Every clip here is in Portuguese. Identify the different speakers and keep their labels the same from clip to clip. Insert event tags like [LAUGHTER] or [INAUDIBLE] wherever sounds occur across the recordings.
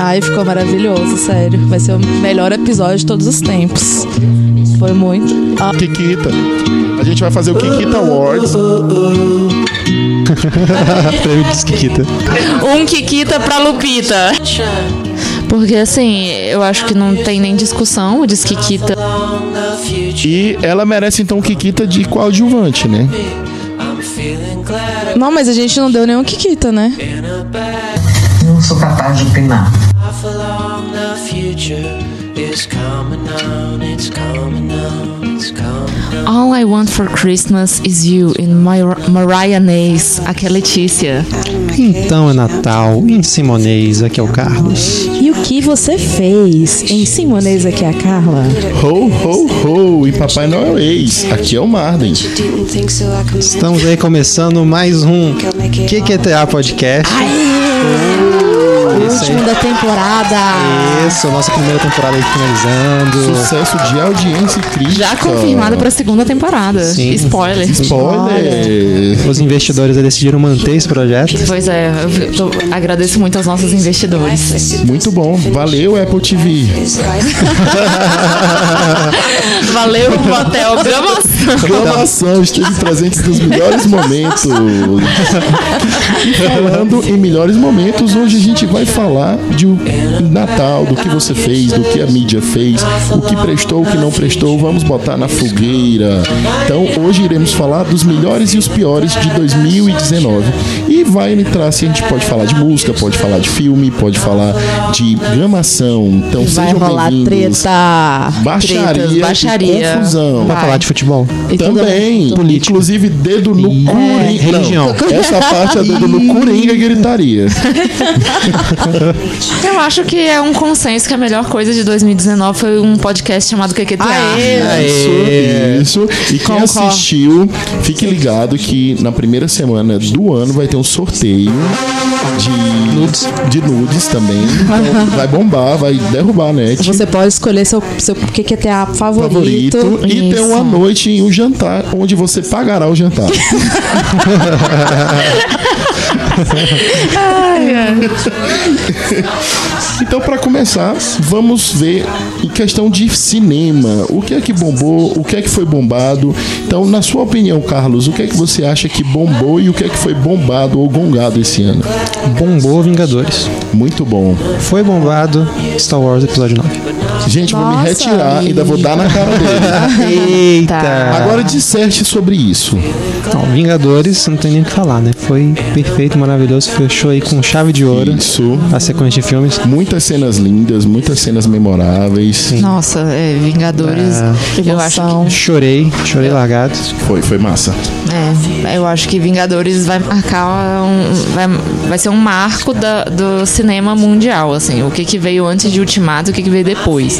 Speaker 1: Ai, ficou maravilhoso, sério. Vai ser o melhor episódio de todos os tempos. Foi muito. Ah,
Speaker 2: Kikita. A gente vai fazer o Kikita Awards.
Speaker 3: Prêmio de Esquita.
Speaker 4: Um Kikita pra Lupita. Porque assim, eu acho que não tem nem discussão o Desquiquita.
Speaker 2: E ela merece então o Kikita de coadjuvante, né?
Speaker 1: Não, mas a gente não deu nenhum Kikita, né?
Speaker 5: Não sou capaz de opinar.
Speaker 4: All I want for Christmas is you in Mar Mariah Nays. Aqui é Letícia.
Speaker 3: Então é Natal, em Simonês, aqui é o Carlos.
Speaker 1: E o que você fez em Simonês aqui a Carla?
Speaker 2: Ho, ho, ho. E Papai Noel ex. Aqui é o Marden.
Speaker 3: Estamos aí começando mais um QQTA Podcast. Isso
Speaker 1: Último
Speaker 3: aí.
Speaker 1: da temporada.
Speaker 3: Isso, nossa primeira temporada aí finalizando.
Speaker 2: Sucesso de audiência e crítica.
Speaker 4: Já confirmada pra segunda temporada.
Speaker 3: Sim.
Speaker 4: Spoiler.
Speaker 2: Spoiler.
Speaker 3: Os investidores aí decidiram manter esse projeto.
Speaker 4: Pois é, eu tô- agradeço muito aos nossos investidores.
Speaker 2: Muito bom. Valeu, Apple TV.
Speaker 1: [LAUGHS]
Speaker 4: Valeu, hotel Gramação.
Speaker 2: Gravação. Esteve presentes nos melhores momentos. E falando em melhores momentos, hoje a gente vai falar de o Natal, do que você fez, do que a mídia fez, o que prestou, o que não prestou. Vamos botar na fogueira. Então, hoje iremos falar dos melhores e os piores de 2019. E vai entrar se a gente pode falar de música, pode falar de filme, pode falar de gramação. Então,
Speaker 1: Vai
Speaker 2: sejam
Speaker 1: rolar
Speaker 2: bem-vindos.
Speaker 1: treta.
Speaker 2: Baixaria,
Speaker 4: Tretas,
Speaker 2: e
Speaker 4: baixaria.
Speaker 2: confusão.
Speaker 3: Pra falar de futebol.
Speaker 1: E tudo é
Speaker 2: Também,
Speaker 3: Política.
Speaker 2: inclusive dedo no
Speaker 3: E-
Speaker 2: Coringa.
Speaker 3: É, religião.
Speaker 2: Não, Essa parte é dedo no Coringa e gritaria.
Speaker 4: Eu acho que é um consenso que a melhor coisa de 2019 foi um podcast chamado QQTA.
Speaker 1: Aê!
Speaker 3: Aê.
Speaker 2: Isso, isso. E quem
Speaker 4: Concordo.
Speaker 2: assistiu, fique ligado que na primeira semana do ano vai ter um sorteio de nudes, de nudes também. Então, vai bombar, vai derrubar a net.
Speaker 1: Você pode escolher seu, seu QQTA favorito.
Speaker 2: Favorito, e tem
Speaker 4: Isso.
Speaker 2: uma noite e um jantar onde você pagará o jantar. Então, pra começar, vamos ver em questão de cinema. O que é que bombou? O que é que foi bombado? Então, na sua opinião, Carlos, o que é que você acha que bombou e o que é que foi bombado ou gongado esse ano?
Speaker 3: Bombou Vingadores.
Speaker 2: Muito bom.
Speaker 3: Foi bombado Star Wars Episódio 9.
Speaker 2: Gente, vou me
Speaker 1: Nossa,
Speaker 2: retirar, ainda vou dar na cara dele.
Speaker 3: Eita!
Speaker 2: Tá. Agora disserte sobre isso.
Speaker 3: Não, Vingadores, não tem nem o que falar, né? Foi perfeito, maravilhoso, fechou aí com chave de ouro
Speaker 2: Isso.
Speaker 3: a sequência de filmes.
Speaker 2: Muitas cenas lindas, muitas cenas memoráveis.
Speaker 4: Nossa, é, Vingadores. eu acho
Speaker 1: Emoção.
Speaker 3: Chorei, chorei largado.
Speaker 2: Foi, foi massa.
Speaker 4: que, é, eu acho que Vingadores vai marcar um, vai, vai ser um marco da- do cinema mundial, assim. O que, que veio antes de Ultimato, o que, que veio depois.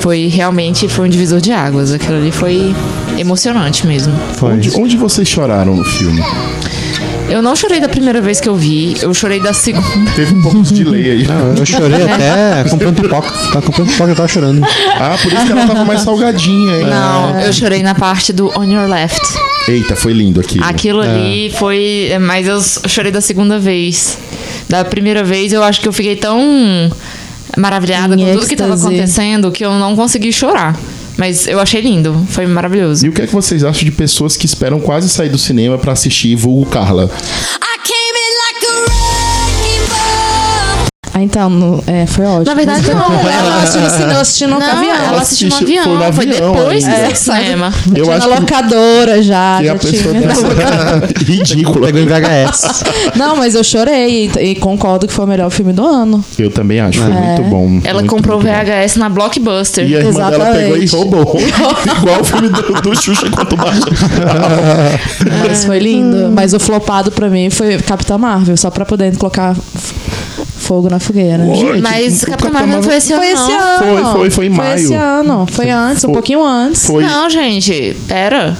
Speaker 4: Foi realmente foi um divisor de águas. Aquilo ali foi emocionante mesmo.
Speaker 3: Foi.
Speaker 2: Onde, onde vocês choraram no filme?
Speaker 4: Eu não chorei da primeira vez que eu vi, eu chorei da segunda.
Speaker 2: Teve um pouco de delay aí.
Speaker 3: Não,
Speaker 2: [LAUGHS]
Speaker 3: eu chorei até comprando pipoca. Tava comprando pipoca, eu tava chorando.
Speaker 2: Ah, por isso que ela tava mais salgadinha, hein?
Speaker 4: Não, eu chorei na parte do On Your Left.
Speaker 2: Eita, foi lindo aqui.
Speaker 4: Aquilo ali foi. é, Mas eu s- chorei da segunda vez. Da primeira vez eu acho que eu fiquei tão maravilhada
Speaker 1: Em
Speaker 4: com tudo que estava
Speaker 1: êxtase.
Speaker 4: acontecendo que eu não consegui chorar. Mas eu achei lindo, foi maravilhoso.
Speaker 2: E o que é que vocês acham de pessoas que esperam quase sair do cinema pra assistir Vulgo Carla?
Speaker 6: I came in like a rainbow.
Speaker 1: Ah, então, no- é, foi ótimo.
Speaker 4: Na verdade, não,
Speaker 1: Ela
Speaker 4: ela,
Speaker 1: assistiu no cinema, assistiu no
Speaker 4: não,
Speaker 1: caminhão.
Speaker 4: ela assistiu no
Speaker 2: assistiu-
Speaker 4: avião,
Speaker 2: foi
Speaker 4: foi,
Speaker 2: no avião
Speaker 4: depois
Speaker 1: É,
Speaker 2: ainda.
Speaker 4: do É, cinema.
Speaker 2: Eu
Speaker 1: Tinha
Speaker 2: acho
Speaker 1: na
Speaker 2: que,
Speaker 1: locadora já.
Speaker 2: que é
Speaker 1: já
Speaker 2: a
Speaker 1: [LAUGHS]
Speaker 2: pessoa
Speaker 1: tive.
Speaker 2: tem essa... Ridícula.
Speaker 3: Pegou em VHS.
Speaker 1: [LAUGHS] Não, mas eu chorei e, e concordo que foi o melhor filme do ano.
Speaker 2: Eu também acho, foi muito bom.
Speaker 4: Ela
Speaker 2: muito,
Speaker 4: comprou o
Speaker 2: muito bom.
Speaker 4: VHS na Blockbuster.
Speaker 2: E a irmã dela
Speaker 1: Exatamente.
Speaker 2: pegou e roubou. Igual o filme do, do Xuxa quanto baixa.
Speaker 4: É.
Speaker 1: Mas foi
Speaker 4: Hum.
Speaker 1: lindo. Mas o flopado pra mim foi Capitã Marvel, só pra poder colocar f- fogo na fogueira.
Speaker 4: Mas
Speaker 2: o
Speaker 4: Capitão Marvel não foi esse ano.
Speaker 1: Foi esse
Speaker 4: não.
Speaker 1: ano.
Speaker 2: Foi, foi, foi em maio.
Speaker 1: esse ano. Foi antes, um
Speaker 2: Foi-
Speaker 1: pouquinho antes.
Speaker 2: Foi
Speaker 4: Não, gente, pera.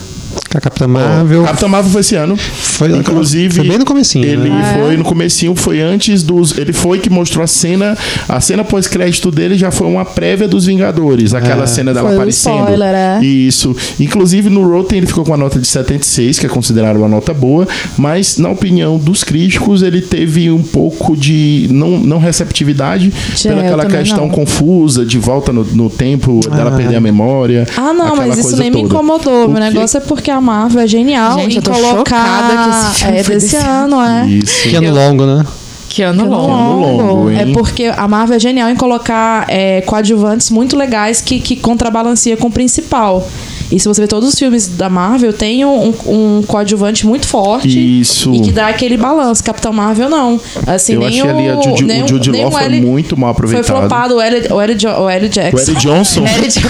Speaker 3: A Capitã Marvel
Speaker 2: Capitão Marvel foi esse ano.
Speaker 3: Ah, foi,
Speaker 2: Inclusive,
Speaker 3: foi bem no comecinho.
Speaker 2: Ele
Speaker 3: né?
Speaker 1: É.
Speaker 2: foi no comecinho, foi antes dos. Ele foi que mostrou a cena. A cena pós-crédito dele já foi uma prévia dos Vingadores.
Speaker 3: É.
Speaker 2: Aquela cena dela
Speaker 1: Foi um
Speaker 2: aparecendo.
Speaker 1: spoiler, é.
Speaker 2: Isso. Inclusive, no Rotten ele ficou com uma nota de 76, que é considerada uma nota boa. Mas, na opinião dos críticos, ele teve um pouco de não, não receptividade
Speaker 1: Tchê,
Speaker 2: pela
Speaker 1: eu
Speaker 2: aquela
Speaker 1: também
Speaker 2: questão
Speaker 1: não.
Speaker 2: confusa de volta no, no tempo, dela
Speaker 3: Ah.
Speaker 2: perder a memória.
Speaker 1: Ah, não,
Speaker 2: aquela
Speaker 1: mas isso
Speaker 2: coisa
Speaker 1: nem me
Speaker 2: toda.
Speaker 1: incomodou.
Speaker 2: O
Speaker 1: Meu
Speaker 2: que-
Speaker 1: negócio é porque a Marvel é genial
Speaker 4: Gente,
Speaker 1: em
Speaker 4: eu tô chocada que
Speaker 1: colocar.
Speaker 4: esse filme
Speaker 1: é
Speaker 4: foi
Speaker 1: desse
Speaker 4: desse
Speaker 1: ano, é.
Speaker 2: Isso.
Speaker 3: Que ano longo, né?
Speaker 4: Que ano
Speaker 1: Pelo
Speaker 4: longo.
Speaker 2: longo, hein?
Speaker 1: é porque a Marvel é genial em colocar é, coadjuvantes muito legais que, que contrabalancia com o principal. E se você ver todos os filmes da Marvel, tem um, um coadjuvante muito forte.
Speaker 2: Isso.
Speaker 1: E que dá aquele balanço. Capitão Marvel, não. Assim,
Speaker 2: Eu
Speaker 1: nem
Speaker 2: achei
Speaker 1: o,
Speaker 2: ali a Jude,
Speaker 1: nem
Speaker 2: o Jude
Speaker 1: nem
Speaker 2: Law
Speaker 1: o
Speaker 2: foi
Speaker 1: L-
Speaker 2: muito mal
Speaker 1: Foi
Speaker 2: aproveitado.
Speaker 1: flopado É o L, o L, Jo- o L
Speaker 2: O
Speaker 1: Jackson.
Speaker 2: Eric
Speaker 1: [LAUGHS]
Speaker 2: Johnson.
Speaker 4: É, tipo,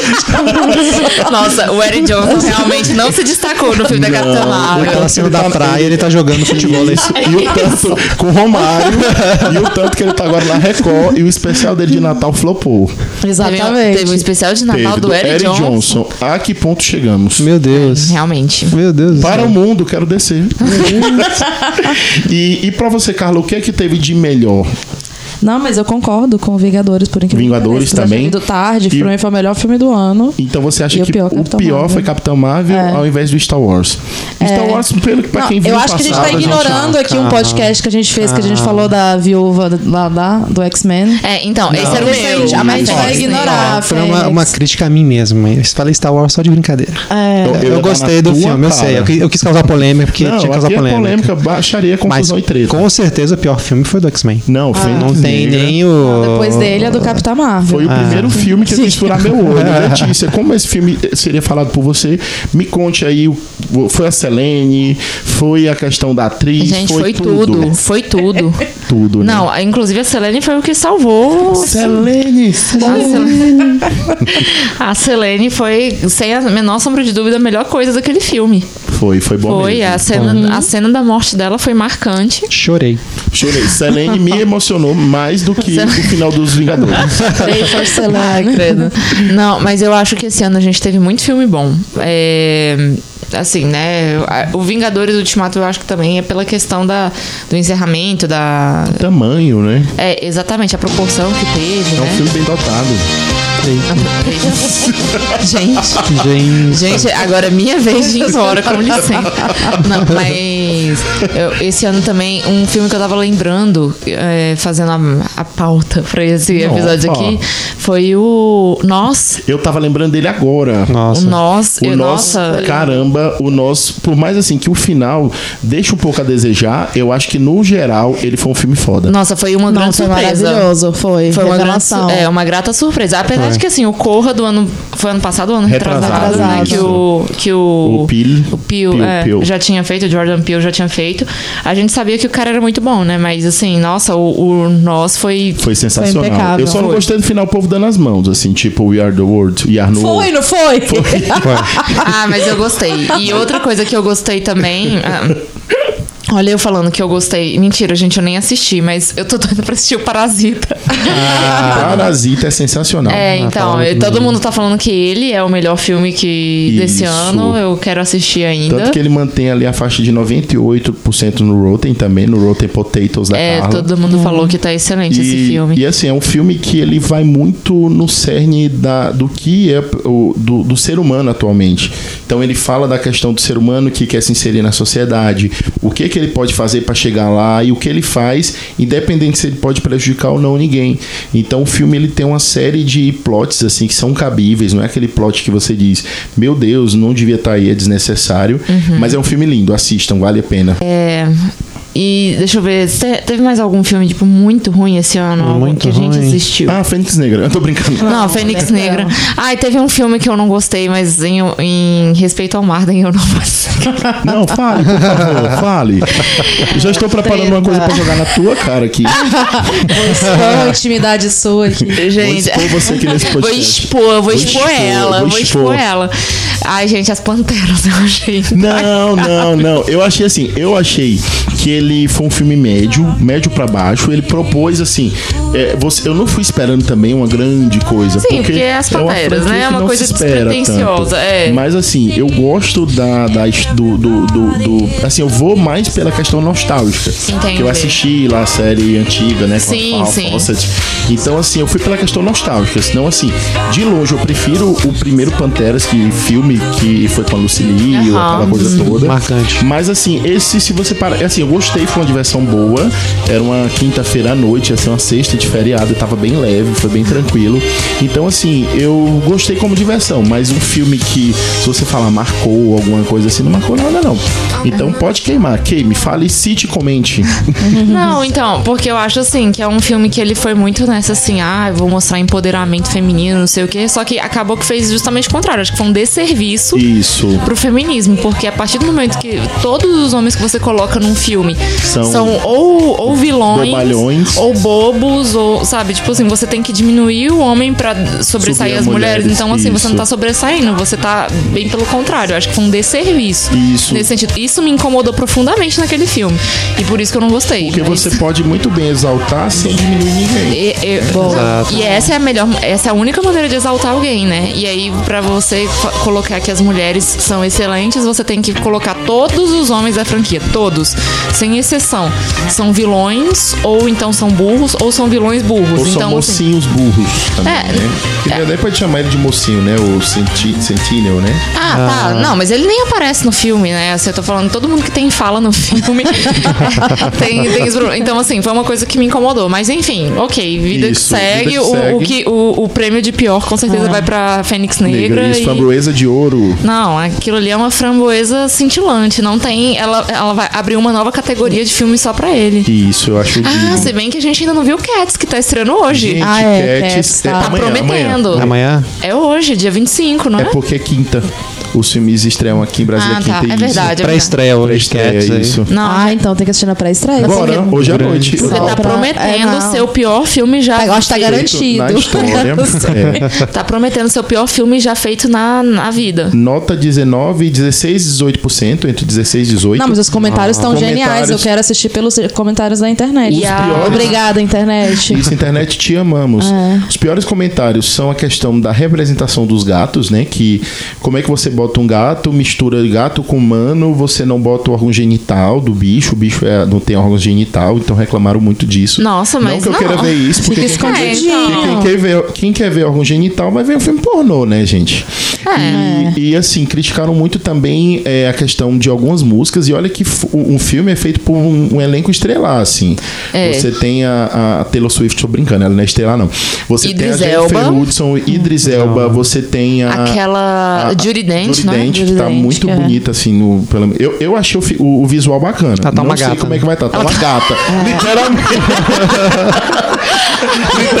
Speaker 4: [LAUGHS] Nossa, o Eric Johnson realmente não se destacou no filme da Capitã Marvel. um-
Speaker 3: Aquela cena da praia, ele tá jogando futebol. aí.
Speaker 2: Isso. E
Speaker 1: É
Speaker 2: o tanto com o Romário e o tanto que ele tá agora na Record e o especial dele de Natal flopou.
Speaker 1: [LAUGHS]
Speaker 4: Teve, um- teve um especial de Natal
Speaker 2: Teve
Speaker 4: do Eric, Johnson.
Speaker 2: A que ponto chegamos?
Speaker 3: [LAUGHS] Meu Deus.
Speaker 4: Realmente.
Speaker 3: Meu Deus. do
Speaker 2: Para
Speaker 3: céu.
Speaker 2: o mundo,
Speaker 1: [LAUGHS]
Speaker 2: quero descer. e e para você, Carla, o que é que teve de melhor?
Speaker 1: Não, mas eu concordo com Vingadores, por incrível
Speaker 2: Vingadores
Speaker 1: que pareça.
Speaker 2: também.
Speaker 1: Do tarde,
Speaker 2: E-
Speaker 1: pra mim foi o melhor filme do ano.
Speaker 2: Então você acha
Speaker 1: E o
Speaker 2: que
Speaker 1: pior,
Speaker 2: o
Speaker 1: Capitão
Speaker 2: pior
Speaker 1: Marvel.
Speaker 2: foi Capitão Marvel
Speaker 1: É.
Speaker 2: ao invés do Star Wars? Star Wars, pelo que pra
Speaker 1: Não,
Speaker 2: quem viu
Speaker 1: eu acho que a gente tá
Speaker 2: passava,
Speaker 1: ignorando
Speaker 3: calma,
Speaker 1: aqui um podcast que a gente fez, que a gente
Speaker 3: calma.
Speaker 1: falou da viúva do- lá, lá do X-Men.
Speaker 4: É, então, esse era o
Speaker 1: Não,
Speaker 4: meu.
Speaker 1: a Marvel
Speaker 4: Mas
Speaker 1: vai
Speaker 4: Disney.
Speaker 1: ignorar.
Speaker 3: Foi uma,
Speaker 1: Fênix.
Speaker 3: uma crítica a mim mesmo. Eu falei Star Wars só de brincadeira.
Speaker 1: É.
Speaker 2: Ah, Eu-
Speaker 3: Eu,
Speaker 2: ia dar
Speaker 3: gostei
Speaker 2: na
Speaker 3: do
Speaker 2: tua
Speaker 3: filme, eu
Speaker 2: cara.
Speaker 3: sei. Eu, qui- eu quis causar polêmica porque
Speaker 2: Não,
Speaker 3: tinha que causar
Speaker 2: aqui é
Speaker 3: polêmica.
Speaker 2: polêmica, baixaria,
Speaker 3: Mas
Speaker 2: confusão e treta.
Speaker 3: com certeza o pior filme foi do X-Men. Ah,
Speaker 2: Não, foi
Speaker 3: Não tem nem o.
Speaker 1: Depois dele é do Capitão Marvel.
Speaker 2: Foi o primeiro
Speaker 3: Ah.
Speaker 2: filme que eu quis furar meu
Speaker 3: [LAUGHS]
Speaker 2: olho. Letícia, como esse filme seria falado por você? Me conte aí. o- Foi a Selene, foi a questão da atriz,
Speaker 4: Gente,
Speaker 2: foi,
Speaker 4: foi tudo. Foi tudo.
Speaker 2: Tudo, né?
Speaker 4: Não, inclusive a Selene foi o que salvou.
Speaker 2: Selene!
Speaker 4: A Selene, [LAUGHS] a Selene foi, sem a menor sombra de dúvida, a melhor coisa daquele filme.
Speaker 2: Foi, foi bom
Speaker 4: Foi,
Speaker 2: mesmo.
Speaker 4: a cena, a cena da morte dela foi marcante.
Speaker 2: [LAUGHS]
Speaker 3: Chorei.
Speaker 2: Chorei. Selene
Speaker 4: [LAUGHS]
Speaker 2: me emocionou mais do que o final dos Vingadores.
Speaker 4: [LAUGHS]
Speaker 1: Trey for
Speaker 4: Ai,
Speaker 1: Selene.
Speaker 4: credo. Não, mas eu acho que esse ano a gente teve muito filme bom. É, assim, né? O Vingadores Ultimato eu acho que também é pela questão da, do encerramento, da.
Speaker 2: Tamanho, né?
Speaker 4: É, exatamente, a proporção que teve,
Speaker 2: É um
Speaker 4: né?
Speaker 2: filme bem dotado.
Speaker 4: Gente.
Speaker 2: [LAUGHS]
Speaker 3: Gente.
Speaker 4: Gente, agora é minha vez de ir embora, como licença. Não, mas eu- esse ano também, um filme que eu tava lembrando, é, fazendo a, a pauta pra esse
Speaker 2: Nossa.
Speaker 4: episódio aqui, foi o Nós.
Speaker 2: Eu tava lembrando dele agora.
Speaker 3: Nossa.
Speaker 4: O Nós.
Speaker 2: O
Speaker 4: eu-
Speaker 2: nós,
Speaker 4: nossa,
Speaker 2: caramba, o nós, por mais assim que o final deixa um pouco a desejar, eu acho que no geral ele foi um filme foda.
Speaker 4: nossa, foi uma grande
Speaker 1: Nossa,
Speaker 4: surpresa.
Speaker 1: maravilhoso. Foi.
Speaker 4: Foi uma, grande,
Speaker 1: revelação.
Speaker 4: su- é, uma grata surpresa. Apesar de que, assim, o Corra do ano. Foi ano passado ou ano retrasado,
Speaker 2: Retrasado,
Speaker 4: né?
Speaker 2: isso.
Speaker 4: Que o. Que o,
Speaker 2: O Pil-
Speaker 4: o Pil,
Speaker 2: Pil,
Speaker 4: é,
Speaker 2: Pil.
Speaker 4: já tinha feito, o Jordan Peele já tinha feito. A gente sabia que o cara era muito bom, né? Mas, assim, nossa, o, o nós foi.
Speaker 2: Foi sensacional.
Speaker 1: impecável.
Speaker 2: eu só não
Speaker 1: Foi.
Speaker 2: gostei do final o povo dando as mãos, assim, tipo We Are the World, We Are no
Speaker 1: Foi, não foi?
Speaker 4: [LAUGHS] Ah, mas eu gostei. E outra coisa que eu gostei também. ah, Olha, eu falando que eu gostei. Mentira, gente, eu nem assisti, mas eu tô doida pra assistir o Parasita.
Speaker 2: Parasita é sensacional.
Speaker 4: É, então,
Speaker 3: falaram
Speaker 4: eu-
Speaker 3: que-
Speaker 4: todo mundo tá falando que ele é o melhor filme que desse
Speaker 2: Isso.
Speaker 4: ano. Eu quero assistir ainda.
Speaker 2: Tanto que ele mantém ali a faixa de 98% no Rotten também, no Rotten Potatoes da
Speaker 4: É,
Speaker 2: Carla.
Speaker 4: todo mundo falou que tá excelente esse filme.
Speaker 2: e, assim, é um filme que ele vai muito no cerne da, do que é o, do, do ser humano atualmente. Então ele fala da questão do ser humano que quer se inserir na sociedade, o que, que ele pode fazer para chegar lá e o que ele faz, independente se ele pode prejudicar ou não ninguém. Então o filme ele tem uma série de plots assim que são cabíveis, não é aquele plot que você diz, meu Deus, não devia estar aí, é desnecessário.
Speaker 4: Uhum.
Speaker 2: Mas é um filme lindo, assistam, vale a pena.
Speaker 4: É. E deixa eu ver, te- teve mais algum filme, tipo, muito ruim esse ano? Algum
Speaker 3: Muito
Speaker 4: que a gente
Speaker 3: ruim.
Speaker 4: assistiu?
Speaker 2: Ah, Fênix Negra, [LAUGHS] eu tô brincando.
Speaker 4: Não, Fênix Negra. Ai, teve um filme que eu não gostei, mas em, em respeito ao Marden eu não passei.
Speaker 2: Não, fale, por
Speaker 4: [LAUGHS]
Speaker 2: favor, fale. Já estou preparando uma coisa pra jogar na tua cara aqui.
Speaker 1: [LAUGHS]
Speaker 4: Ah,
Speaker 1: Foi uma intimidade sua aqui.
Speaker 4: Gente,
Speaker 2: Vou expor você aqui nesse
Speaker 4: [LAUGHS] vou
Speaker 2: podcast.
Speaker 4: expor, vou
Speaker 2: expor,
Speaker 4: expor ela,
Speaker 2: vou
Speaker 4: vou expor
Speaker 2: expor.
Speaker 4: ela. Ai, gente, as panteras [LAUGHS] eu achei.
Speaker 2: Não, não, não. Eu achei assim, eu achei que ele foi um filme médio, médio pra baixo. Ele propôs, assim. é, você- eu não fui esperando também uma grande coisa.
Speaker 4: Sim, porque é as
Speaker 2: é uma
Speaker 4: paperas, né?
Speaker 2: franquia
Speaker 4: É
Speaker 2: que
Speaker 4: uma
Speaker 2: não
Speaker 4: coisa
Speaker 2: se espera
Speaker 4: despretensiosa,
Speaker 2: tanto.
Speaker 4: é.
Speaker 2: Mas, assim, eu gosto da. da his- do, do, do- do- assim, eu vou mais pela questão nostálgica.
Speaker 4: Entendi.
Speaker 2: Que eu assisti lá a série antiga, né? com a
Speaker 4: Sim,
Speaker 2: Fa-
Speaker 4: sim.
Speaker 2: Fawcett. Então, assim, eu fui pela questão nostálgica. Senão, assim, de longe, eu prefiro o primeiro Panteras, que filme que foi com a Lucille, Hill,
Speaker 4: Aham.
Speaker 2: aquela coisa toda.
Speaker 3: marcante.
Speaker 2: Mas assim, esse se você para, assim, eu gostei, foi uma diversão boa. Era uma quinta-feira à noite, ia ser uma sexta de feriado, tava bem leve, foi bem tranquilo. Então assim, eu gostei como diversão, mas um filme que se você falar marcou alguma coisa assim, não marcou nada não. Então pode queimar, queime, fale, cite, e comente.
Speaker 4: Não, então, porque eu acho assim, que é um filme que ele foi muito nessa assim, ah, eu vou mostrar empoderamento feminino, não sei o quê, só que acabou que fez justamente o contrário, acho que foi um desserviço
Speaker 2: Isso.
Speaker 4: pro feminismo, porque a partir do momento que todos os homens que você coloca num filme
Speaker 2: São-
Speaker 4: são, ou, ou vilões,
Speaker 2: Bobalhões.
Speaker 4: ou bobos, ou sabe, tipo assim, você tem que diminuir o homem pra sobressair
Speaker 2: Subir
Speaker 4: as
Speaker 2: as
Speaker 4: mulheres.
Speaker 2: mulheres,
Speaker 4: Então, assim, você
Speaker 2: isso.
Speaker 4: não tá sobressaindo, você tá bem pelo contrário. Eu acho que foi um desserviço.
Speaker 2: Isso.
Speaker 4: Nesse sentido. Isso me incomodou profundamente naquele filme. E por isso que eu não gostei.
Speaker 2: Porque
Speaker 4: mas-
Speaker 2: você pode muito bem exaltar sem diminuir ninguém.
Speaker 4: e, e- e essa é a melhor, essa é a única maneira de exaltar alguém, né? E aí, pra você fa- colocar que as mulheres são excelentes, você tem que colocar todos os homens da franquia, todos, sem exceção. São vilões, ou então são burros, ou são vilões burros.
Speaker 2: Ou são
Speaker 4: então, assim,
Speaker 2: mocinhos burros também,
Speaker 4: É.
Speaker 2: né? Porque até pode chamar ele de mocinho, né? O senti Sentinel, né?
Speaker 4: ah, tá. Não, mas ele nem aparece no filme, né? Assim, eu tô falando, todo mundo que tem fala
Speaker 2: [LAUGHS]
Speaker 4: no filme. tem, tem os problemas. Então, assim, foi uma coisa que me incomodou. Mas enfim, ok, vida que
Speaker 2: Isso,
Speaker 4: segue.
Speaker 2: vida que
Speaker 4: o,
Speaker 2: segue. Ah.
Speaker 4: o que, o, o prêmio de pior com certeza vai pra Fênix Negra.
Speaker 2: Negra, isso,
Speaker 4: e-
Speaker 2: framboesa de ouro.
Speaker 4: Não, aquilo ali é uma framboesa cintilante. Não tem. Ela, ela vai abrir uma nova categoria de filme só pra ele.
Speaker 2: Isso, eu acho que.
Speaker 4: Ah, se bem que a gente ainda não viu Cats, que tá estreando hoje.
Speaker 2: Gente,
Speaker 1: Ah, é,
Speaker 2: Cats,
Speaker 1: Cats, tá.
Speaker 2: é
Speaker 4: tá
Speaker 2: amanhã,
Speaker 4: prometendo.
Speaker 2: amanhã.
Speaker 3: Amanhã?
Speaker 4: É hoje, dia 25, não é?
Speaker 2: É porque é quinta. Os filmes estreiam aqui em Brasília
Speaker 4: ah,
Speaker 2: quinta e
Speaker 4: tá. É verdade. É verdade.
Speaker 3: Pré-estreia hoje,
Speaker 2: Pré-estreia,
Speaker 3: Cats. aí.
Speaker 2: isso.
Speaker 4: Não,
Speaker 1: Ah, então tem que assistir na pré-estreia.
Speaker 2: Bora,
Speaker 1: Porque-
Speaker 2: hoje à
Speaker 3: grande.
Speaker 2: noite.
Speaker 4: você tá
Speaker 1: Não, pra-
Speaker 4: prometendo
Speaker 1: é, não.
Speaker 4: seu pior filme já.
Speaker 1: Eu acho que tá
Speaker 2: Na
Speaker 1: garantido.
Speaker 2: história.
Speaker 4: [LAUGHS]
Speaker 2: É.
Speaker 4: Tá prometendo seu pior filme já feito na, na vida.
Speaker 2: Nota 19, 16 e 18%, entre 16 e 18.
Speaker 1: Não, mas os comentários estão geniais. Eu
Speaker 2: Comentários.
Speaker 1: quero assistir pelos comentários da internet.
Speaker 4: Os piores-
Speaker 1: Obrigada, internet.
Speaker 2: Isso, internet, te amamos. Os piores comentários são a questão da representação dos gatos, né? Que como é que você bota um gato, mistura gato com humano, você não bota o órgão genital do bicho, o bicho é- não tem órgão genital, então reclamaram muito disso.
Speaker 4: Nossa,
Speaker 2: Não
Speaker 4: mas
Speaker 2: que eu
Speaker 4: não.
Speaker 2: queira ver isso, porque
Speaker 1: Fica
Speaker 2: quem, quer-
Speaker 1: escondidinho.
Speaker 2: porque quem quer ver, quem quer ver órgão genital vai ver um filme pornô, né, gente?
Speaker 4: É.
Speaker 2: E, e, assim, criticaram muito também é, a questão de algumas músicas. E olha que f- um filme é feito por um, um elenco estrelar, assim.
Speaker 4: É.
Speaker 2: Você tem a, a Taylor Swift, tô brincando, ela não é estrelar, não. Você
Speaker 4: Idris
Speaker 2: tem a Jennifer
Speaker 4: Elba.
Speaker 2: Hudson, Idris Elba, você tem a...
Speaker 4: Aquela Judy Dent,
Speaker 2: Ah, Judy
Speaker 4: não é?
Speaker 2: Dent, que
Speaker 1: Judy
Speaker 2: tá
Speaker 1: Dent,
Speaker 2: muito
Speaker 1: é.
Speaker 2: bonita, assim, no, pelo- eu, eu achei o, fi- o- o visual bacana.
Speaker 3: Ela tá
Speaker 2: não
Speaker 3: uma
Speaker 2: sei
Speaker 3: gata,
Speaker 2: como é
Speaker 3: né?
Speaker 2: que vai estar, tá, tá uma gata. Literalmente. Literalmente. tá uma
Speaker 4: [LAUGHS]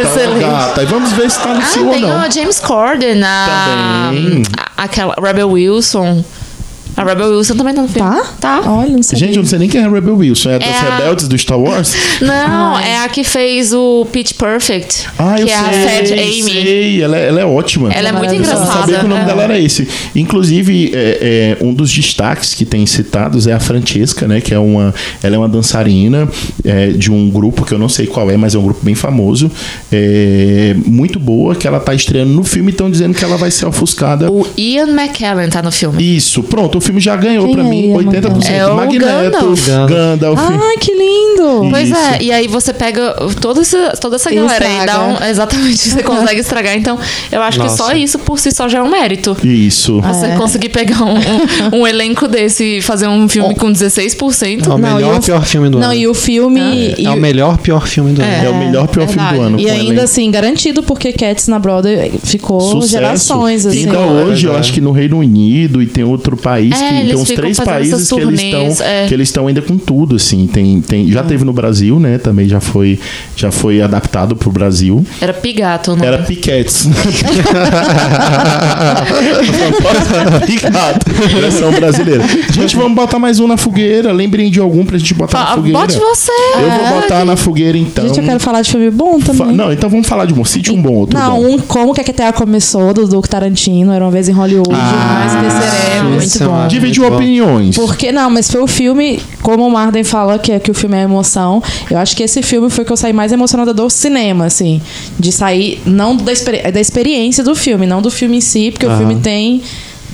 Speaker 4: Excelente.
Speaker 2: gata. E vamos ver se tá no [LAUGHS]
Speaker 4: Ah,
Speaker 2: seu ou
Speaker 4: tem
Speaker 2: não.
Speaker 4: o James Corden, a,
Speaker 2: Também.
Speaker 4: a- aquela Rebel Wilson. A Rebel Wilson também tá no filme.
Speaker 1: Tá?
Speaker 4: Tá.
Speaker 1: Olha, não sei.
Speaker 2: Gente, eu não sei nem quem é Rebel Wilson. É, dos
Speaker 4: É a-
Speaker 2: rebeldes do Star Wars?
Speaker 4: Não, é a que fez o Pitch Perfect,
Speaker 2: Ah,
Speaker 4: que
Speaker 2: eu
Speaker 4: é a Fat
Speaker 2: sei.
Speaker 4: Amy.
Speaker 2: sei. Ela, é- ela é ótima.
Speaker 4: Ela é muito
Speaker 2: Eu não
Speaker 4: engraçada.
Speaker 2: sabia que o nome
Speaker 4: É.
Speaker 2: dela era esse. Inclusive, é, é, um dos destaques que tem citados é a Francesca, né? Que é uma, ela é uma dançarina é, de um grupo que eu não sei qual é, mas é um grupo bem famoso. É, muito boa, que ela tá estreando no filme e estão dizendo que ela vai ser ofuscada.
Speaker 4: O Ian McKellen tá no filme.
Speaker 2: Isso, pronto, o filme já ganhou
Speaker 1: Quem
Speaker 2: pra
Speaker 1: é Ah.
Speaker 2: mim
Speaker 1: ele,
Speaker 2: 80%.
Speaker 4: É o
Speaker 2: Magneto,
Speaker 3: Gandalf.
Speaker 2: Gandalf.
Speaker 1: Ai, que lindo!
Speaker 4: Pois
Speaker 2: Isso.
Speaker 4: é, e aí você pega toda essa, toda essa
Speaker 1: E
Speaker 4: galera e
Speaker 1: estraga.
Speaker 4: dá um. Exatamente,
Speaker 1: [LAUGHS]
Speaker 4: você consegue estragar. Então, eu acho que
Speaker 3: Nossa.
Speaker 4: só isso por si só já é um mérito.
Speaker 2: Isso.
Speaker 4: Você
Speaker 1: É.
Speaker 4: conseguir pegar um, um- um elenco desse e fazer um filme com 16%.
Speaker 3: É o
Speaker 1: Não, e
Speaker 3: melhor
Speaker 1: o-
Speaker 3: pior filme do
Speaker 1: Não,
Speaker 3: ano.
Speaker 1: e o filme. e-
Speaker 3: É o melhor pior filme do
Speaker 2: É,
Speaker 3: ano.
Speaker 2: o melhor pior filme do
Speaker 4: Ah, verdade.
Speaker 2: ano.
Speaker 1: E
Speaker 2: com
Speaker 1: ainda
Speaker 2: elenco.
Speaker 1: assim, garantido, porque Cats na Broadway ficou
Speaker 2: Sucesso.
Speaker 1: gerações, assim.
Speaker 2: Ainda hoje, eu
Speaker 3: É.
Speaker 2: acho que no Reino Unido e tem outro país,
Speaker 4: É,
Speaker 2: que tem
Speaker 4: eles
Speaker 2: uns
Speaker 4: ficam
Speaker 2: três
Speaker 4: fazendo
Speaker 2: países
Speaker 4: essas
Speaker 2: que eles
Speaker 4: turnês,
Speaker 2: estão
Speaker 4: é.
Speaker 2: que eles estão ainda com tudo, assim. Tem, tem, já teve no Brasil, né? Também já foi, já foi adaptado pro Brasil.
Speaker 4: Era Pigato, não
Speaker 2: Era Piquetes. [LAUGHS] Picado. Versão brasileira. Gente, vamos botar mais um na fogueira. Lembrem de algum pra gente botar na
Speaker 4: Fa-
Speaker 2: fogueira.
Speaker 4: Bote você!
Speaker 2: Eu vou botar na fogueira, então.
Speaker 1: Ah, Gente, eu quero falar de filme bom
Speaker 2: Fa-
Speaker 1: também.
Speaker 2: Não, então vamos falar de um. Cite um bom, outro
Speaker 1: Não,
Speaker 2: bom. Ah,
Speaker 1: um como que a QTA começou, do, do Tarantino, era uma vez em Hollywood, mais esqueceremos.
Speaker 3: isso
Speaker 1: Muito
Speaker 3: é
Speaker 1: bom.
Speaker 3: Ah,
Speaker 2: Dividiu
Speaker 3: muito bom.
Speaker 2: opiniões.
Speaker 1: Porque não, mas foi o filme, como o Marden fala que, é- que o filme é emoção, eu acho que esse filme foi que eu saí mais emocionada do cinema, assim. De sair, não da, experi- da experiência do filme, não do filme em si, porque o
Speaker 3: Aham.
Speaker 1: filme tem.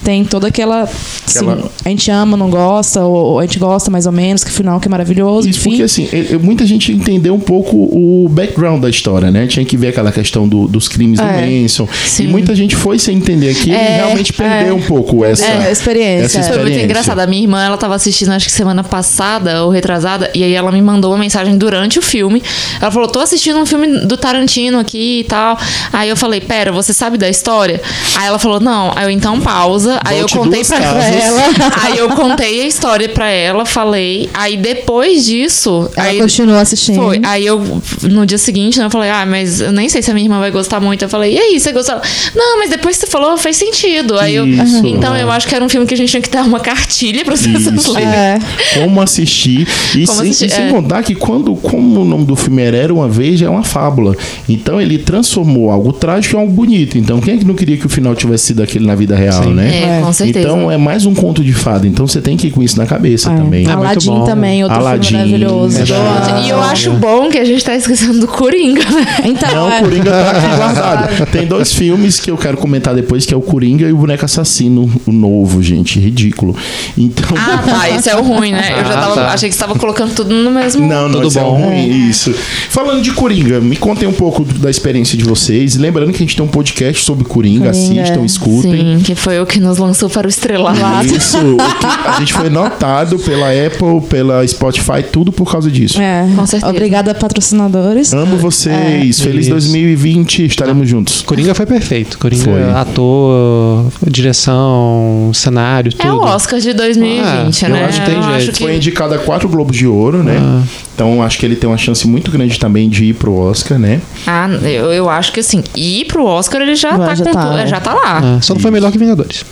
Speaker 1: Tem toda aquela. assim,
Speaker 2: Aquela-
Speaker 1: a gente ama, não gosta, ou, ou a gente gosta mais ou menos, que final que é maravilhoso,
Speaker 2: Isso,
Speaker 1: enfim.
Speaker 2: porque assim, eh, eh, muita gente entendeu um pouco o background da história, né? Tinha que ver aquela questão do- dos crimes
Speaker 4: É,
Speaker 2: do Manson.
Speaker 4: sim.
Speaker 2: E muita gente foi sem entender que ele
Speaker 4: É,
Speaker 2: realmente perdeu
Speaker 4: é.
Speaker 2: um pouco essa,
Speaker 1: É, a experiência.
Speaker 2: essa
Speaker 1: Foi
Speaker 4: Foi muito
Speaker 2: experiência.
Speaker 4: engraçado. [LAUGHS] A minha irmã, ela tava assistindo, acho que semana passada ou retrasada, e aí ela me mandou uma mensagem durante o filme. Ela falou: tô assistindo um filme do Tarantino aqui e tal. Aí eu falei: pera, você sabe da história? Aí ela falou: não. Aí eu então pausa. Aí eu
Speaker 2: Volte
Speaker 4: contei
Speaker 2: duas
Speaker 4: pra
Speaker 2: casas.
Speaker 4: ela. [LAUGHS] aí eu contei a história pra ela, falei. Aí depois disso.
Speaker 7: Ela
Speaker 4: aí,
Speaker 7: continuou assistindo.
Speaker 4: foi.
Speaker 2: É
Speaker 4: Aí eu, no dia seguinte, né, eu falei, ah, mas eu nem sei se a minha irmã vai gostar muito. Eu falei, e aí, você gostou? Ela, Não, mas depois que você falou, fez sentido. Aí eu,
Speaker 2: Isso,
Speaker 4: então
Speaker 2: né?
Speaker 4: eu acho que era um filme que a gente tinha que dar uma cartilha pra vocês
Speaker 2: Isso.
Speaker 4: lerem.
Speaker 7: É.
Speaker 2: Como assistir. E
Speaker 4: Como
Speaker 2: sem,
Speaker 4: assistir,
Speaker 2: e sem
Speaker 4: é.
Speaker 2: contar que quando, como o nome do filme era, Era uma vez, é uma fábula. Então ele transformou algo trágico em algo bonito. Então quem é que não queria que o final tivesse sido aquele na vida real, né?
Speaker 4: É, com certeza. É.
Speaker 2: Então é mais um conto de fada. Então você tem que ir com isso na cabeça também. é
Speaker 3: muito
Speaker 1: Aladdin
Speaker 3: bom.
Speaker 1: também, outro
Speaker 2: Aladdin,
Speaker 1: filme maravilhoso.
Speaker 2: é verdade.
Speaker 1: Doa-
Speaker 4: E eu acho bom que a gente tá esquecendo do Coringa, né?
Speaker 1: Então,
Speaker 2: Não,
Speaker 1: é.
Speaker 2: o [LAUGHS] Coringa tá aqui guardado. Tem dois filmes que eu quero comentar depois, que é o Coringa e o Boneco Assassino, o novo, gente. Ridículo. Então.
Speaker 4: Ah,
Speaker 2: [LAUGHS]
Speaker 4: tá, esse é o ruim, né? Eu já
Speaker 3: Ah,
Speaker 4: tava,
Speaker 3: tá.
Speaker 4: achei que você tava colocando tudo no mesmo.
Speaker 2: Não, não,
Speaker 3: Tudo
Speaker 2: isso é
Speaker 3: bom?
Speaker 2: ruim, isso. Falando de Coringa, me contem um pouco da experiência de vocês. Lembrando que a gente tem um podcast sobre Coringa, assistam, escutem. É
Speaker 4: Sim, que foi o que nos lançou para o estrelado.
Speaker 2: Isso, o que- a gente foi notado pela Apple, pela Spotify, tudo por causa disso.
Speaker 1: É.
Speaker 4: Com certeza.
Speaker 1: Obrigada, patrocinadores.
Speaker 2: Amo vocês, feliz
Speaker 3: Isso.
Speaker 2: 2020, estaremos juntos.
Speaker 3: Coringa foi perfeito. Coringa,
Speaker 2: Foi.
Speaker 3: ator, direção, cenário, tudo.
Speaker 4: É o Oscar de 2020,
Speaker 3: Ah, eu
Speaker 4: né?
Speaker 3: acho que tem
Speaker 4: eu
Speaker 3: jeito.
Speaker 4: acho que
Speaker 2: Foi indicado a quatro Globos de Ouro, né? Então acho que ele tem uma chance muito grande também de ir pro Oscar, né?
Speaker 4: Ah, eu, eu acho que assim, ir pro Oscar ele já
Speaker 1: Vai,
Speaker 4: tá
Speaker 1: já
Speaker 4: com
Speaker 1: tá,
Speaker 4: tu-
Speaker 1: né?
Speaker 4: já tá lá.
Speaker 2: É.
Speaker 3: Ah, só não foi melhor que Vingadores.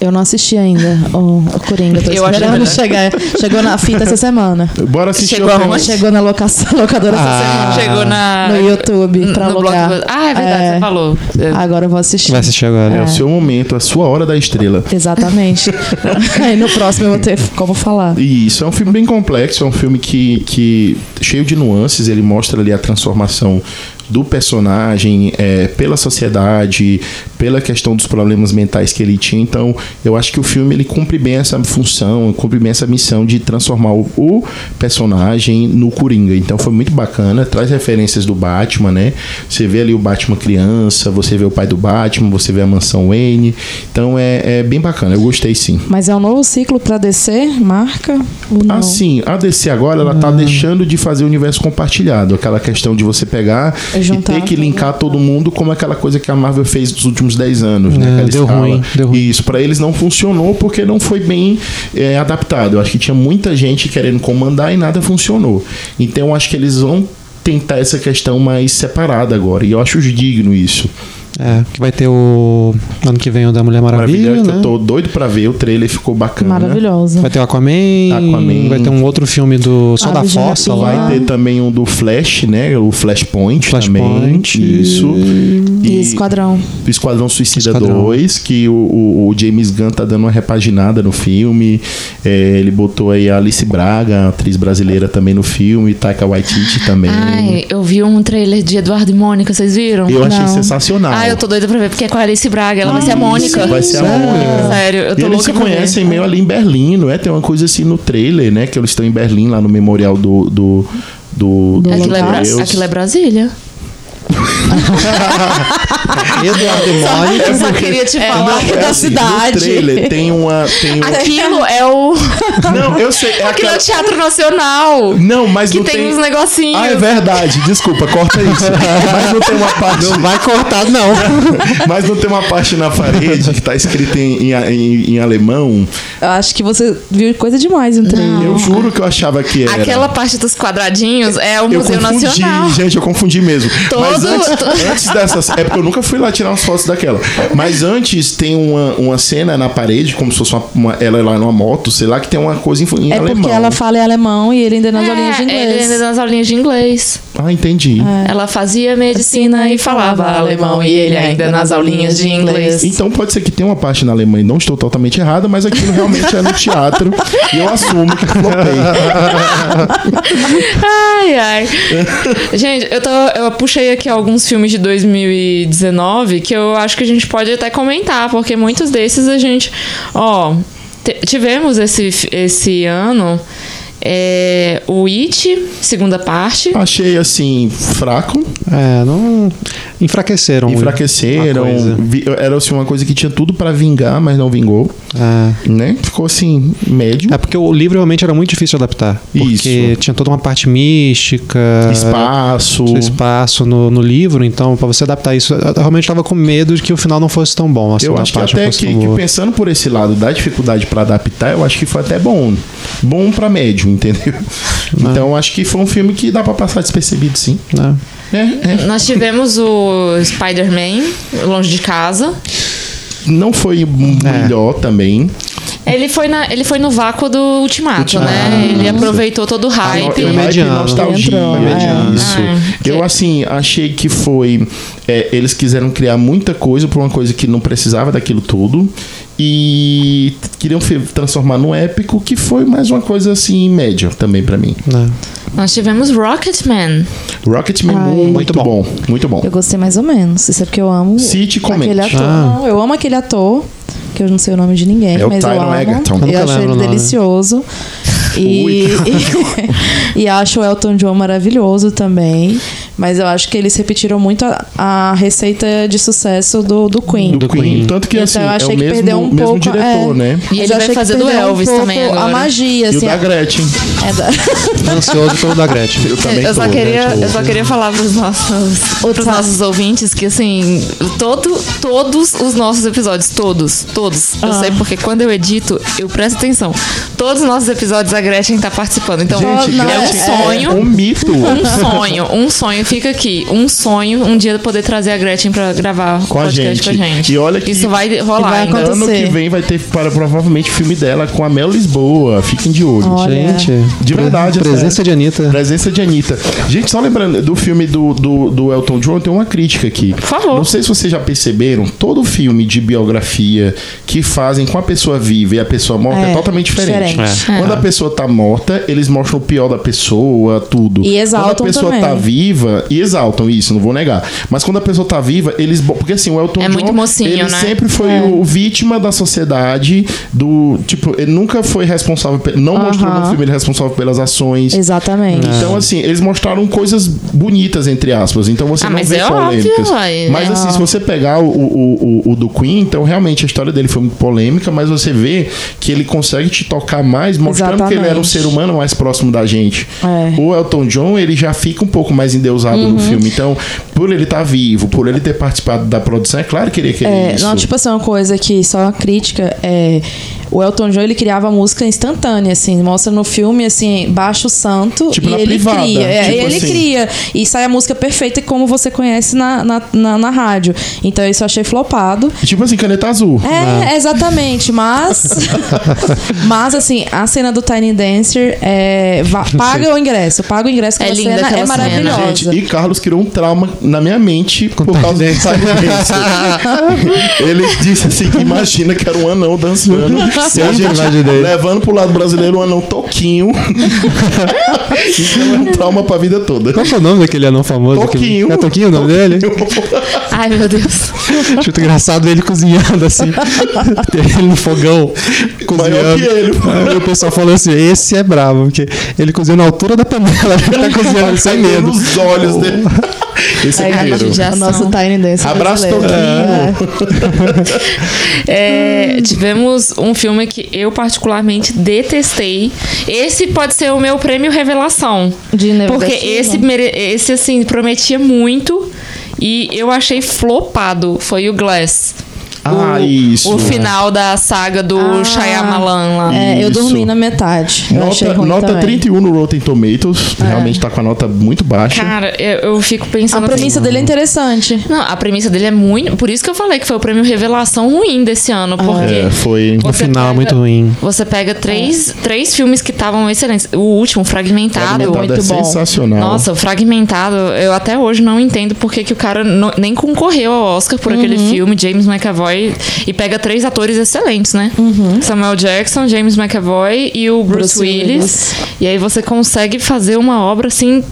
Speaker 1: Eu não assisti ainda o, o Coringa. Tô
Speaker 4: Eu acho é
Speaker 1: esperando
Speaker 4: melhor.
Speaker 1: chegar. Chegou na fita essa semana.
Speaker 2: Bora assistir
Speaker 4: Chegou
Speaker 2: o
Speaker 4: aonde?
Speaker 2: filme.
Speaker 1: Chegou na locação, [LAUGHS] locadora
Speaker 3: Ah.
Speaker 4: Chegou na
Speaker 1: No YouTube, pra
Speaker 4: no
Speaker 1: alugar.
Speaker 4: Blockbuster. Ah, é verdade,
Speaker 1: É.
Speaker 4: você falou.
Speaker 1: essa semana. Agora eu vou assistir.
Speaker 3: Vai assistir agora.
Speaker 2: É o seu momento, a sua hora da estrela.
Speaker 3: [LAUGHS]
Speaker 1: Exatamente. Aí no próximo eu vou ter como falar.
Speaker 2: E isso é um filme bem complexo, é um filme que, que cheio de nuances, ele mostra ali a transformação do personagem é, pela sociedade, pela questão dos problemas mentais que ele tinha. Então, eu acho que o filme ele cumpre bem essa função, cumpre bem essa missão de transformar o, o personagem no Coringa. Então, foi muito bacana, traz referências do Batman, né? Você vê ali o Batman criança, você vê o pai do Batman, você vê a mansão Wayne. Então, é, é bem bacana, eu gostei sim.
Speaker 1: Mas é um novo ciclo pra DC, marca? Ou
Speaker 3: Ah,
Speaker 1: não?
Speaker 2: Assim, a DC agora ela tá deixando de fazer o universo compartilhado. Aquela questão de você pegar
Speaker 1: É
Speaker 2: e
Speaker 1: juntar
Speaker 2: ter que
Speaker 1: tudo.
Speaker 2: linkar todo mundo como aquela coisa que a Marvel fez nos últimos 10 anos, né?
Speaker 3: É,
Speaker 2: Aquela
Speaker 3: deu
Speaker 2: escala.
Speaker 3: ruim, deu ruim.
Speaker 2: Isso, pra eles não funcionou porque não foi bem é, adaptado. Eu acho que tinha muita gente querendo comandar e nada funcionou. Então eu acho que eles vão tentar essa questão mais separada agora. E eu acho digno isso.
Speaker 3: É, que vai ter o ano que vem o da Mulher Maravilha,
Speaker 2: Maravilhoso.
Speaker 3: né?
Speaker 2: Eu tô doido pra ver, o trailer ficou bacana.
Speaker 1: Maravilhosa.
Speaker 3: Vai ter o Aquaman,
Speaker 2: Aquaman.
Speaker 3: vai ter um outro filme do Sol
Speaker 1: Ah,
Speaker 3: da
Speaker 1: do
Speaker 3: Fossa
Speaker 1: Jornal
Speaker 3: lá.
Speaker 2: Vai ter também um do Flash, né? O Flashpoint,
Speaker 3: Flashpoint.
Speaker 2: também. Isso.
Speaker 1: E Esquadrão.
Speaker 2: o Esquadrão Suicida
Speaker 3: Esquadrão.
Speaker 2: 2, que o, o- o James Gunn tá dando uma repaginada no filme. É, ele botou aí a Alice Braga, a atriz brasileira também no filme, Taika Waititi também.
Speaker 4: Ai, eu vi um trailer de Eduardo e Mônica, vocês viram?
Speaker 2: eu achei
Speaker 1: não.
Speaker 2: sensacional.
Speaker 4: Ah, eu tô doida pra ver, porque é com a Alice Braga, ela vai ser a Mônica.
Speaker 2: Vai ser a Mônica.
Speaker 4: Sério, eu
Speaker 2: E
Speaker 4: tô
Speaker 2: eles
Speaker 4: louca
Speaker 2: se
Speaker 4: pra ver.
Speaker 2: conhecem meio ali em Berlim, não é? Tem uma coisa assim no trailer, né? Que eles estão em Berlim, lá no memorial do. do do, do
Speaker 4: Aquilo é, Bra-
Speaker 2: Deus.
Speaker 4: aquilo
Speaker 2: [LAUGHS]
Speaker 4: é Brasília.
Speaker 3: Eduardo Mori.
Speaker 4: Eu só queria te falar. [LAUGHS]
Speaker 2: É
Speaker 1: da
Speaker 2: assim,
Speaker 1: cidade.
Speaker 2: No trailer tem uma. Tem um-
Speaker 4: Aquilo é o.
Speaker 2: Não, eu
Speaker 4: [LAUGHS]
Speaker 2: sei. É
Speaker 4: Aquilo é
Speaker 2: aquela...
Speaker 4: o Teatro Nacional.
Speaker 2: Não, mas
Speaker 4: Que
Speaker 2: não
Speaker 4: tem uns negocinhos.
Speaker 2: Ah, é verdade. Desculpa, corta isso. mas não tem uma parte.
Speaker 3: Não vai cortar, não.
Speaker 2: [LAUGHS] Mas não tem uma parte na parede que tá escrita em, em, em- em alemão.
Speaker 1: Eu acho que você viu coisa demais no trailer.
Speaker 2: Eu juro que eu achava que era.
Speaker 4: Aquela parte dos quadradinhos é o
Speaker 2: eu
Speaker 4: Museu
Speaker 2: confundi,
Speaker 4: Nacional.
Speaker 2: gente, eu confundi mesmo.
Speaker 4: Todo,
Speaker 2: mas antes antes dessas. É porque eu nunca fui lá tirar umas fotos daquela. Mas antes tem uma, uma cena na parede, como se fosse uma, uma- ela é lá numa moto, sei lá, que tem uma coisa em, em
Speaker 1: É
Speaker 2: alemão.
Speaker 1: porque ela fala em alemão e ele ainda nas aulinhas de
Speaker 4: É,
Speaker 1: inglês.
Speaker 4: ele ainda nas aulinhas de inglês.
Speaker 2: Ah, entendi.
Speaker 4: Ela fazia medicina e falava alemão e ele ainda nas aulinhas de inglês.
Speaker 2: Então pode ser que tenha uma parte na Alemanha, não estou totalmente errada, mas aquilo realmente é no teatro e eu assumo que flopei.
Speaker 4: Ai, ai. gente, eu, tô, eu puxei aqui alguns filmes de 2019 que eu acho que a gente pode até comentar, porque muitos desses a gente. Ó, te- tivemos esse, f- esse ano é, o It, segunda parte.
Speaker 2: Achei assim, fraco,
Speaker 3: É, não. Enfraqueceram.
Speaker 2: enfraqueceram,
Speaker 3: a coisa.
Speaker 2: vi- era assim, uma coisa que tinha tudo pra vingar, mas não vingou,
Speaker 3: É.
Speaker 2: né? Ficou assim, médio.
Speaker 3: É porque o livro realmente era muito difícil de adaptar. Porque
Speaker 2: Isso.
Speaker 3: tinha toda uma parte mística.
Speaker 2: Espaço.
Speaker 3: é, tinha espaço no, no livro, então, pra você adaptar isso, eu realmente tava com medo de que o final não fosse tão bom. A
Speaker 2: Eu
Speaker 3: segunda
Speaker 2: acho que
Speaker 3: parte não
Speaker 2: até
Speaker 3: fosse
Speaker 2: que,
Speaker 3: tão
Speaker 2: que
Speaker 3: boa.
Speaker 2: pensando por esse lado da dificuldade pra adaptar, eu acho que foi até bom. Bom pra médio,
Speaker 3: [LAUGHS]
Speaker 2: entendeu? Então eu acho que foi um filme que dá pra passar despercebido, sim.
Speaker 3: né?
Speaker 2: É, é.
Speaker 4: Nós tivemos o Spider-Man, Longe de Casa.
Speaker 2: Não
Speaker 3: É.
Speaker 2: foi o melhor também.
Speaker 4: Ele foi, na, ele foi no vácuo do Ultimato,
Speaker 2: Ultimato.
Speaker 4: né? Ele
Speaker 2: Ah,
Speaker 4: aproveitou todo o hype.
Speaker 2: eu
Speaker 3: mediano.
Speaker 2: nostalgia,
Speaker 1: Entrou,
Speaker 3: é.
Speaker 2: isso.
Speaker 4: Ah, que-
Speaker 2: Eu, assim, achei que foi... é, eles quiseram criar muita coisa por uma coisa que não precisava daquilo tudo. E queriam fe- transformar num épico, que foi mais uma coisa, assim, média também pra mim.
Speaker 3: Né?
Speaker 4: Nós tivemos Rocketman.
Speaker 2: Rocketman muito, muito
Speaker 3: bom.
Speaker 2: bom. Muito bom.
Speaker 1: Eu gostei mais ou menos. Isso é porque eu amo
Speaker 2: Cite e comente.
Speaker 1: aquele ator.
Speaker 3: Ah.
Speaker 1: Não, eu amo aquele ator, que eu não sei o nome de ninguém,
Speaker 2: É o
Speaker 1: mas eu
Speaker 2: Taron
Speaker 1: amo.
Speaker 2: Egerton. Eu
Speaker 3: nunca
Speaker 1: Eu acho
Speaker 3: lembro
Speaker 1: ele
Speaker 3: o nome.
Speaker 1: delicioso. E, [LAUGHS] e, acho o Elton John maravilhoso também. Mas eu acho que eles repetiram muito a, a receita de sucesso do, do Queen.
Speaker 2: Do Queen. Tanto que,
Speaker 1: Então,
Speaker 2: assim,
Speaker 1: eu
Speaker 2: é
Speaker 1: achei
Speaker 2: o
Speaker 1: que
Speaker 2: mesmo,
Speaker 1: perdeu um
Speaker 2: mesmo
Speaker 1: pouco.
Speaker 2: diretor,
Speaker 1: é.
Speaker 2: né?
Speaker 4: E
Speaker 1: Mas
Speaker 4: ele
Speaker 1: eu
Speaker 4: vai
Speaker 1: achei que
Speaker 4: fazer do
Speaker 1: perdeu um
Speaker 4: Elvis
Speaker 1: pouco
Speaker 4: também agora.
Speaker 1: A magia,
Speaker 2: E o
Speaker 1: assim.
Speaker 2: da Gretchen.
Speaker 1: é
Speaker 2: [LAUGHS]
Speaker 1: da- [LAUGHS]
Speaker 3: Ansioso pelo da Gretchen.
Speaker 2: Eu também
Speaker 4: Eu só,
Speaker 2: tô,
Speaker 4: queria,
Speaker 2: Gretchen.
Speaker 4: eu só queria falar pros nossos,
Speaker 2: é
Speaker 4: pros nossos ouvintes que, assim, todo, todos os nossos episódios, todos, todos.
Speaker 2: Ah.
Speaker 4: Eu sei porque quando eu edito, eu presto atenção. Todos os nossos episódios a Gretchen tá participando. Então,
Speaker 2: Gente,
Speaker 1: Não,
Speaker 4: é um
Speaker 2: Gretchen
Speaker 4: sonho.
Speaker 2: um mito.
Speaker 4: Um sonho, um sonho, fica aqui. Um sonho, um dia poder trazer a Gretchen pra gravar o
Speaker 2: Com a
Speaker 4: podcast
Speaker 2: gente.
Speaker 4: com a gente.
Speaker 2: E olha que-
Speaker 4: Isso vai rolar
Speaker 1: vai
Speaker 4: ainda.
Speaker 2: Ano
Speaker 1: acontecer.
Speaker 2: que vem vai ter para, provavelmente filme dela com a Mel Lisboa. Fiquem de olho.
Speaker 1: Olha.
Speaker 3: Gente.
Speaker 2: De verdade,
Speaker 3: pre- Presença
Speaker 2: é
Speaker 3: de Anitta.
Speaker 2: Presença de Anitta. Gente, só lembrando do filme do, do, do Elton John, tem uma crítica aqui. Por
Speaker 4: favor.
Speaker 2: Não sei se vocês já perceberam, todo filme de biografia que fazem com a pessoa viva e a pessoa morta é,
Speaker 1: É,
Speaker 2: totalmente diferente.
Speaker 1: diferente.
Speaker 2: Quando a pessoa tá morta, eles mostram o pior da pessoa, tudo.
Speaker 1: E exaltam
Speaker 2: Quando a pessoa
Speaker 1: também.
Speaker 2: tá viva, e exaltam isso, não vou negar. Mas quando a pessoa tá viva, eles. bo- Porque assim, o Elton
Speaker 4: É
Speaker 2: John.
Speaker 4: muito mocinho,
Speaker 2: ele
Speaker 4: né?
Speaker 2: sempre foi o vítima da sociedade, do. Tipo, ele nunca foi responsável. pe- Não mostrou no
Speaker 1: Aham.
Speaker 2: filme ele é responsável pelas ações.
Speaker 1: Exatamente.
Speaker 2: Então, assim, eles mostraram coisas bonitas, entre aspas. Então você
Speaker 4: Ah,
Speaker 2: não
Speaker 4: mas
Speaker 2: vê
Speaker 4: é
Speaker 2: polêmicas.
Speaker 4: óbvio, vai,
Speaker 2: mas
Speaker 4: né?
Speaker 2: assim, se você pegar o, o, o, o do Queen, então realmente a história dele foi muito polêmica, mas você vê que ele consegue te tocar mais, mostrando que ele era um
Speaker 1: Exatamente.
Speaker 2: ser humano mais próximo da gente.
Speaker 1: É.
Speaker 2: O Elton John, ele já fica um pouco mais endeusado
Speaker 4: Uhum.
Speaker 2: no filme. Então, por ele estar vivo, por ele ter participado da produção, é claro que ele queria
Speaker 1: É,
Speaker 2: isso.
Speaker 1: não, tipo assim, uma coisa que só uma crítica é. O Elton John ele criava música instantânea, assim, mostra no filme, assim, baixa o santo
Speaker 2: Tipo
Speaker 1: e
Speaker 2: na
Speaker 1: ele
Speaker 2: privada,
Speaker 1: cria. É,
Speaker 2: tipo
Speaker 1: ele
Speaker 2: assim.
Speaker 1: cria. E sai a música perfeita como você conhece na, na, na, na rádio. Então isso eu achei flopado.
Speaker 2: Tipo assim, caneta azul.
Speaker 1: É,
Speaker 2: Ah.
Speaker 1: exatamente,
Speaker 2: [LAUGHS]
Speaker 1: mas. mas, assim, a cena do Tiny Dancer é.
Speaker 2: [LAUGHS]
Speaker 1: va- paga o ingresso, paga o ingresso, que
Speaker 4: É
Speaker 1: a
Speaker 4: linda
Speaker 1: cena é
Speaker 4: aquela cena.
Speaker 1: maravilhosa.
Speaker 2: Gente, e Carlos criou um trauma na minha mente por causa do Silence. Ele disse assim: que imagina que era um anão dançando. E a gente levando pro lado brasileiro um anão toquinho. então é um trauma pra vida toda.
Speaker 3: Qual que é o nome daquele anão famoso?
Speaker 2: Toquinho.
Speaker 3: Que... É Toquinho o nome dele?
Speaker 4: Ai, meu Deus.
Speaker 3: Acho muito engraçado ele
Speaker 2: [LAUGHS]
Speaker 3: cozinhando assim. Tem ele no fogão.
Speaker 2: Maior
Speaker 3: Cozinhando.
Speaker 2: que ele.
Speaker 3: Aí o pessoal falou assim: esse é bravo, porque ele cozinha na altura da panela, [LAUGHS] ele tá cozinhando sem medo.
Speaker 2: Os olhos dele. Esse é
Speaker 4: Ai,
Speaker 2: guerreiro.
Speaker 4: gente, já
Speaker 1: O
Speaker 4: são.
Speaker 1: nosso Tiny Dancer.
Speaker 2: Abraço,
Speaker 1: brasileiro.
Speaker 2: Toquinho.
Speaker 1: Hum.
Speaker 4: É, tivemos um filme que eu particularmente detestei. Esse pode ser o meu prêmio revelação.
Speaker 1: De negativo.
Speaker 4: Porque esse,
Speaker 1: né?
Speaker 4: mere- esse, assim, prometia muito e eu achei flopado. Foi o Glass.
Speaker 2: Ah,
Speaker 4: o,
Speaker 2: isso.
Speaker 4: o final da saga do
Speaker 1: Ah.
Speaker 4: Shyamalan lá.
Speaker 1: É, eu
Speaker 2: Isso.
Speaker 1: dormi na metade. Eu achei
Speaker 2: Nota,
Speaker 1: ruim
Speaker 2: nota
Speaker 1: também.
Speaker 2: 31 no Rotten Tomatoes. Realmente tá com a nota muito baixa.
Speaker 4: Cara, eu, eu fico
Speaker 1: A
Speaker 4: pensando assim,
Speaker 1: premissa dele é interessante.
Speaker 4: Não, a premissa dele é muito. Por isso que eu falei que foi o prêmio Revelação ruim desse ano.
Speaker 1: Ah,
Speaker 4: Porque
Speaker 2: É, foi.
Speaker 3: O
Speaker 4: Você
Speaker 3: final é
Speaker 4: pega-
Speaker 3: muito ruim.
Speaker 4: você pega três, três filmes que estavam excelentes. O último, Fragmentado.
Speaker 2: Fragmentado é
Speaker 4: muito bom.
Speaker 2: sensacional.
Speaker 4: Nossa, o Fragmentado, eu até hoje não entendo por que que o cara no- nem concorreu ao Oscar por aquele filme, James McAvoy. E pega três atores excelentes, né? Samuel Jackson, James McAvoy e o Bruce,
Speaker 1: Bruce
Speaker 4: Willis. E aí você consegue fazer uma obra assim.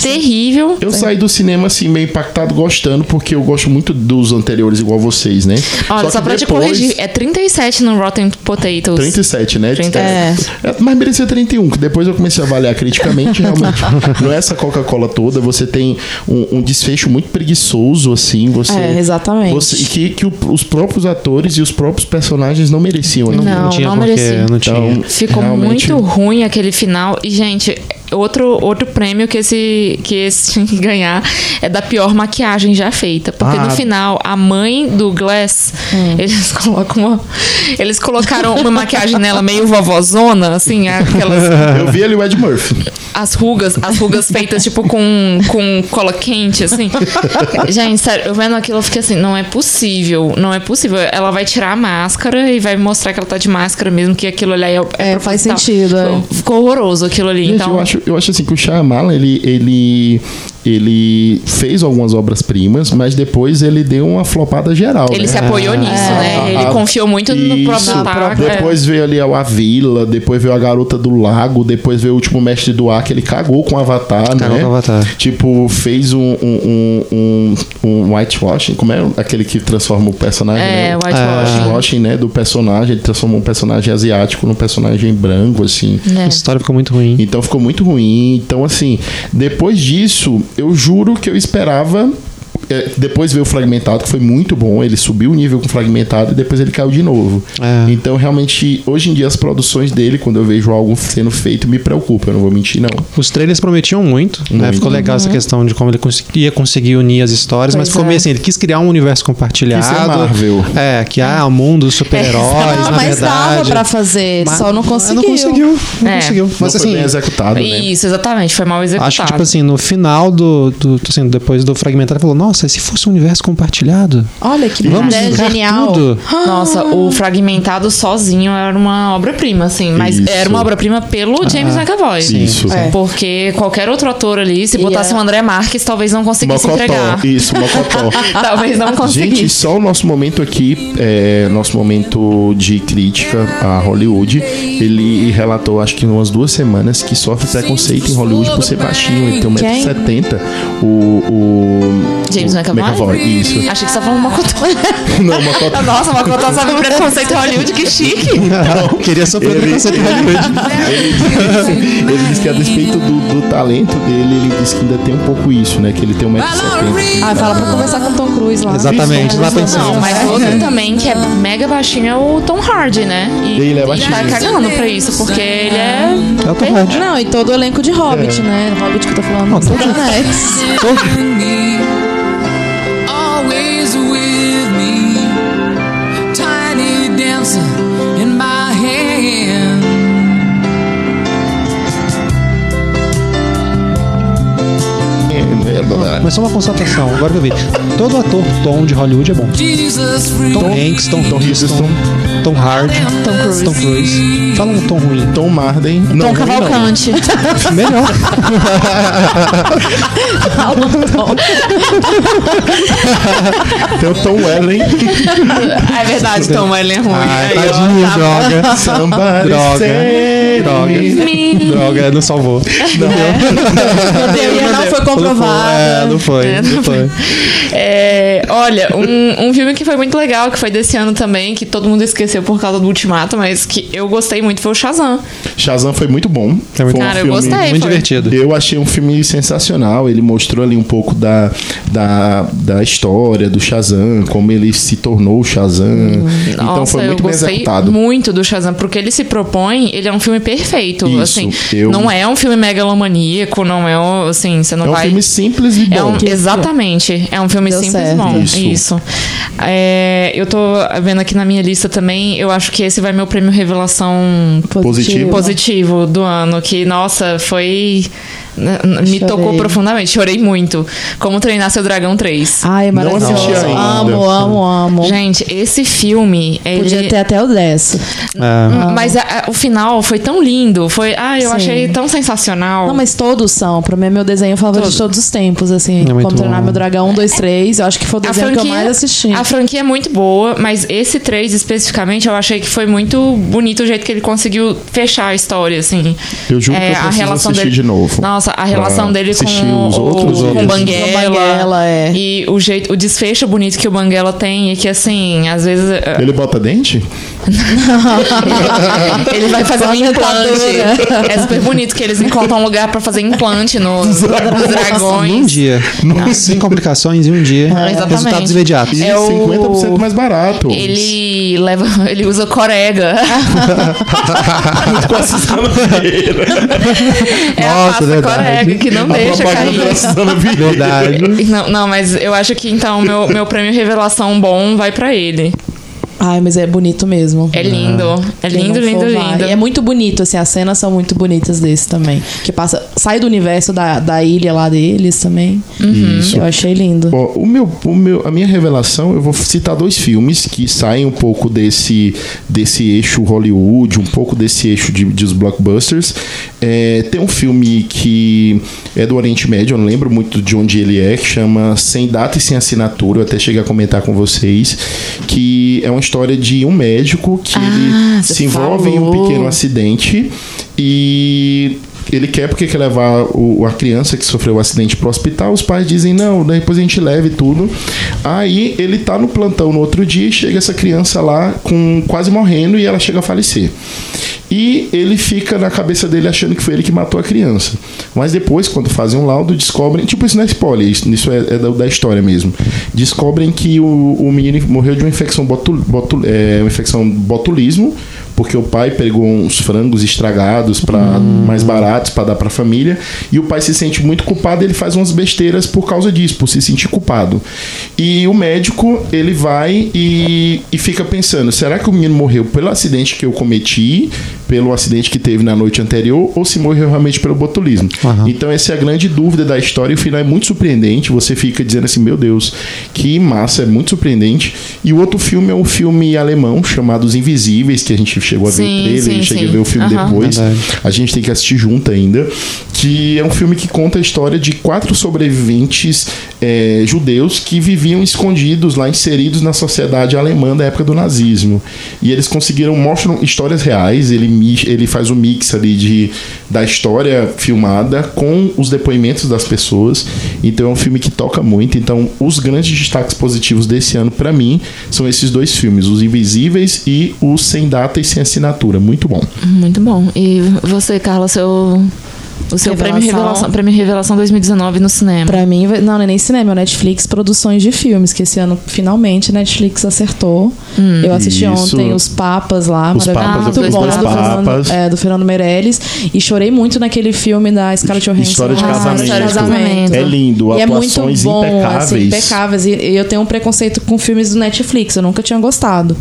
Speaker 4: Terrível.
Speaker 2: Eu saí do cinema assim, meio impactado, gostando, porque eu gosto muito dos anteriores, igual vocês, né?
Speaker 4: Olha, só,
Speaker 2: que
Speaker 4: pra te
Speaker 2: depois-
Speaker 4: corrigir, é 37 no Rotten Potatoes.
Speaker 2: 37, né?
Speaker 4: 30.
Speaker 2: É. Mas merecia 31, que depois eu comecei a avaliar criticamente,
Speaker 4: [LAUGHS]
Speaker 2: realmente. não é essa Coca-Cola toda, você tem um, um desfecho muito preguiçoso, assim, você...
Speaker 1: É, exatamente.
Speaker 2: você- que que o- os próprios atores e os próprios personagens não mereciam. né?
Speaker 4: Não,
Speaker 3: tinha
Speaker 4: não
Speaker 3: porque
Speaker 4: merecia.
Speaker 3: não tinha.
Speaker 2: Então,
Speaker 4: Ficou
Speaker 2: realmente-
Speaker 4: muito ruim aquele final. E, gente, outro, outro prêmio que esse, que esse [LAUGHS] tinha que ganhar é da pior maquiagem já feita. Porque
Speaker 2: Ah.
Speaker 4: no final, a mãe do Glass, eles [LAUGHS] colocam uma- Eles colocaram uma maquiagem nela meio vovozona,
Speaker 2: [LAUGHS]
Speaker 4: assim, aquelas.
Speaker 2: Eu vi ali o Ed Murphy.
Speaker 4: [LAUGHS] As rugas, as rugas feitas, tipo, com, com cola quente,
Speaker 1: [LAUGHS]
Speaker 4: assim. Gente, sério, eu vendo aquilo, eu fiquei assim, não é possível, não é possível. Ela vai tirar a máscara e vai mostrar que ela tá de máscara mesmo, que aquilo ali é.
Speaker 1: É, faz
Speaker 4: proposital.
Speaker 1: sentido, é.
Speaker 4: Ficou horroroso aquilo ali,
Speaker 2: Gente,
Speaker 4: então.
Speaker 2: eu, acho, eu acho assim que o Shyamalan, ele, ele, ele fez algumas obras-primas, mas depois ele deu uma flopada geral.
Speaker 4: Ele
Speaker 2: né?
Speaker 4: se apoiou
Speaker 1: É.
Speaker 4: nisso, né? Ele
Speaker 2: Ah,
Speaker 4: confiou muito no
Speaker 2: isso.
Speaker 4: próprio Taco. é.
Speaker 2: Depois veio ali a Vila, depois veio a Garota do Lago, depois veio o último Mestre do Ar, que ele cagou com o Avatar, né?
Speaker 3: Cagou com o Avatar.
Speaker 2: Tipo, fez um, um, um, um, um whitewashing, como é aquele que transforma o personagem?
Speaker 4: É,
Speaker 2: né?
Speaker 4: whitewashing.
Speaker 2: Whitewashing, né? Do personagem, ele transformou um personagem asiático num personagem branco, assim.
Speaker 4: É.
Speaker 3: A história ficou muito ruim.
Speaker 2: Então ficou muito ruim. Então, assim, depois disso, eu juro que eu esperava. é, Depois veio o Fragmentado, que foi muito bom. Ele subiu o nível com o Fragmentado e depois ele caiu de novo.
Speaker 3: É.
Speaker 2: Então, realmente, hoje em dia, as produções dele, quando eu vejo algo sendo feito, me preocupa. Eu não vou mentir, não.
Speaker 3: Os trailers prometiam muito, né? Ficou legal essa questão de como ele cons- ia conseguir unir as histórias, mas
Speaker 1: Uhum. Pois
Speaker 3: ficou
Speaker 1: é.
Speaker 3: meio assim, ele quis criar um universo compartilhado.
Speaker 2: Quis ser Marvel.
Speaker 3: É, que ah, o mundo dos
Speaker 1: [LAUGHS]
Speaker 3: super-heróis,
Speaker 1: não,
Speaker 3: na
Speaker 1: Ah, mas dava
Speaker 3: verdade.
Speaker 1: pra fazer, só não
Speaker 3: Mas
Speaker 1: conseguiu.
Speaker 3: Não conseguiu, não
Speaker 4: É.
Speaker 3: conseguiu. Mas
Speaker 2: não foi bem
Speaker 3: assim,
Speaker 2: executado, né?
Speaker 4: Isso, exatamente, foi mal executado.
Speaker 3: acho que tipo assim, no final do, do assim, depois do fragmentado, ele falou, nossa, e se fosse um universo compartilhado,
Speaker 1: Olha que
Speaker 3: vamos
Speaker 1: ideia
Speaker 3: linkar
Speaker 1: É genial.
Speaker 3: tudo.
Speaker 4: Nossa, o Fragmentado sozinho era uma obra-prima, assim. Mas
Speaker 2: Isso.
Speaker 4: era uma obra-prima pelo James McAvoy.
Speaker 2: Isso.
Speaker 1: É.
Speaker 4: Porque qualquer outro ator ali, se botasse
Speaker 1: é.
Speaker 4: o André Marques, talvez não conseguisse
Speaker 2: Mocotó.
Speaker 4: entregar.
Speaker 2: Isso, Mocotó.
Speaker 4: [LAUGHS] Talvez não
Speaker 2: Gente,
Speaker 4: conseguisse.
Speaker 2: só o nosso momento aqui, é, nosso momento de crítica a Hollywood. Ele relatou, acho que em umas duas semanas, que sofre preconceito em Hollywood por ser baixinho. Ele tem
Speaker 1: Quem?
Speaker 2: 1,70m. O, o.
Speaker 4: James
Speaker 2: o
Speaker 4: McAvoy?
Speaker 2: Isso.
Speaker 4: Achei que você tava falando Mocotó.
Speaker 2: Não, Mocotó.
Speaker 4: [LAUGHS] Nossa, Mocotó sabe o preconceito Hollywood, que chique.
Speaker 3: Queria sofrer
Speaker 2: Ele-
Speaker 3: preconceito de Hollywood.
Speaker 2: Ele disse que a despeito do, do talento dele, ele disse que ainda tem um pouco isso, né? Que ele tem 1,70m.
Speaker 1: Ah, fala pra conversar com o Tom Cruise lá.
Speaker 3: Exatamente, lá pensando.
Speaker 4: Não, mas outro também que é mega baixinho é o Tom Hardy, né? E
Speaker 2: Ele é baixinho.
Speaker 4: tá cagando pra isso, porque ele é...
Speaker 3: É o Tom Hardy.
Speaker 1: Não, e todo o elenco de Hobbit, né? Hobbit que eu tô falando. né? Não,
Speaker 3: todo-
Speaker 7: always with me. Tiny dancer in my hand.
Speaker 3: Mas só uma constatação, agora que eu vi. Todo ator Tom de Hollywood é bom.
Speaker 7: Jesus free.
Speaker 3: Tom Hanks, Tom Hiddleston, Tom Hardy, Tom Cruise. Fala um
Speaker 2: [LAUGHS]
Speaker 3: tom ruim.
Speaker 2: Tom Marden. Não, ruim não.
Speaker 4: Tom Cavalcante.
Speaker 3: Melhor.
Speaker 2: Tem o Tom Welling.
Speaker 4: É verdade, Tom, ele é ruim.
Speaker 3: Ai,
Speaker 4: Aí, ó,
Speaker 3: tadinho,
Speaker 4: tá-
Speaker 3: droga.
Speaker 2: Somebody
Speaker 3: Droga.
Speaker 2: save me.
Speaker 3: Droga. Droga, não salvou.
Speaker 1: A teoria não foi
Speaker 3: É,
Speaker 1: comprovada.
Speaker 3: não foi.
Speaker 4: É,
Speaker 3: não
Speaker 4: não
Speaker 3: foi.
Speaker 4: [LAUGHS] É, olha, um, um filme que foi muito legal, que foi desse ano também, que todo mundo esqueceu por causa do Ultimato, mas que eu gostei muito, foi o Shazam.
Speaker 2: Shazam foi muito bom.
Speaker 3: É muito
Speaker 2: Foi um
Speaker 4: Cara, eu gostei.
Speaker 3: Muito
Speaker 4: foi.
Speaker 3: divertido.
Speaker 2: Eu achei um filme sensacional. Ele mostrou ali um pouco da, da, da história do Shazam, como ele se tornou o Shazam. então
Speaker 4: Hum, Nossa,
Speaker 2: foi muito
Speaker 4: eu
Speaker 2: bem
Speaker 4: gostei
Speaker 2: executado.
Speaker 4: muito do Shazam, porque ele se propõe, ele é um filme perfeito,
Speaker 2: Isso,
Speaker 4: assim.
Speaker 2: eu-
Speaker 4: Não é um filme megalomaníaco, não é um, assim, você não
Speaker 2: É um
Speaker 4: vai...
Speaker 2: filme simples, simples e
Speaker 4: É
Speaker 2: bom.
Speaker 4: um- exatamente. É um filme
Speaker 1: Deu
Speaker 4: simples
Speaker 1: certo.
Speaker 4: bom.
Speaker 2: Isso.
Speaker 4: Isso. É, eu tô vendo aqui na minha lista também, eu acho que esse vai meu prêmio revelação
Speaker 2: Positivo.
Speaker 4: positivo do ano, que, nossa, foi. n- n- Me
Speaker 1: Chorei.
Speaker 4: tocou profundamente, chorei muito. Como treinar seu dragão 3.
Speaker 1: Ai,
Speaker 2: Não
Speaker 1: maravilhoso.
Speaker 2: assisti ainda.
Speaker 1: Amo, amo, amo.
Speaker 4: Gente, esse filme. Ele...
Speaker 1: Podia ter até o 10.
Speaker 3: É,
Speaker 4: Mas a- a- o final foi tão lindo. Foi. Ah, eu
Speaker 1: Sim.
Speaker 4: achei tão sensacional.
Speaker 1: Não, mas todos são. Pra mim é meu desenho favorito de todos os tempos, assim.
Speaker 3: É muito
Speaker 1: Como treinar
Speaker 3: bom.
Speaker 1: meu dragão, um, dois, três. Eu acho que foi o
Speaker 4: É. A
Speaker 1: desenho
Speaker 4: franquia,
Speaker 1: que eu mais assisti.
Speaker 4: a franquia é muito boa, mas esse 3 especificamente eu achei que foi muito bonito o jeito que ele conseguiu fechar a história, assim.
Speaker 2: Eu juro que
Speaker 4: É,
Speaker 2: eu preciso assistir de novo
Speaker 4: Nossa, a relação
Speaker 2: pra
Speaker 4: dele
Speaker 2: assistir
Speaker 4: com
Speaker 2: os
Speaker 4: o,
Speaker 2: outros
Speaker 4: com
Speaker 2: outros.
Speaker 4: o Banguela.
Speaker 1: Com o Banguela, é.
Speaker 4: E o, jeito, o desfecho bonito que o Banguela tem e que, assim, às vezes. eh,
Speaker 2: Ele bota dente?
Speaker 4: [LAUGHS] Ele vai fazer um implante.
Speaker 1: Dentadura.
Speaker 4: É super bonito que eles encontram um lugar pra fazer
Speaker 2: [LAUGHS]
Speaker 4: implante nos, nos
Speaker 3: Em um
Speaker 4: dragões.
Speaker 3: dia. Sem complicações, em um dia.
Speaker 4: exatamente.
Speaker 3: Resultados imediatos.
Speaker 4: É o-
Speaker 2: 50% mais barato.
Speaker 4: Ele leva. [LAUGHS] Ele
Speaker 2: [LAUGHS]
Speaker 4: usa corega.
Speaker 2: né?
Speaker 4: é a
Speaker 3: Nossa,
Speaker 4: pasta
Speaker 3: verdade.
Speaker 4: corega que não deixa cair.
Speaker 3: Verdade.
Speaker 4: Não, não, mas eu acho que então meu, meu prêmio revelação bom vai pra ele.
Speaker 1: Ai, mas é bonito mesmo.
Speaker 4: É lindo. É
Speaker 1: Quem
Speaker 4: lindo,
Speaker 1: não
Speaker 4: lindo,
Speaker 1: for vai.
Speaker 4: lindo.
Speaker 1: E é muito bonito, assim, as cenas são muito bonitas desse também. Que passa, sai do universo da, da ilha lá deles também.
Speaker 4: Uhum.
Speaker 2: Isso.
Speaker 1: Eu achei lindo.
Speaker 2: Ó, o meu, o meu, a minha revelação, eu vou citar dois filmes que saem um pouco desse, desse eixo Hollywood, um pouco desse eixo de, de os blockbusters. É, tem um filme que é do Oriente Médio, eu não lembro muito de onde ele é, que chama Sem Data e Sem Assinatura, eu até cheguei a comentar com vocês, que é uma história de um médico que ele
Speaker 4: você
Speaker 2: se envolve em um
Speaker 4: falou.
Speaker 2: pequeno um acidente e ele quer porque quer levar o, a criança que sofreu o acidente pro hospital. Os pais dizem, não, daí depois a gente leve tudo. Aí ele tá no plantão no outro dia e chega essa criança lá com quase morrendo e ela chega a falecer. E ele fica na cabeça dele achando que foi ele que matou a criança. Mas depois, quando fazem um laudo, descobrem. Tipo, isso não é spoiler, isso, isso é, é da, da história mesmo. Descobrem que o, o menino morreu de uma infecção, botul, botul, é, uma infecção botulismo, porque o pai pegou uns frangos estragados para mais baratos para dar para a família e o pai se sente muito culpado ele faz umas besteiras por causa disso por tipo, se sentir culpado e o médico ele vai e, e fica pensando será que o menino morreu pelo acidente que eu cometi pelo acidente que teve na noite anterior ou se morreu realmente pelo botulismo então essa é a grande dúvida da história e o final é muito surpreendente você fica dizendo assim meu Deus que massa é muito surpreendente e o outro filme é um filme alemão chamado Os Invisíveis que a gente chegou a ver
Speaker 4: Sim,
Speaker 2: o trailer
Speaker 4: sim,
Speaker 2: e cheguei a
Speaker 4: sim.
Speaker 2: ver o filme
Speaker 4: Aham.
Speaker 2: depois
Speaker 3: Verdade.
Speaker 2: a gente tem que assistir junto ainda, que é um filme que conta a história de quatro sobreviventes eh, judeus que viviam escondidos lá, inseridos na sociedade alemã da época do nazismo. E eles conseguiram, mostram histórias reais, ele, mi- ele faz o mix ali de, da história filmada com os depoimentos das pessoas. Então é um filme que toca muito. Então, os grandes destaques positivos desse ano, pra mim, são esses dois filmes, Os Invisíveis e o Sem Data e Sem Assinatura. Muito bom.
Speaker 4: É Muito bom. E você, Carla, seu. O seu prêmio
Speaker 1: Revelação.
Speaker 4: revelação, prêmio revelação 2019 no cinema.
Speaker 1: Pra mim, vai- não, não é nem cinema, é o Netflix Produções de Filmes, que esse ano finalmente Netflix acertou.
Speaker 4: Hum.
Speaker 1: eu assisti
Speaker 2: Isso.
Speaker 1: ontem Os Papas lá,
Speaker 2: Os
Speaker 1: maravilhoso.
Speaker 2: Papas,
Speaker 4: eu
Speaker 1: muito
Speaker 4: fiz
Speaker 1: bom,
Speaker 4: Os
Speaker 1: do
Speaker 2: Papas.
Speaker 1: Fernando, é, do Fernando Meirelles. E chorei muito naquele filme da Scarlett Johansson.
Speaker 2: História de
Speaker 1: Ah,
Speaker 2: casamento.
Speaker 1: História de
Speaker 4: Casamento.
Speaker 1: casamento.
Speaker 2: É lindo,
Speaker 1: E é muito
Speaker 2: atuações
Speaker 1: bom,
Speaker 2: impecáveis.
Speaker 1: assim, impecáveis. E e eu tenho um preconceito com filmes do Netflix, eu nunca tinha gostado.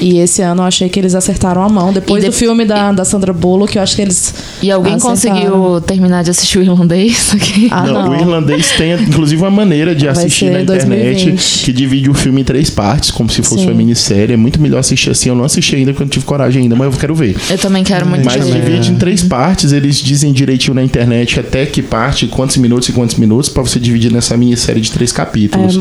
Speaker 1: E esse ano eu achei que eles acertaram a mão. Depois
Speaker 4: E de-
Speaker 1: do filme da, da Sandra Bullock, eu acho que eles.
Speaker 4: E alguém
Speaker 1: acertaram.
Speaker 4: conseguiu terminar de assistir o irlandês aqui?
Speaker 1: Ah,
Speaker 2: Não,
Speaker 1: não.
Speaker 2: O irlandês tem, inclusive, uma maneira de
Speaker 1: Vai
Speaker 2: assistir
Speaker 1: ser
Speaker 2: na internet
Speaker 1: 2020.
Speaker 2: que divide o filme em três partes, como se fosse
Speaker 1: Sim.
Speaker 2: uma minissérie. É muito melhor assistir assim. Eu não assisti ainda, porque eu não tive coragem ainda, mas eu quero ver.
Speaker 4: Eu também quero muito
Speaker 2: Mas
Speaker 4: ver.
Speaker 2: divide em três
Speaker 1: Uhum.
Speaker 2: partes, eles dizem direitinho na internet até que parte, quantos minutos e quantos minutos, pra você dividir nessa minissérie de três capítulos.
Speaker 1: É,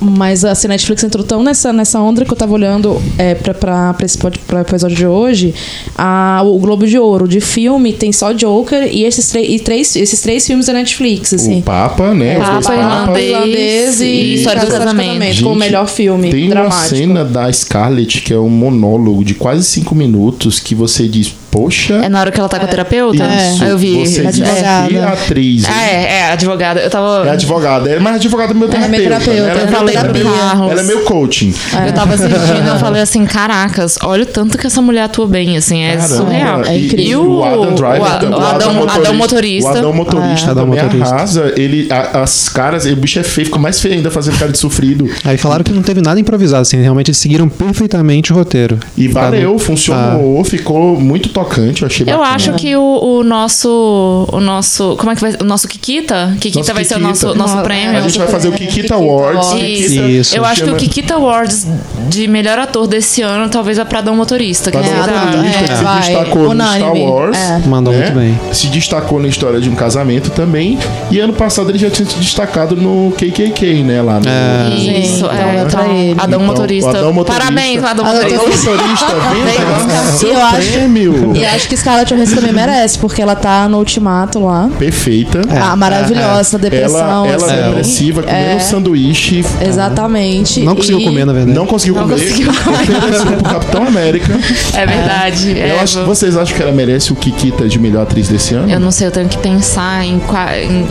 Speaker 1: Mas assim, a Netflix entrou tão nessa, nessa onda que eu tava olhando é, pra, pra, pra esse pod- pra episódio de hoje. a- o Globo de Ouro de filme tem só Joker e esses, tre- e três, esses três filmes da Netflix,
Speaker 2: O
Speaker 1: assim.
Speaker 2: Papa, né? os dois
Speaker 4: Papa,
Speaker 2: papas.
Speaker 4: irlandês.
Speaker 1: Irlandês
Speaker 4: e
Speaker 1: e
Speaker 4: História do
Speaker 1: Casa de
Speaker 4: Casamento.
Speaker 1: como o
Speaker 2: Gente,
Speaker 1: melhor filme
Speaker 2: Tem uma
Speaker 1: dramático.
Speaker 2: cena da Scarlett que é um monólogo de quase cinco minutos que você diz, Poxa.
Speaker 4: É na hora que ela tá com a terapeuta?
Speaker 2: Isso,
Speaker 4: Aí eu vi.
Speaker 2: Você
Speaker 4: É,
Speaker 2: disse
Speaker 4: é.
Speaker 2: que é atriz.
Speaker 4: Ah, é, é, advogada. Eu tava.
Speaker 2: É advogada. É, mas advogada é meu
Speaker 1: É,
Speaker 2: terapeuta.
Speaker 1: meu terapeuta,
Speaker 2: Ela, é
Speaker 1: eu
Speaker 2: meu,
Speaker 1: falei
Speaker 2: ela, é
Speaker 1: pra
Speaker 2: meu-
Speaker 4: Carlos.
Speaker 2: ela é meu coaching.
Speaker 4: Eu tava assistindo,
Speaker 2: [LAUGHS]
Speaker 4: eu falei assim, caracas, olha o tanto que essa mulher atua bem, assim, é
Speaker 2: Caramba,
Speaker 4: surreal.
Speaker 1: é
Speaker 2: e-
Speaker 1: incrível.
Speaker 2: E o Adam Driver,
Speaker 4: o Ad-
Speaker 2: também,
Speaker 4: o Adam- Adam Motorista.
Speaker 2: O Adam Motorista
Speaker 3: É. Adam
Speaker 2: também
Speaker 3: Motorista.
Speaker 2: arrasa. Ele, a- as caras, o bicho é feio, fica mais feio ainda fazendo cara de sofrido.
Speaker 3: Aí falaram que não teve nada improvisado, assim, realmente eles seguiram perfeitamente o roteiro.
Speaker 2: E
Speaker 3: Tá
Speaker 2: valeu,
Speaker 3: no-
Speaker 2: funcionou, ficou muito tocante, eu achei
Speaker 4: Eu
Speaker 2: bacana.
Speaker 4: acho que o, o nosso. O nosso. Como é que vai O nosso Kikita? Kikita
Speaker 2: Nosso
Speaker 4: vai ser o
Speaker 2: Kikita.
Speaker 4: nosso, nosso
Speaker 1: Nossa,
Speaker 4: prêmio.
Speaker 2: A gente vai fazer o Kikita Awards.
Speaker 4: é. Isso.
Speaker 2: Kikita-
Speaker 3: Isso.
Speaker 4: Eu acho que o
Speaker 2: chama-
Speaker 4: Kikita Awards de melhor ator desse ano talvez é tá, pra Dom Motorista. Que
Speaker 2: Cada
Speaker 4: vocês
Speaker 2: um
Speaker 4: acham?
Speaker 2: artista que
Speaker 1: é,
Speaker 2: se
Speaker 1: vai,
Speaker 2: destacou no
Speaker 1: unânime.
Speaker 2: Star Wars.
Speaker 1: É.
Speaker 3: Mandou
Speaker 2: né?
Speaker 3: muito bem.
Speaker 2: Se destacou na história de um casamento também. E ano passado ele já tinha se destacado no KKK, né? Lá no.
Speaker 4: Isso,
Speaker 1: Então
Speaker 4: é.
Speaker 1: é pra
Speaker 4: Então,
Speaker 1: ele.
Speaker 4: Adão,
Speaker 2: Então,
Speaker 4: motorista.
Speaker 2: Adão Motorista.
Speaker 4: Parabéns, Adão
Speaker 1: Adão
Speaker 4: Motorista.
Speaker 2: Então, motorista, vem cá, seu
Speaker 1: Eu acho-
Speaker 2: prêmio.
Speaker 1: E acho que Scarlett Johansson também merece, porque ela tá no ultimato lá.
Speaker 2: Perfeita.
Speaker 3: É.
Speaker 1: ah, maravilhosa, depressão.
Speaker 2: É, Ela, ela é
Speaker 1: assim.
Speaker 2: depressiva, comendo um
Speaker 3: É
Speaker 2: sanduíche.
Speaker 1: Exatamente.
Speaker 3: Não conseguiu
Speaker 1: E-
Speaker 3: comer, na verdade.
Speaker 2: Não conseguiu
Speaker 4: Não
Speaker 2: comer.
Speaker 4: conseguiu
Speaker 2: Ofereceu pro Capitão América.
Speaker 4: É verdade.
Speaker 2: Eu
Speaker 4: é,
Speaker 2: acho-
Speaker 4: vou-
Speaker 2: vocês acham que ela merece o Kikita de melhor atriz desse ano?
Speaker 4: Eu não sei, eu tenho que pensar em, qua- em-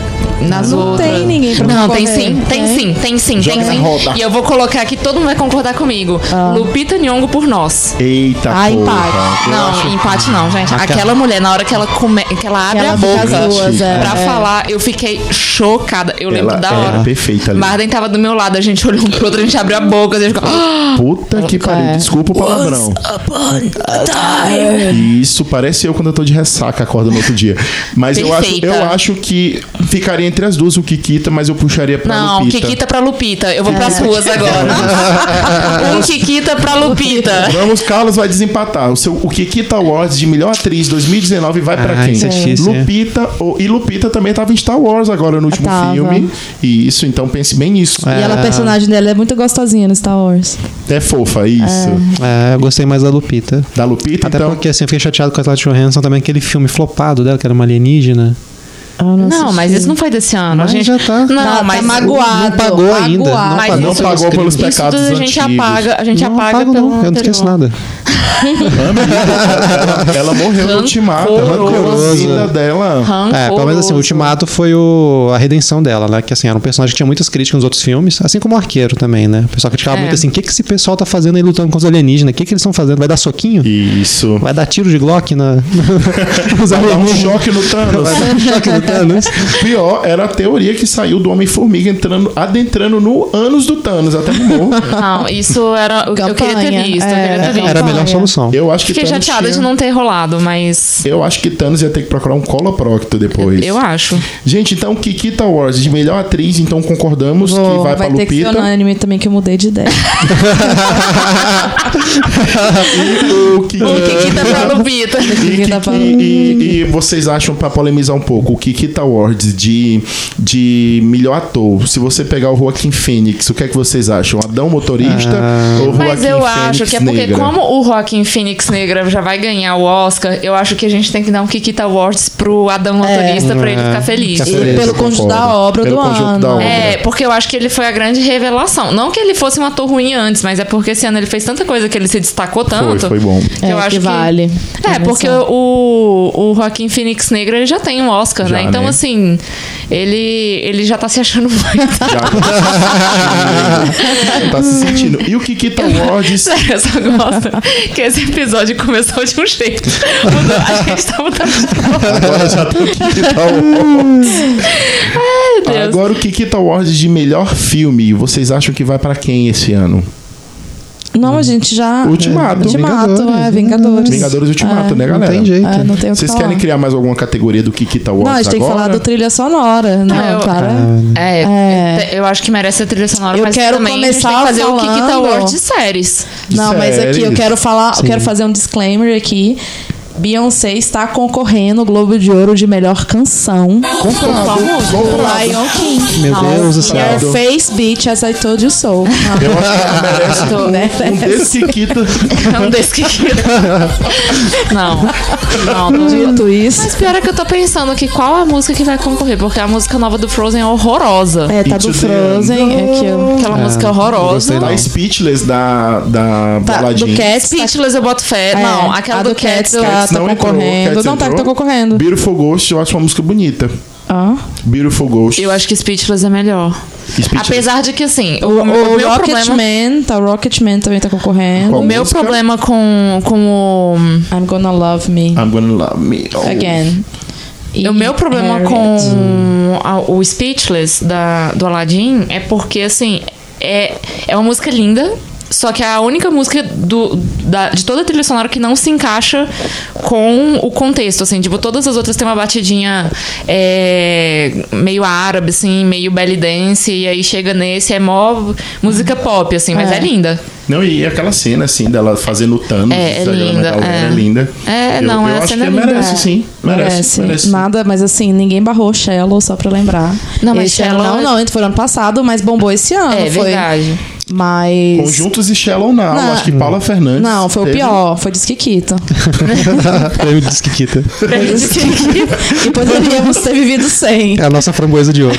Speaker 4: nas
Speaker 1: Não
Speaker 4: outras.
Speaker 1: tem ninguém pra
Speaker 4: Não, tem
Speaker 1: concorrer,
Speaker 4: sim, tem
Speaker 1: né?
Speaker 4: sim, tem sim,
Speaker 2: Joga
Speaker 4: tem
Speaker 2: na
Speaker 4: sim.
Speaker 2: roda.
Speaker 4: E eu vou colocar aqui, todo mundo vai concordar comigo. Lupita Nyong'o por nós.
Speaker 2: Eita,
Speaker 1: Ah,
Speaker 2: porra.
Speaker 1: empate.
Speaker 2: Tá, Eu
Speaker 4: não,
Speaker 2: acho-
Speaker 4: empate não, gente. Aquela, mulher, na hora que ela, come, que ela abre
Speaker 1: Ela
Speaker 4: a
Speaker 1: fica
Speaker 4: boca
Speaker 1: as duas, é.
Speaker 4: pra
Speaker 1: É.
Speaker 4: falar, eu fiquei chocada. Eu lembro
Speaker 2: Ela
Speaker 4: da
Speaker 2: era
Speaker 4: hora.
Speaker 2: perfeita ali.
Speaker 4: Marden tava do meu lado, a gente olhou um pro outro, a gente abriu a boca, a gente ficou... "Ah!"
Speaker 2: Puta que pariu. Desculpa o palavrão. Isso, parece eu quando eu tô de ressaca, acordo no outro dia. Mas eu acho,
Speaker 4: Perfeita.
Speaker 2: eu acho que ficaria entre as duas o Kikita, mas eu puxaria pra
Speaker 4: Não,
Speaker 2: Lupita.
Speaker 4: Kikita pra Lupita. Eu vou
Speaker 1: É.
Speaker 4: pras ruas
Speaker 2: [LAUGHS]
Speaker 4: agora. um Kikita pra Lupita.
Speaker 2: Vamos, Carlos vai desempatar. O, seu, o Kikita Awards de melhor atriz 2019 vai pra
Speaker 3: Ah,
Speaker 2: quem?
Speaker 3: isso é difícil, hein?
Speaker 2: Lupita. ou- e Lupita também tava em Star Wars agora no último
Speaker 1: Tava.
Speaker 2: filme. E isso, então pense bem nisso.
Speaker 1: E ela, a personagem dela é muito gostosinha no Star Wars.
Speaker 2: É, fofa, isso.
Speaker 3: É, eu gostei mais da Lupita.
Speaker 2: Da Lupita,
Speaker 3: Até
Speaker 2: então.
Speaker 3: porque assim, eu fiquei chateado com a Scarlett Johansson também, aquele filme flopado dela, que era uma alienígena.
Speaker 1: Ah, Eu não,
Speaker 4: Não,
Speaker 1: assisti.
Speaker 4: mas isso não foi desse ano.
Speaker 3: Mas
Speaker 4: a gente
Speaker 3: já tá-
Speaker 4: Não,
Speaker 1: Tá- tá
Speaker 4: mas
Speaker 1: magoado. tá
Speaker 3: não pagou
Speaker 1: magoado.
Speaker 3: ainda, não
Speaker 1: Mas
Speaker 2: Não
Speaker 4: isso-
Speaker 2: pagou pelos
Speaker 4: isso
Speaker 2: pecados
Speaker 4: tudo a gente
Speaker 2: antigos.
Speaker 4: apaga, a gente
Speaker 3: não,
Speaker 4: apaga
Speaker 3: apago
Speaker 4: pelo
Speaker 3: não, eu não esqueço
Speaker 4: anterior.
Speaker 3: nada.
Speaker 2: [LAUGHS] Ela morreu no ultimato. Arrancou a
Speaker 3: Rancoroso.
Speaker 2: vida dela.
Speaker 3: É, pelo menos assim, o Ultimato foi o- a redenção dela, né? Que assim, era um personagem que tinha muitas críticas nos outros filmes, assim como o Arqueiro também, né? O pessoal criticava
Speaker 4: É.
Speaker 3: muito assim, o que, que esse pessoal tá fazendo aí lutando com os alienígenas? O que, que eles estão fazendo? Vai dar soquinho?
Speaker 2: Isso.
Speaker 3: Vai dar tiro de Glock na... [LAUGHS] nos
Speaker 2: Dá um
Speaker 3: alienígenas?
Speaker 2: choque no Thanos.
Speaker 3: Vai dar um choque no Thanos?
Speaker 2: um Pior era a teoria que saiu do Homem-Formiga entrando, adentrando no anos do Thanos, até morreu.
Speaker 4: Não, isso era. Eu, eu queria ter
Speaker 1: Campanha.
Speaker 4: visto. eu
Speaker 1: É,
Speaker 4: queria ter visto.
Speaker 3: Era a melhor
Speaker 1: Olha.
Speaker 3: solução.
Speaker 2: Eu acho que
Speaker 4: Fiquei
Speaker 2: Thanos
Speaker 4: chateada de
Speaker 2: tinha-
Speaker 4: não ter rolado, mas.
Speaker 2: Eu acho que Thanos ia ter que procurar um coloprocto depois.
Speaker 4: Eu acho.
Speaker 2: Gente, então Kikita Wars de melhor atriz, então concordamos que
Speaker 1: Vou-
Speaker 2: vai, pra
Speaker 1: ter que ser
Speaker 2: Lupita.
Speaker 1: unânime também, que eu mudei de [LAUGHS] ideia.
Speaker 2: O Kiki-
Speaker 4: O tá- Kikita
Speaker 3: tá
Speaker 4: [LAUGHS] pra Lupita.
Speaker 2: E,
Speaker 4: tá
Speaker 1: Kikita
Speaker 2: Kiki-
Speaker 1: pra-
Speaker 2: e- e vocês acham, pra polemizar um pouco, o Kikita Awards de, de melhor ator, se você pegar o Joaquim Fênix, o que é que vocês acham? Adão Motorista ou Joaquim
Speaker 4: Mas eu acho
Speaker 2: Fênix
Speaker 4: que é porque,
Speaker 2: Negra?
Speaker 4: como o Rockin' Phoenix Negra já vai ganhar o Oscar, eu acho que a gente tem que dar um Kikita Awards pro Adam Motorista
Speaker 3: É.
Speaker 4: pra ele ficar feliz.
Speaker 2: Fica
Speaker 1: E
Speaker 2: feliz,
Speaker 1: pelo
Speaker 2: eu
Speaker 1: conjunto
Speaker 2: concordo.
Speaker 1: da obra
Speaker 2: Pelo
Speaker 1: do
Speaker 2: conjunto
Speaker 1: ano.
Speaker 2: da obra.
Speaker 4: É, porque eu acho que ele foi a grande revelação. Não que ele fosse um ator ruim antes, mas é porque esse ano ele fez tanta coisa que ele se destacou tanto.
Speaker 2: foi bom.
Speaker 4: que
Speaker 1: É,
Speaker 4: eu
Speaker 1: que
Speaker 4: acho que
Speaker 1: vale.
Speaker 4: É, porque
Speaker 1: Conversar.
Speaker 4: o, o Joaquim Phoenix Negro ele já tem um Oscar,
Speaker 2: Já,
Speaker 4: né? Então,
Speaker 2: né?
Speaker 4: assim, ele, ele já tá se achando [LAUGHS] muito.
Speaker 2: [LAUGHS] Já- tá se sentindo. E o Kikita Awards
Speaker 4: Sério, eu só gosto que esse episódio começou de um jeito. Mudou, a gente tá mudando de cor.
Speaker 2: [LAUGHS] Agora já tô aqui, tá bom.
Speaker 4: Deus.
Speaker 2: Agora o Kikita Awards de melhor filme. Vocês acham que vai pra quem esse ano?
Speaker 1: Não, a gente já.
Speaker 2: Ultimato.
Speaker 1: Ultimato, é, Vingadores.
Speaker 2: Vingadores Ultimato, né, galera?
Speaker 3: Não tem jeito.
Speaker 1: É, não tem o que
Speaker 2: Vocês
Speaker 1: falar.
Speaker 2: querem criar mais alguma categoria do Kikita Awards
Speaker 1: Não, a gente tem que
Speaker 2: agora?
Speaker 1: falar do trilha sonora. Não,
Speaker 4: eu-
Speaker 1: cara.
Speaker 4: É,
Speaker 1: É.
Speaker 4: eu- eu acho que merece a trilha sonora,
Speaker 1: Eu
Speaker 4: mas
Speaker 1: quero
Speaker 4: também a gente tem que
Speaker 1: começar
Speaker 4: fazer o Kikita
Speaker 1: falando-
Speaker 4: Award de séries.
Speaker 1: Não, mas
Speaker 4: é
Speaker 1: aqui eu
Speaker 2: Séries.
Speaker 1: quero falar, eu quero fazer um disclaimer aqui. Beyoncé está concorrendo ao Globo de Ouro de melhor canção.
Speaker 2: Comprado, comprado.
Speaker 1: Lion King.
Speaker 3: Meu Deus do céu.
Speaker 1: Your face, bitch, as I told you so.
Speaker 2: Eu acho que ela
Speaker 1: [LAUGHS]
Speaker 2: merece
Speaker 1: Tô, né?
Speaker 2: um desse Kikita.
Speaker 4: Não desse Kikita. Não, não,
Speaker 1: [LAUGHS]
Speaker 4: não.
Speaker 1: Dito isso.
Speaker 4: Mas pior é que eu tô pensando aqui qual a música que vai concorrer, porque a música nova do Frozen é horrorosa.
Speaker 1: É, tá
Speaker 2: Into
Speaker 1: do
Speaker 2: the
Speaker 1: Frozen. É que eu.
Speaker 4: Aquela música horrorosa.
Speaker 3: gostei não.
Speaker 2: Da Speechless, da, da
Speaker 1: Tá, do
Speaker 2: Baladinha.
Speaker 1: Cats. tá-
Speaker 4: Speechless eu boto fé.
Speaker 1: É,
Speaker 4: não, aquela
Speaker 1: a
Speaker 4: do
Speaker 1: do
Speaker 4: Cats
Speaker 1: Cats
Speaker 4: eu
Speaker 1: tá- tá
Speaker 2: não entrou,
Speaker 1: concorrendo.
Speaker 2: Cats
Speaker 1: Não, tá,
Speaker 2: entrou.
Speaker 1: tá concorrendo.
Speaker 2: Beautiful Ghost, eu acho uma música bonita.
Speaker 4: Tá
Speaker 1: Ah.
Speaker 2: Beautiful Ghost.
Speaker 4: Eu acho que Speechless é melhor.
Speaker 2: Speechless.
Speaker 4: Apesar de que, assim, o,
Speaker 1: O,
Speaker 4: o meu problema...
Speaker 1: Rocketman, tá, o Rocketman também tá concorrendo.
Speaker 2: Qual?
Speaker 4: O meu
Speaker 2: Música?
Speaker 4: problema com, com o...
Speaker 1: I'm Gonna Love Me
Speaker 2: I'm gonna love me. Oh.
Speaker 1: Again. E
Speaker 4: O meu problema
Speaker 1: Harriet.
Speaker 4: com a- o Speechless da, do Aladdin é porque, assim, é, é uma música linda, só que é a única música do, da- de toda a trilha sonora que não se encaixa com o contexto, assim. Tipo, todas as outras têm uma batidinha é, meio árabe, assim, meio belly dance, e aí chega nesse, é mó música pop, assim, mas
Speaker 1: É.
Speaker 4: é linda.
Speaker 2: Não, e aquela cena, assim, dela fazendo o Thanos.
Speaker 4: É, é
Speaker 2: exagerando
Speaker 4: linda,
Speaker 2: aquela galera,
Speaker 4: é.
Speaker 2: é linda.
Speaker 4: É,
Speaker 2: eu,
Speaker 4: não,
Speaker 2: eu
Speaker 4: é a
Speaker 2: acho
Speaker 4: cena
Speaker 2: que
Speaker 4: linda.
Speaker 2: merece, sim. Merece,
Speaker 1: Merece.
Speaker 2: merece.
Speaker 1: É, Nada, mas assim, ninguém barrou o Shallow, só pra lembrar.
Speaker 4: Não, mas
Speaker 1: Esse ano
Speaker 4: Shallow-
Speaker 1: Não, não, foi ano passado, mas bombou esse ano.
Speaker 4: é
Speaker 1: foi.
Speaker 4: verdade.
Speaker 1: Mas.
Speaker 2: Conjuntos e Shallow Now.
Speaker 1: Não.
Speaker 2: Acho que Paula Fernandes.
Speaker 1: Não, foi o
Speaker 2: teve-
Speaker 1: pior, foi Disquiquita.
Speaker 3: [LAUGHS] Prêmio de Disquiquita.
Speaker 1: e poderíamos ter vivido sem.
Speaker 3: É a nossa framboesa de ouro.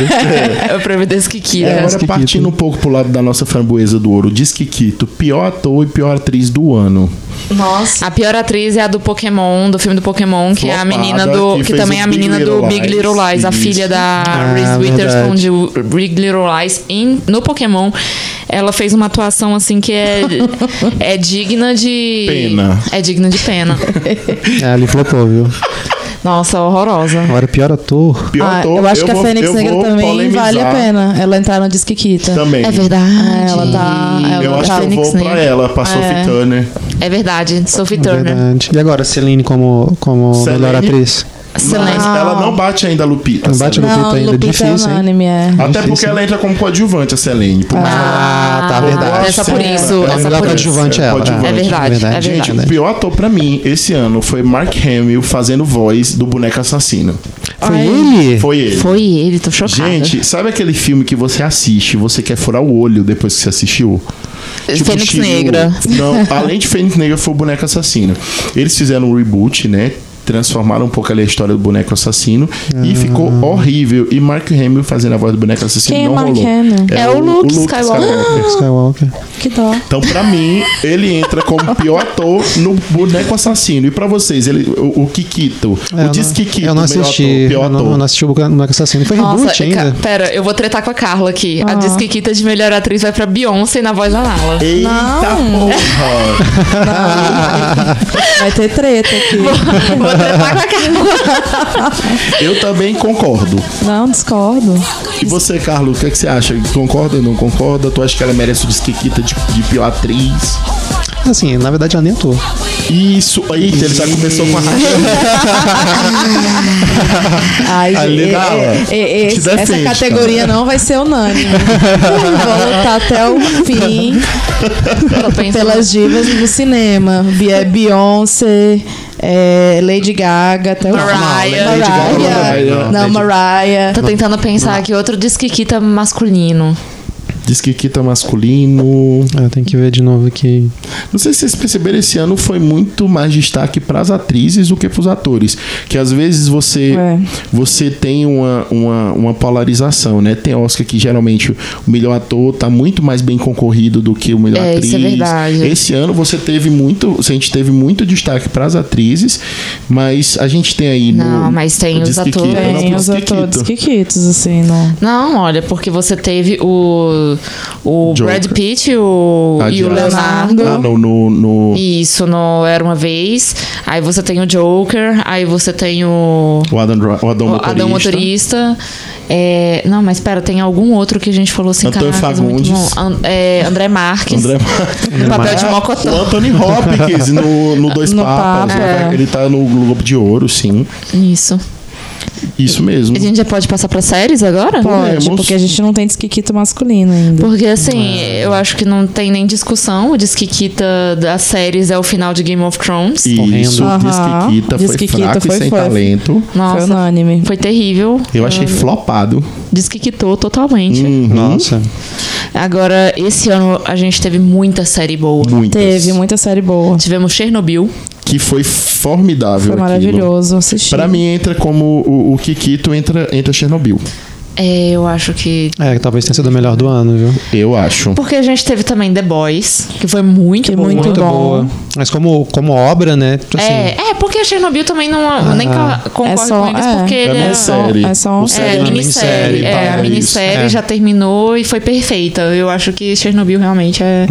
Speaker 4: Eu providencio que
Speaker 2: É,
Speaker 4: queira.
Speaker 2: agora
Speaker 3: Kikito.
Speaker 2: partindo um pouco pro lado da nossa framboesa do ouro, diz que Kito, pior ator e pior atriz do ano.
Speaker 1: Nossa.
Speaker 4: A pior atriz é a do Pokémon, do filme do Pokémon, que é a
Speaker 2: Flopada,
Speaker 4: menina do.
Speaker 2: que
Speaker 4: Que,
Speaker 2: fez
Speaker 4: também
Speaker 2: o
Speaker 4: é a
Speaker 2: Big
Speaker 4: menina do
Speaker 2: Little
Speaker 4: Big Little
Speaker 2: Lies,
Speaker 4: Lies, a
Speaker 2: isso.
Speaker 4: filha da
Speaker 3: Ah,
Speaker 4: Reese Witherspoon
Speaker 3: verdade.
Speaker 4: de Big Little Lies em- no Pokémon. Ela fez uma atuação assim que é, é digna de.
Speaker 2: Pena.
Speaker 4: É digna de [LAUGHS] pena.
Speaker 3: É, ali flopou, viu?
Speaker 4: Nossa, horrorosa.
Speaker 3: Agora, pior ator.
Speaker 2: Pior
Speaker 1: Ah,
Speaker 2: ator,
Speaker 1: eu acho que a
Speaker 2: vou-
Speaker 1: Fênix
Speaker 2: eu
Speaker 1: Negra
Speaker 2: vou
Speaker 1: também
Speaker 2: polemizar
Speaker 1: vale a pena. Ela entrar no Disquiquita.
Speaker 2: Também.
Speaker 4: É verdade.
Speaker 1: Ela tá. Ela
Speaker 2: Eu acho
Speaker 1: tá
Speaker 2: que eu vou pra ela, pra Sophie Turner.
Speaker 4: É verdade, Sophie Turner.
Speaker 3: Verdade. E agora, Celine como, como
Speaker 2: Celine?
Speaker 3: melhor atriz?
Speaker 4: Selena.
Speaker 2: Mas ela não bate ainda a Lupita.
Speaker 3: Não bate
Speaker 2: Selene.
Speaker 1: Não,
Speaker 3: Lupita ainda,
Speaker 1: Lupita é
Speaker 3: difícil, hein?
Speaker 1: unânime, é.
Speaker 2: Até
Speaker 3: Difícil,
Speaker 2: porque
Speaker 3: né?
Speaker 2: ela entra como coadjuvante, a Selene. Por mais-
Speaker 3: Ah, tá,
Speaker 2: Eu
Speaker 3: verdade. É
Speaker 2: acho
Speaker 4: é Essa
Speaker 2: que
Speaker 4: por
Speaker 2: ela-
Speaker 4: isso,
Speaker 2: ela
Speaker 4: essa
Speaker 2: ainda
Speaker 4: por
Speaker 3: Melhor
Speaker 4: isso.
Speaker 3: coadjuvante é né? ela.
Speaker 2: coadjuvante.
Speaker 4: É verdade, é
Speaker 2: Gente,
Speaker 4: verdade.
Speaker 2: o pior ator pra mim esse ano foi Mark Hamill fazendo voz do boneco assassino.
Speaker 3: Foi ele?
Speaker 2: Ah, Foi ele.
Speaker 4: Foi ele, tô chocada.
Speaker 2: Gente, sabe aquele filme que você assiste e você quer furar o olho depois que você assistiu?
Speaker 4: Fênix
Speaker 2: Shiryu.
Speaker 4: Negra.
Speaker 2: Não, além de Fênix Negra foi o Boneco Assassino. Eles fizeram um reboot, né? Transformaram um pouco ali a história do Boneco Assassino e
Speaker 3: Ah.
Speaker 2: ficou horrível. E Mark Hamill fazendo a voz do Boneco Assassino
Speaker 1: Quem é
Speaker 2: não
Speaker 1: Mark
Speaker 2: rolou.
Speaker 1: Hamill?
Speaker 4: É o Luke Skywalker.
Speaker 3: Skywalker.
Speaker 1: Que dó.
Speaker 2: Então, pra mim, ele entra como
Speaker 4: [LAUGHS]
Speaker 2: pior ator no Boneco Assassino. E pra vocês, ele, o, o Kikito,
Speaker 3: É,
Speaker 2: o Diz Kikito,
Speaker 3: eu não
Speaker 2: melhor
Speaker 3: assisti.
Speaker 2: ator, pior
Speaker 3: eu não,
Speaker 2: ator.
Speaker 3: eu não assisti o Boneco Assassino.
Speaker 2: é
Speaker 3: Foi reboot
Speaker 4: Nossa,
Speaker 3: ainda.
Speaker 4: ca- pera, eu vou tretar com a Carla aqui. A Disquiquita de melhor atriz vai pra Beyoncé na voz da Nala.
Speaker 2: Eita
Speaker 4: [LAUGHS]
Speaker 2: porra!
Speaker 1: Vai ter treta aqui.
Speaker 4: Vou tretar com a Carla.
Speaker 2: Eu também concordo.
Speaker 1: Não, discordo.
Speaker 2: E você, Carlos, o que, é que você acha? Concorda ou não concorda? Tu acha que ela merece o desquiquita de, de pior atriz?
Speaker 3: Assim, na verdade, ela nem atuou.
Speaker 2: Isso, aí ele já começou com a raiva.
Speaker 1: Ai,
Speaker 2: Ali
Speaker 1: gente,
Speaker 2: dá,
Speaker 1: é-
Speaker 2: ó.
Speaker 1: é- é-
Speaker 2: Te
Speaker 1: essa
Speaker 2: defende,
Speaker 1: categoria não vai ser
Speaker 2: [LAUGHS]
Speaker 1: unânime. Vou lutar até o fim
Speaker 4: Tô pensando.
Speaker 1: [LAUGHS] pelas divas do cinema. Bi- é Beyoncé, é Lady Gaga, até o
Speaker 4: Mariah.
Speaker 1: Fim.
Speaker 3: Lady Gaga,
Speaker 1: Mariah.
Speaker 3: não,
Speaker 1: Não,
Speaker 3: Lady-
Speaker 1: Mariah.
Speaker 4: Tô tentando pensar aqui outro Disquiquita é masculino.
Speaker 2: Desquiquita masculino.
Speaker 3: Ah, tem que ver de novo aqui.
Speaker 2: Não sei se vocês perceberam, esse ano foi muito mais destaque pras atrizes do que pros atores. Que às vezes você,
Speaker 1: É.
Speaker 2: você tem uma, uma, uma polarização, né? Tem Oscar que geralmente o melhor ator tá muito mais bem concorrido do que o melhor
Speaker 4: É,
Speaker 2: atriz.
Speaker 4: isso é verdade.
Speaker 2: Esse ano você teve muito. A gente teve muito destaque pras atrizes, mas a gente tem aí.
Speaker 4: Não,
Speaker 2: no,
Speaker 4: mas tem
Speaker 2: no
Speaker 4: os
Speaker 2: Disque
Speaker 4: atores.
Speaker 2: Kid, não,
Speaker 1: Tem
Speaker 2: no
Speaker 1: os
Speaker 2: Disque
Speaker 1: atores
Speaker 2: Kid.
Speaker 1: quiquitos, assim, não.
Speaker 4: Não, olha, porque você teve o. O
Speaker 2: Joker.
Speaker 4: Brad Pitt o,
Speaker 2: Ah,
Speaker 4: e o
Speaker 2: de-
Speaker 4: Leonardo.
Speaker 2: Ah, não, no, no,
Speaker 4: Isso, no Era Uma Vez. Aí você tem o Joker. Aí você tem o.
Speaker 2: O Adam, Dri- o Adam
Speaker 4: o
Speaker 2: Motorista.
Speaker 4: Adão Motorista. É, não, mas pera, tem algum outro que a gente falou assim,
Speaker 2: Antônio
Speaker 4: caracas, muito
Speaker 2: Fagundes.
Speaker 4: bom. An- é, André Marques.
Speaker 1: [LAUGHS]
Speaker 2: André
Speaker 4: Papel de
Speaker 2: O
Speaker 4: Mocotó.
Speaker 2: Anthony Hopkins no, no Dois
Speaker 1: No
Speaker 2: Papas.
Speaker 1: Papa,
Speaker 2: né?
Speaker 1: é.
Speaker 2: Ele tá no Globo de Ouro, sim.
Speaker 4: Isso.
Speaker 2: Isso mesmo.
Speaker 4: A gente já pode passar pra séries agora?
Speaker 1: Pode,
Speaker 2: Podemos.
Speaker 1: porque Tipo, a gente não tem disquiquito masculino ainda.
Speaker 4: Porque assim, eu acho que não tem nem discussão. O Disquiquita das séries é o final de Game of Thrones.
Speaker 2: Isso,
Speaker 1: tá Aham.
Speaker 2: diz que Kita
Speaker 1: Diz
Speaker 2: foi
Speaker 1: que Kita
Speaker 2: fraco
Speaker 1: foi Uhum.
Speaker 2: e sem
Speaker 1: fofo.
Speaker 2: talento.
Speaker 1: Foi
Speaker 4: Nossa,
Speaker 1: unânime.
Speaker 4: foi terrível.
Speaker 2: Eu achei flopado.
Speaker 4: Disquiquitou totalmente.
Speaker 2: Uhum.
Speaker 3: Hum? Nossa.
Speaker 4: Agora, esse ano a gente teve muita série boa.
Speaker 2: Muitas.
Speaker 1: Teve muita série boa.
Speaker 4: Tivemos Chernobyl.
Speaker 2: Que foi
Speaker 1: Foi
Speaker 2: formidável. aquilo.
Speaker 1: maravilhoso assistir.
Speaker 2: Pra mim, entra como o, o Kikito entra, entra Chernobyl.
Speaker 4: É, eu acho que
Speaker 3: É, talvez tenha sido a melhor do ano, viu?
Speaker 2: Eu acho.
Speaker 4: Porque a gente teve também The Boys, que foi muito
Speaker 1: Que é
Speaker 4: boa.
Speaker 1: muito-
Speaker 3: Muito
Speaker 1: bom.
Speaker 3: boa. Mas como, como obra, né? Tipo assim,
Speaker 4: É, é, porque Chernobyl também não nem co- concorre
Speaker 1: É só-
Speaker 4: com eles,
Speaker 1: é.
Speaker 4: porque
Speaker 1: É
Speaker 4: ele
Speaker 2: uma
Speaker 4: é,
Speaker 2: série.
Speaker 1: é só um-
Speaker 2: O
Speaker 4: é,
Speaker 2: série
Speaker 4: é
Speaker 3: uma
Speaker 4: minissérie.
Speaker 3: minissérie,
Speaker 4: É, a
Speaker 2: para
Speaker 4: minissérie
Speaker 3: isso.
Speaker 4: já
Speaker 3: É.
Speaker 4: terminou e foi perfeita. Eu acho que Chernobyl realmente é,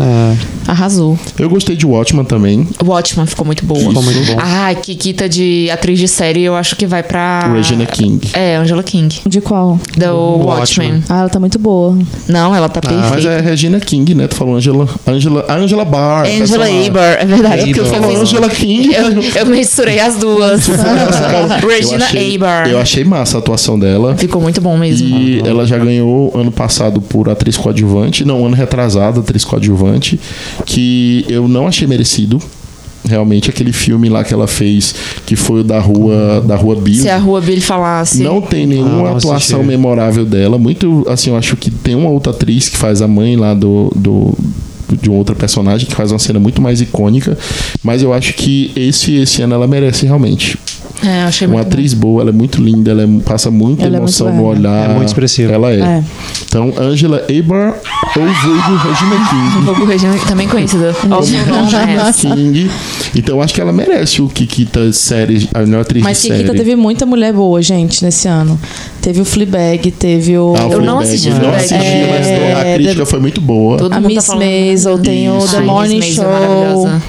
Speaker 4: arrasou.
Speaker 2: Eu gostei de Watchman também.
Speaker 4: Watchman ficou muito boa.
Speaker 3: Ficou muito bom.
Speaker 4: Ah, Kikita de atriz de série, eu acho que vai
Speaker 1: Ah.
Speaker 4: pra.
Speaker 2: Regina King.
Speaker 4: É, Angela King.
Speaker 1: De qual?
Speaker 4: Do Watchmen.
Speaker 3: Watchmen.
Speaker 1: Ah, ela tá muito boa.
Speaker 4: Não, ela tá
Speaker 2: Mas
Speaker 4: perfeita.
Speaker 2: é Regina King, né? Tu falou Angela. Angela, Angela Barr.
Speaker 4: Angela
Speaker 2: Essa-
Speaker 4: Eber, é verdade.
Speaker 2: É porque eu
Speaker 4: eu,
Speaker 2: falo
Speaker 4: fiz-
Speaker 2: Angela King.
Speaker 4: eu, eu misturei as
Speaker 2: [LAUGHS]
Speaker 4: duas. [LAUGHS] Regina
Speaker 2: Eu achei-
Speaker 4: Eber.
Speaker 2: Eu achei massa a atuação dela.
Speaker 4: Ficou muito bom mesmo.
Speaker 2: E ela já ganhou ano passado por atriz coadjuvante, não, ano retrasado, atriz coadjuvante, que eu não achei merecido. Realmente aquele filme lá que ela fez, que foi o da rua, da rua Bill.
Speaker 4: Se a Rua Billy falasse.
Speaker 2: Não tem nenhuma
Speaker 3: Ah, não
Speaker 2: atuação
Speaker 3: assisti.
Speaker 2: memorável dela. Muito, assim, eu acho que tem uma outra atriz que faz a mãe lá do. do de uma outra personagem que faz uma cena muito mais icônica, mas eu acho que esse esse ano ela merece realmente.
Speaker 4: É, eu achei
Speaker 2: Uma
Speaker 4: muito bom.
Speaker 2: atriz boa, ela é muito linda, ela é- passa muita
Speaker 1: Ela é
Speaker 2: emoção
Speaker 1: muito
Speaker 2: no
Speaker 1: bela.
Speaker 2: olhar.
Speaker 3: É muito expressiva.
Speaker 2: Ela é.
Speaker 1: É.
Speaker 2: Então, Angela Eber ou vulgo Regina King.
Speaker 4: Fogo Regina, também conhecida. Óbvio, não,
Speaker 2: Regina
Speaker 4: né?
Speaker 2: King. Então, eu acho que ela merece o Kikita série, a melhor atriz
Speaker 1: Mas
Speaker 2: de
Speaker 1: Kikita
Speaker 2: série.
Speaker 1: teve muita mulher boa, gente, nesse ano. Teve o Fleabag, teve o...
Speaker 2: Ah, o
Speaker 4: Eu não
Speaker 2: Fleabag.
Speaker 4: assisti
Speaker 2: Eu Não
Speaker 4: Fleabag.
Speaker 2: assisti, mas
Speaker 1: É,
Speaker 2: a crítica foi muito boa.
Speaker 4: Todo
Speaker 1: a
Speaker 4: mundo tá
Speaker 1: Miss
Speaker 4: falando.
Speaker 1: Maisel, tem o
Speaker 2: Isso.
Speaker 1: The
Speaker 4: Ai,
Speaker 1: Morning
Speaker 4: Miss Maisel é
Speaker 1: Show,
Speaker 4: maravilhosa.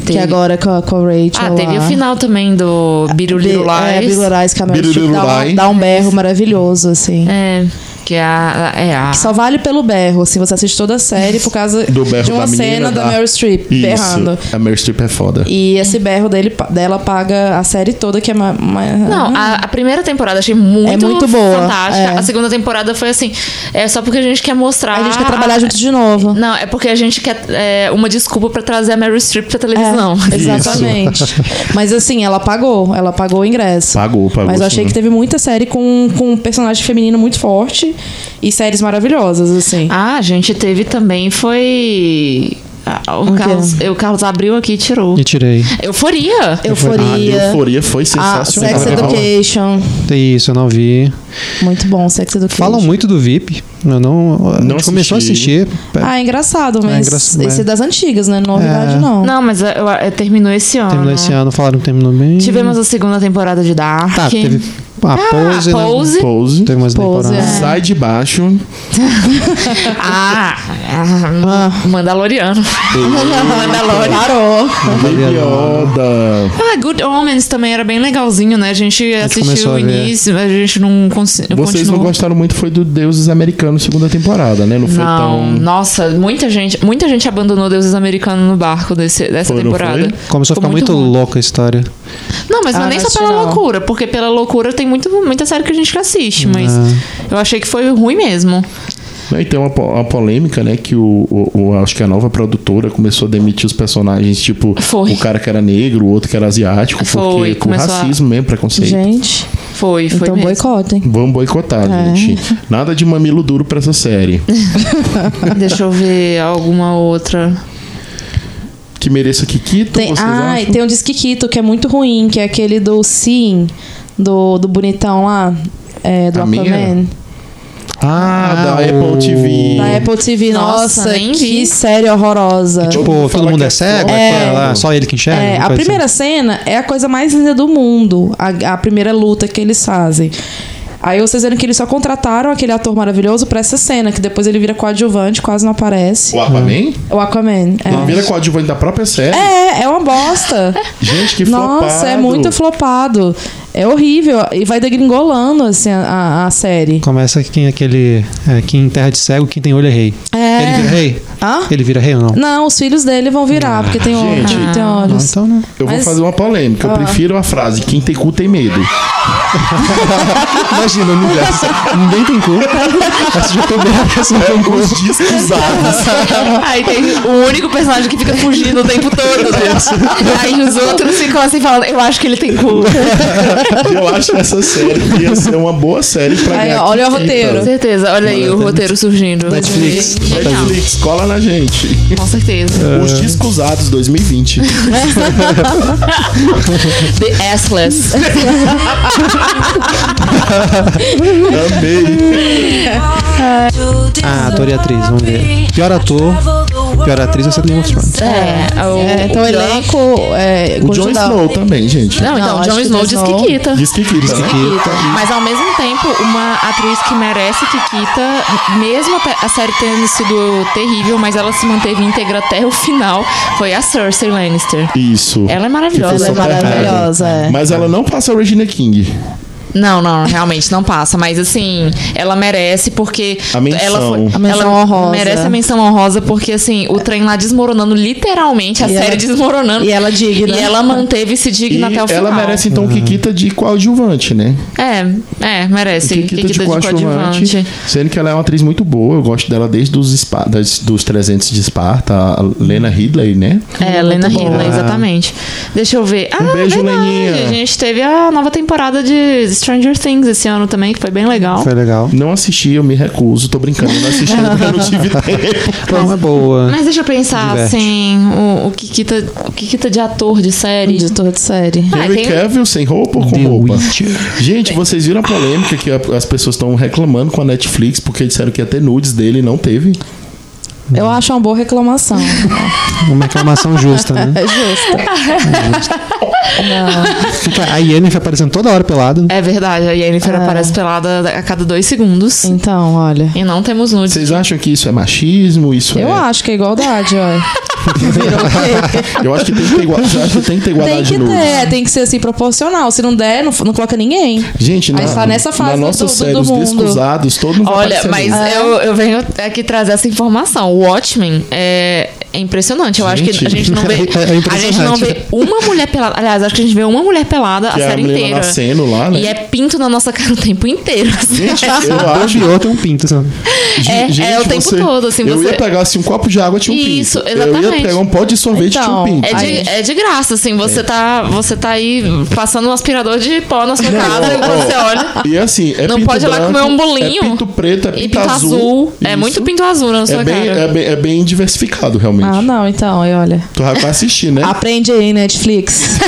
Speaker 1: que
Speaker 4: Teve-
Speaker 1: agora é com a, com a Rachel
Speaker 4: Ah, teve
Speaker 1: lá.
Speaker 4: o final também do Biruliru
Speaker 1: É,
Speaker 4: Lies.
Speaker 1: Birurais, que a Meryl Streep dá, uma-
Speaker 2: Birurais.
Speaker 1: dá um berro maravilhoso, assim.
Speaker 4: É, que é a. É a
Speaker 1: Que só vale pelo berro, assim. Você assiste toda a série por causa
Speaker 2: [LAUGHS] Do berro
Speaker 1: de uma
Speaker 2: da menina,
Speaker 1: cena da
Speaker 2: da-
Speaker 1: Meryl Streep
Speaker 2: Isso.
Speaker 1: berrando.
Speaker 2: A Meryl Streep é foda.
Speaker 1: E esse berro dele, dela paga a série toda, que é uma.
Speaker 4: Não, a, a primeira temporada eu achei
Speaker 1: Uhum.
Speaker 4: muito,
Speaker 1: É muito boa,
Speaker 4: fantástica.
Speaker 1: é.
Speaker 4: A segunda temporada foi assim, é só porque a gente quer mostrar.
Speaker 1: A gente quer trabalhar junto de novo.
Speaker 4: Não, é porque a gente quer é, uma desculpa pra trazer a Meryl Streep pra televisão.
Speaker 1: É, [LAUGHS] exatamente. Mas assim, ela pagou. Ela pagou o ingresso.
Speaker 2: Pagou, pagou,
Speaker 1: Mas eu achei
Speaker 2: sim.
Speaker 1: que teve muita série com, com um personagem feminino muito forte e séries maravilhosas, assim.
Speaker 4: Ah, a gente teve também, foi. Ah, o,
Speaker 1: O quê?
Speaker 4: Carlos, o Carlos abriu aqui e tirou.
Speaker 3: E tirei.
Speaker 4: Euforia!
Speaker 2: A
Speaker 1: Euforia.
Speaker 2: euforia foi
Speaker 1: Ah,
Speaker 2: sensacional.
Speaker 1: Sex Education.
Speaker 3: Tem isso, eu não vi.
Speaker 1: Muito bom, Sex Education.
Speaker 3: Falam muito do VIP. Eu não. a gente
Speaker 2: assisti.
Speaker 3: começou a assistir.
Speaker 2: né?
Speaker 1: Ah, é engraçado, mas
Speaker 3: engraçado, né?
Speaker 1: esse é das antigas, né? Novidade,
Speaker 3: É.
Speaker 1: não.
Speaker 4: Não, mas é, eu- é, terminou esse ano.
Speaker 3: Terminou esse ano, falaram que terminou bem.
Speaker 4: Tivemos a segunda temporada de Dark.
Speaker 3: Tá, teve a
Speaker 4: Ah,
Speaker 3: pose. né?
Speaker 4: Pose.
Speaker 1: Um
Speaker 2: Pose.
Speaker 3: Teve umas
Speaker 1: Pose,
Speaker 3: temporadas.
Speaker 1: é.
Speaker 2: Sai de baixo.
Speaker 4: Ah, ah, Mandaloriano. [LAUGHS] Mandaloriano.
Speaker 1: Parou.
Speaker 2: Baby Yoda.
Speaker 4: Ah, Good Omens também era bem legalzinho, né? A gente assistiu
Speaker 3: começou
Speaker 4: o
Speaker 3: a ver.
Speaker 4: início, a gente não cons-
Speaker 2: Vocês não
Speaker 4: continuou.
Speaker 2: gostaram muito foi do Deuses Americanos segunda temporada, né? Não foi
Speaker 4: Não,
Speaker 2: tão.
Speaker 4: nossa, muita gente, muita gente abandonou Deuses Americanos no barco desse- dessa
Speaker 2: Foi, não
Speaker 4: temporada.
Speaker 2: foi?
Speaker 3: Começou a ficar muito,
Speaker 4: é. ruim.
Speaker 3: louca a história.
Speaker 4: Não, mas não
Speaker 1: Ah,
Speaker 4: é nem
Speaker 1: não
Speaker 4: só pela
Speaker 1: assisti, não.
Speaker 4: loucura, porque pela loucura tem muito, muita série que a gente que assiste, mas eu achei que foi ruim mesmo.
Speaker 2: Né, E tem uma, po- uma polêmica, né? Que o, o- o- acho que a nova produtora começou a demitir os personagens, tipo,
Speaker 4: Foi.
Speaker 2: o cara que era negro, o outro que era asiático,
Speaker 4: Foi,
Speaker 2: porque com
Speaker 4: começou a-
Speaker 2: racismo mesmo, preconceito.
Speaker 1: Gente,
Speaker 4: Foi, foi
Speaker 1: então
Speaker 4: mesmo.
Speaker 1: boicotem.
Speaker 2: Vamos boicotar,
Speaker 1: É.
Speaker 2: gente. Nada de mamilo duro pra essa série.
Speaker 4: Deixa eu ver alguma outra. [LAUGHS]
Speaker 2: Que mereça Kikito,
Speaker 1: Tem,
Speaker 2: Então vocês
Speaker 1: ah, e
Speaker 2: acham?
Speaker 1: tem um disquito que é muito ruim, que é aquele do Sim, do, do bonitão lá, é, do
Speaker 2: A minha?
Speaker 1: Aquaman.
Speaker 2: Ah, da
Speaker 3: Ah, o-
Speaker 2: Apple TV.
Speaker 1: Da Apple TV,
Speaker 4: Nossa,
Speaker 1: nossa,
Speaker 4: nem vi.
Speaker 1: que série horrorosa.
Speaker 3: Tipo, todo
Speaker 2: falar que
Speaker 3: mundo
Speaker 2: é
Speaker 3: é cego?
Speaker 2: foda.
Speaker 3: aquela
Speaker 2: É.
Speaker 3: lá, só ele que enxerga?
Speaker 1: É,
Speaker 3: alguma
Speaker 1: a
Speaker 3: coisa assim.
Speaker 1: primeira cena é a coisa mais linda do mundo. A, a primeira luta que eles fazem. Aí vocês viram que eles só contrataram aquele ator maravilhoso pra essa cena, que depois ele vira coadjuvante, quase não aparece.
Speaker 2: O Aquaman?
Speaker 1: O Aquaman.
Speaker 2: Ele
Speaker 1: É.
Speaker 2: vira coadjuvante da própria série.
Speaker 1: É, é uma
Speaker 3: [LAUGHS]
Speaker 1: bosta.
Speaker 2: Gente, que flopado.
Speaker 1: Nossa, é muito flopado. É horrível. E vai degringolando, assim, a, a- a série.
Speaker 3: assim. Começa quem é aquele. É, quem em terra de cego, quem tem olho é rei.
Speaker 1: É.
Speaker 3: Ele vira rei?
Speaker 1: Hã?
Speaker 3: Ele vira rei ou não?
Speaker 1: Não, os filhos dele vão virar, porque tem, olho-
Speaker 2: gente.
Speaker 1: tem
Speaker 3: Não,
Speaker 1: olhos.
Speaker 3: então, né?
Speaker 2: Eu vou
Speaker 1: Mas- Ah.
Speaker 2: fazer uma polêmica. Eu prefiro a frase: quem tem cu tem medo.
Speaker 3: Imagina, não dessa. Ninguém tem cu. Essa já foi bem a questão do concurso.
Speaker 2: Os discos usados.
Speaker 4: Aí tem o único personagem que fica fugindo o tempo todo. né? Aí os outros ficam assim falando, eu acho que ele tem cu.
Speaker 2: Eu acho que essa série que ia ser uma boa série pra
Speaker 1: Aí,
Speaker 2: ganhar.
Speaker 1: ó, olha o
Speaker 2: Kikita.
Speaker 1: roteiro.
Speaker 3: então.
Speaker 4: Com certeza, olha aí o roteiro surgindo.
Speaker 3: Netflix.
Speaker 4: Genial,
Speaker 2: Netflix, cola na gente.
Speaker 4: com certeza.
Speaker 2: Os discos usados 2020.
Speaker 4: The Assless.
Speaker 2: Amei.
Speaker 1: [LAUGHS]
Speaker 3: Ah, ator e atriz, vamos ver. Pior ator, pior atriz vai ser Game of Thrones.
Speaker 4: É, o,
Speaker 1: É, então, o
Speaker 4: o
Speaker 1: elenco. É,
Speaker 2: O Jon
Speaker 1: continua-
Speaker 2: Snow também, gente.
Speaker 4: Não,
Speaker 1: Não,
Speaker 4: então,
Speaker 1: acho
Speaker 4: Jon
Speaker 1: que
Speaker 4: Snow
Speaker 1: Jon
Speaker 4: diz
Speaker 1: Snow-
Speaker 4: que quita.
Speaker 2: Diz que quita. né?
Speaker 4: Mas ao mesmo tempo, uma atriz que merece que quita, mesmo a pe- a série tendo sido terrível, mas ela se manteve íntegra até o final, foi a Cersei Lannister.
Speaker 2: Isso.
Speaker 4: Ela é maravilhosa.
Speaker 2: Que
Speaker 1: Ela é
Speaker 2: foi soterrada.
Speaker 1: maravilhosa. é.
Speaker 2: Mas ela não passa a Regina King.
Speaker 4: Não, não, realmente não passa. Mas assim, ela merece porque.
Speaker 2: A menção.
Speaker 4: Ela, foi-
Speaker 1: A menção
Speaker 4: ela
Speaker 1: honrosa.
Speaker 4: merece a menção honrosa porque, assim, o trem lá desmoronando, literalmente, a
Speaker 1: E
Speaker 4: série
Speaker 1: ela-
Speaker 4: desmoronando.
Speaker 1: e ela digna.
Speaker 4: E ela manteve-se
Speaker 2: E
Speaker 4: digna até o
Speaker 2: ela
Speaker 4: final.
Speaker 2: merece, então,
Speaker 3: Uhum.
Speaker 2: que quita de coadjuvante, né?
Speaker 4: É, é, merece.
Speaker 2: Que quita de coadjuvante. Sendo que ela é uma atriz muito boa. Eu gosto dela desde os, Espa- das- dos 300 de Esparta. A Lena Ridley, né?
Speaker 4: É, Lena
Speaker 2: Muito boa.
Speaker 4: Ridley, exatamente. Deixa eu ver. Ah,
Speaker 2: beijo,
Speaker 4: verdade.
Speaker 2: Leninha.
Speaker 4: A gente teve a nova temporada de Stranger Things esse ano também, que foi bem legal.
Speaker 3: Foi legal.
Speaker 2: Não assisti, eu me recuso. Tô brincando, não assisti porque eu não
Speaker 1: [LAUGHS]
Speaker 2: tive tempo.
Speaker 3: Não, é boa.
Speaker 4: Mas deixa eu pensar,
Speaker 3: Diverte.
Speaker 4: assim, o, o, que quita, o que quita de ator de série?
Speaker 1: Editor de série.
Speaker 4: Ah,
Speaker 2: Henry
Speaker 4: tem-
Speaker 2: Cavill sem roupa ou com
Speaker 3: The
Speaker 2: roupa?
Speaker 3: Witcher.
Speaker 2: Gente, vocês viram a polêmica que a- as pessoas estão reclamando com a Netflix porque disseram que ia ter nudes dele e não teve?
Speaker 1: Eu acho uma boa
Speaker 2: [LAUGHS]
Speaker 1: reclamação.
Speaker 3: [LAUGHS] Uma reclamação justa, né?
Speaker 1: É justo.
Speaker 3: Fica- A Yennefer aparecendo toda hora pelada.
Speaker 4: É verdade, a Yennefer aparece pelada a cada dois segundos.
Speaker 1: Então, olha.
Speaker 4: E não temos nudes.
Speaker 2: Vocês acham que isso é machismo? Isso
Speaker 1: Eu
Speaker 2: é. [LAUGHS]
Speaker 1: acho que é igualdade, olha. Virou o quê?
Speaker 2: Eu acho que tem que ter, igua... eu acho que tem que
Speaker 1: Tem
Speaker 2: ter igualdade
Speaker 1: que
Speaker 2: de nudes.
Speaker 1: ter, tem que ser assim proporcional. Se não der, não, não coloca ninguém.
Speaker 2: Gente, na,
Speaker 1: Mas tá nessa fase
Speaker 2: na
Speaker 1: do-
Speaker 2: nossa
Speaker 1: do-
Speaker 2: série,
Speaker 1: do
Speaker 2: os
Speaker 1: mundo.
Speaker 2: descusados, todo mundo vai
Speaker 4: Olha,
Speaker 2: aparecer
Speaker 4: mas [LAUGHS]
Speaker 2: nude.
Speaker 4: eu, eu venho aqui trazer essa informação. O Watchmen é, é impressionante. Eu acho que a
Speaker 2: Gente. [LAUGHS]
Speaker 4: gente não vê.
Speaker 3: É
Speaker 4: a gente não vê uma mulher pelada. Aliás, acho que a gente vê uma mulher pelada
Speaker 2: Que
Speaker 4: a
Speaker 2: é a
Speaker 4: série
Speaker 2: menina
Speaker 4: inteira.
Speaker 2: nascendo lá, né?
Speaker 4: E é pinto na nossa cara o tempo inteiro. assim.
Speaker 2: Gente, eu acho.
Speaker 3: Bobeou, tem um pinto. sabe?
Speaker 2: Ge-
Speaker 4: É,
Speaker 2: gente,
Speaker 4: é o tempo
Speaker 2: você-
Speaker 4: todo, assim,
Speaker 2: Eu
Speaker 4: você-
Speaker 2: ia pegar assim, um copo de água, tinha um pinto.
Speaker 4: Isso,
Speaker 2: Eu ia
Speaker 4: exatamente.
Speaker 2: pegar um pote de sorvete,
Speaker 1: Então,
Speaker 2: tinha um
Speaker 4: É
Speaker 2: pinto.
Speaker 4: de, é de graça, assim, você tá, você tá aí passando um aspirador de pó na sua casa
Speaker 2: ó,
Speaker 4: e você
Speaker 2: ó.
Speaker 4: olha.
Speaker 2: E assim, é
Speaker 4: Não
Speaker 2: pinto
Speaker 4: pode ir lá
Speaker 2: branco,
Speaker 4: comer um bolinho.
Speaker 2: É pinto preto, é
Speaker 4: E
Speaker 2: pinto,
Speaker 4: pinto azul. É
Speaker 2: Isso.
Speaker 4: muito pinto azul na sua
Speaker 2: é bem,
Speaker 4: cara.
Speaker 2: é, bem, é bem diversificado, realmente.
Speaker 1: Ah, não, então, e olha.
Speaker 2: Tu vai assistir, né?
Speaker 1: Aprende aí,
Speaker 2: [LAUGHS]
Speaker 1: Netflix.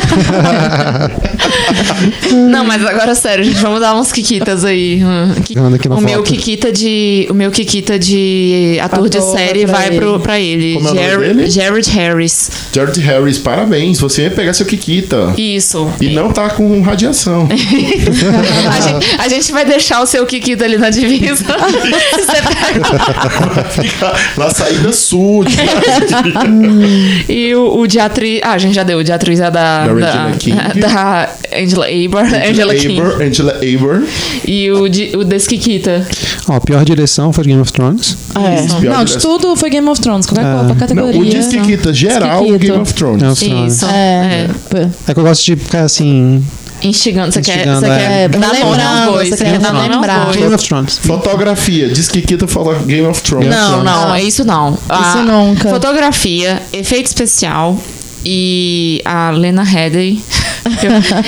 Speaker 4: Não, mas agora sério, gente, vamos dar uns quiquitas aí. hum. Que-
Speaker 3: Manda aqui na
Speaker 4: o meu
Speaker 3: foto.
Speaker 4: quiquita de, o meu quiquita de ator de
Speaker 1: Ator,
Speaker 4: série
Speaker 1: pra
Speaker 4: vai
Speaker 1: ele.
Speaker 4: pro para ele,
Speaker 2: Como é o nome
Speaker 4: Jared-
Speaker 2: dele?
Speaker 4: Jared Harris.
Speaker 2: George Harris, parabéns. Você ia pegar seu Kikita.
Speaker 4: Isso.
Speaker 2: E não tá com
Speaker 4: [LAUGHS]
Speaker 2: radiação. [LAUGHS]
Speaker 4: A gente, a gente vai deixar o seu quiquita ali na divisa. Se você pega.
Speaker 2: Fica na saída sul. tipo, de-
Speaker 4: e o, o de atriz, ah, a gente já deu o de atriz é da
Speaker 2: Da
Speaker 4: da,
Speaker 2: Regina King.
Speaker 4: da Angela Abor, [LAUGHS] Angela King.
Speaker 2: Abor, Angela Abor.
Speaker 4: E o de, o desse quiquita.
Speaker 3: Ó, a pior direção foi Game of Thrones.
Speaker 1: É.
Speaker 2: Pior
Speaker 1: Não, de
Speaker 2: dessa- Ah.
Speaker 1: tudo foi Game of Thrones. Qualquer coisa, qualquer
Speaker 2: Não,
Speaker 1: categoria.
Speaker 2: o Disquiquita geral,
Speaker 1: Disquiquita.
Speaker 2: Game of Thrones.
Speaker 3: Game of Thrones.
Speaker 4: Isso.
Speaker 1: É.
Speaker 4: É.
Speaker 3: É que eu gosto de ficar assim.
Speaker 4: Instigando, você quer,
Speaker 3: Instigando,
Speaker 4: você
Speaker 3: é.
Speaker 4: quer
Speaker 1: É,
Speaker 4: dar nome aos
Speaker 1: lembrando,
Speaker 4: bois,
Speaker 1: você
Speaker 4: você
Speaker 1: quer
Speaker 4: quer dar nome
Speaker 1: lembrar.
Speaker 4: aos bois.
Speaker 3: Game of Thrones.
Speaker 2: Fotografia, Disquiquita fala Game of Thrones.
Speaker 4: Não, não,
Speaker 1: Ah.
Speaker 4: é isso não.
Speaker 1: Isso nunca.
Speaker 4: Fotografia, efeito especial e a Lena Headey. [LAUGHS]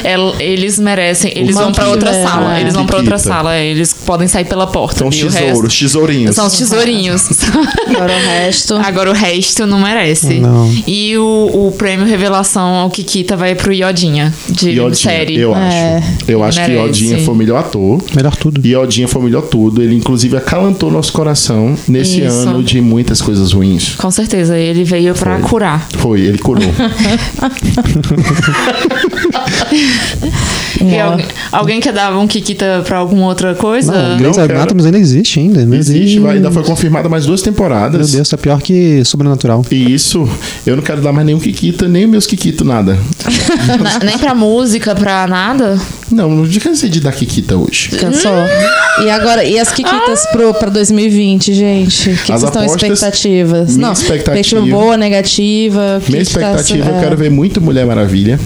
Speaker 4: eu- el- eles merecem. Eles vão pra outra
Speaker 1: Mantiveram,
Speaker 4: sala.
Speaker 1: é.
Speaker 4: Eles vão pra outra
Speaker 2: Chiquita.
Speaker 4: sala. Eles podem sair pela porta.
Speaker 2: São os
Speaker 4: e o resto-
Speaker 2: tesouros, tesourinhos.
Speaker 4: São os tesourinhos.
Speaker 1: Agora
Speaker 4: [LAUGHS]
Speaker 1: o resto.
Speaker 4: Agora o resto não merece.
Speaker 3: Não.
Speaker 4: E o, o prêmio revelação ao Kikita vai pro Iodinha de
Speaker 2: Iodinha,
Speaker 4: série.
Speaker 2: eu
Speaker 1: É.
Speaker 2: acho. Eu acho que
Speaker 4: Merece.
Speaker 2: Iodinha foi o melhor ator.
Speaker 3: Melhor tudo.
Speaker 2: E Iodinha foi o melhor tudo. Ele, inclusive, acalantou nosso coração nesse
Speaker 4: Isso.
Speaker 2: ano de muitas coisas ruins.
Speaker 4: Com certeza, ele veio pra
Speaker 2: Foi.
Speaker 4: curar.
Speaker 2: Foi, ele
Speaker 4: [LAUGHS]
Speaker 2: curou.
Speaker 4: E alguém, alguém quer dar um Kikita pra alguma outra coisa?
Speaker 3: Não, Grey's
Speaker 2: Não, cara.
Speaker 3: Anatomy ainda existe ainda. Meu
Speaker 2: Existe,
Speaker 3: Deus.
Speaker 2: vai- ainda foi confirmada mais duas temporadas.
Speaker 3: Meu Deus, tá pior que Sobrenatural.
Speaker 2: E isso, eu não quero dar mais nenhum Kikita, nem meus Kikito, nada.
Speaker 4: Na- nem pra música, pra nada?
Speaker 2: Não, não cansei de dar Kikita hoje.
Speaker 1: Cansou.
Speaker 2: Hum.
Speaker 1: E agora, e as quiquitas pro, pra 2020, gente? O que
Speaker 2: Ah. As
Speaker 1: vocês estão
Speaker 2: apostas-
Speaker 1: expectativas?
Speaker 2: Minha
Speaker 1: não,
Speaker 2: expectativa-
Speaker 1: boa, negativa. o que
Speaker 2: Minha
Speaker 1: que tá-
Speaker 2: expectativa,
Speaker 1: é. Ah.
Speaker 2: eu quero ver muito Mulher Maravilha.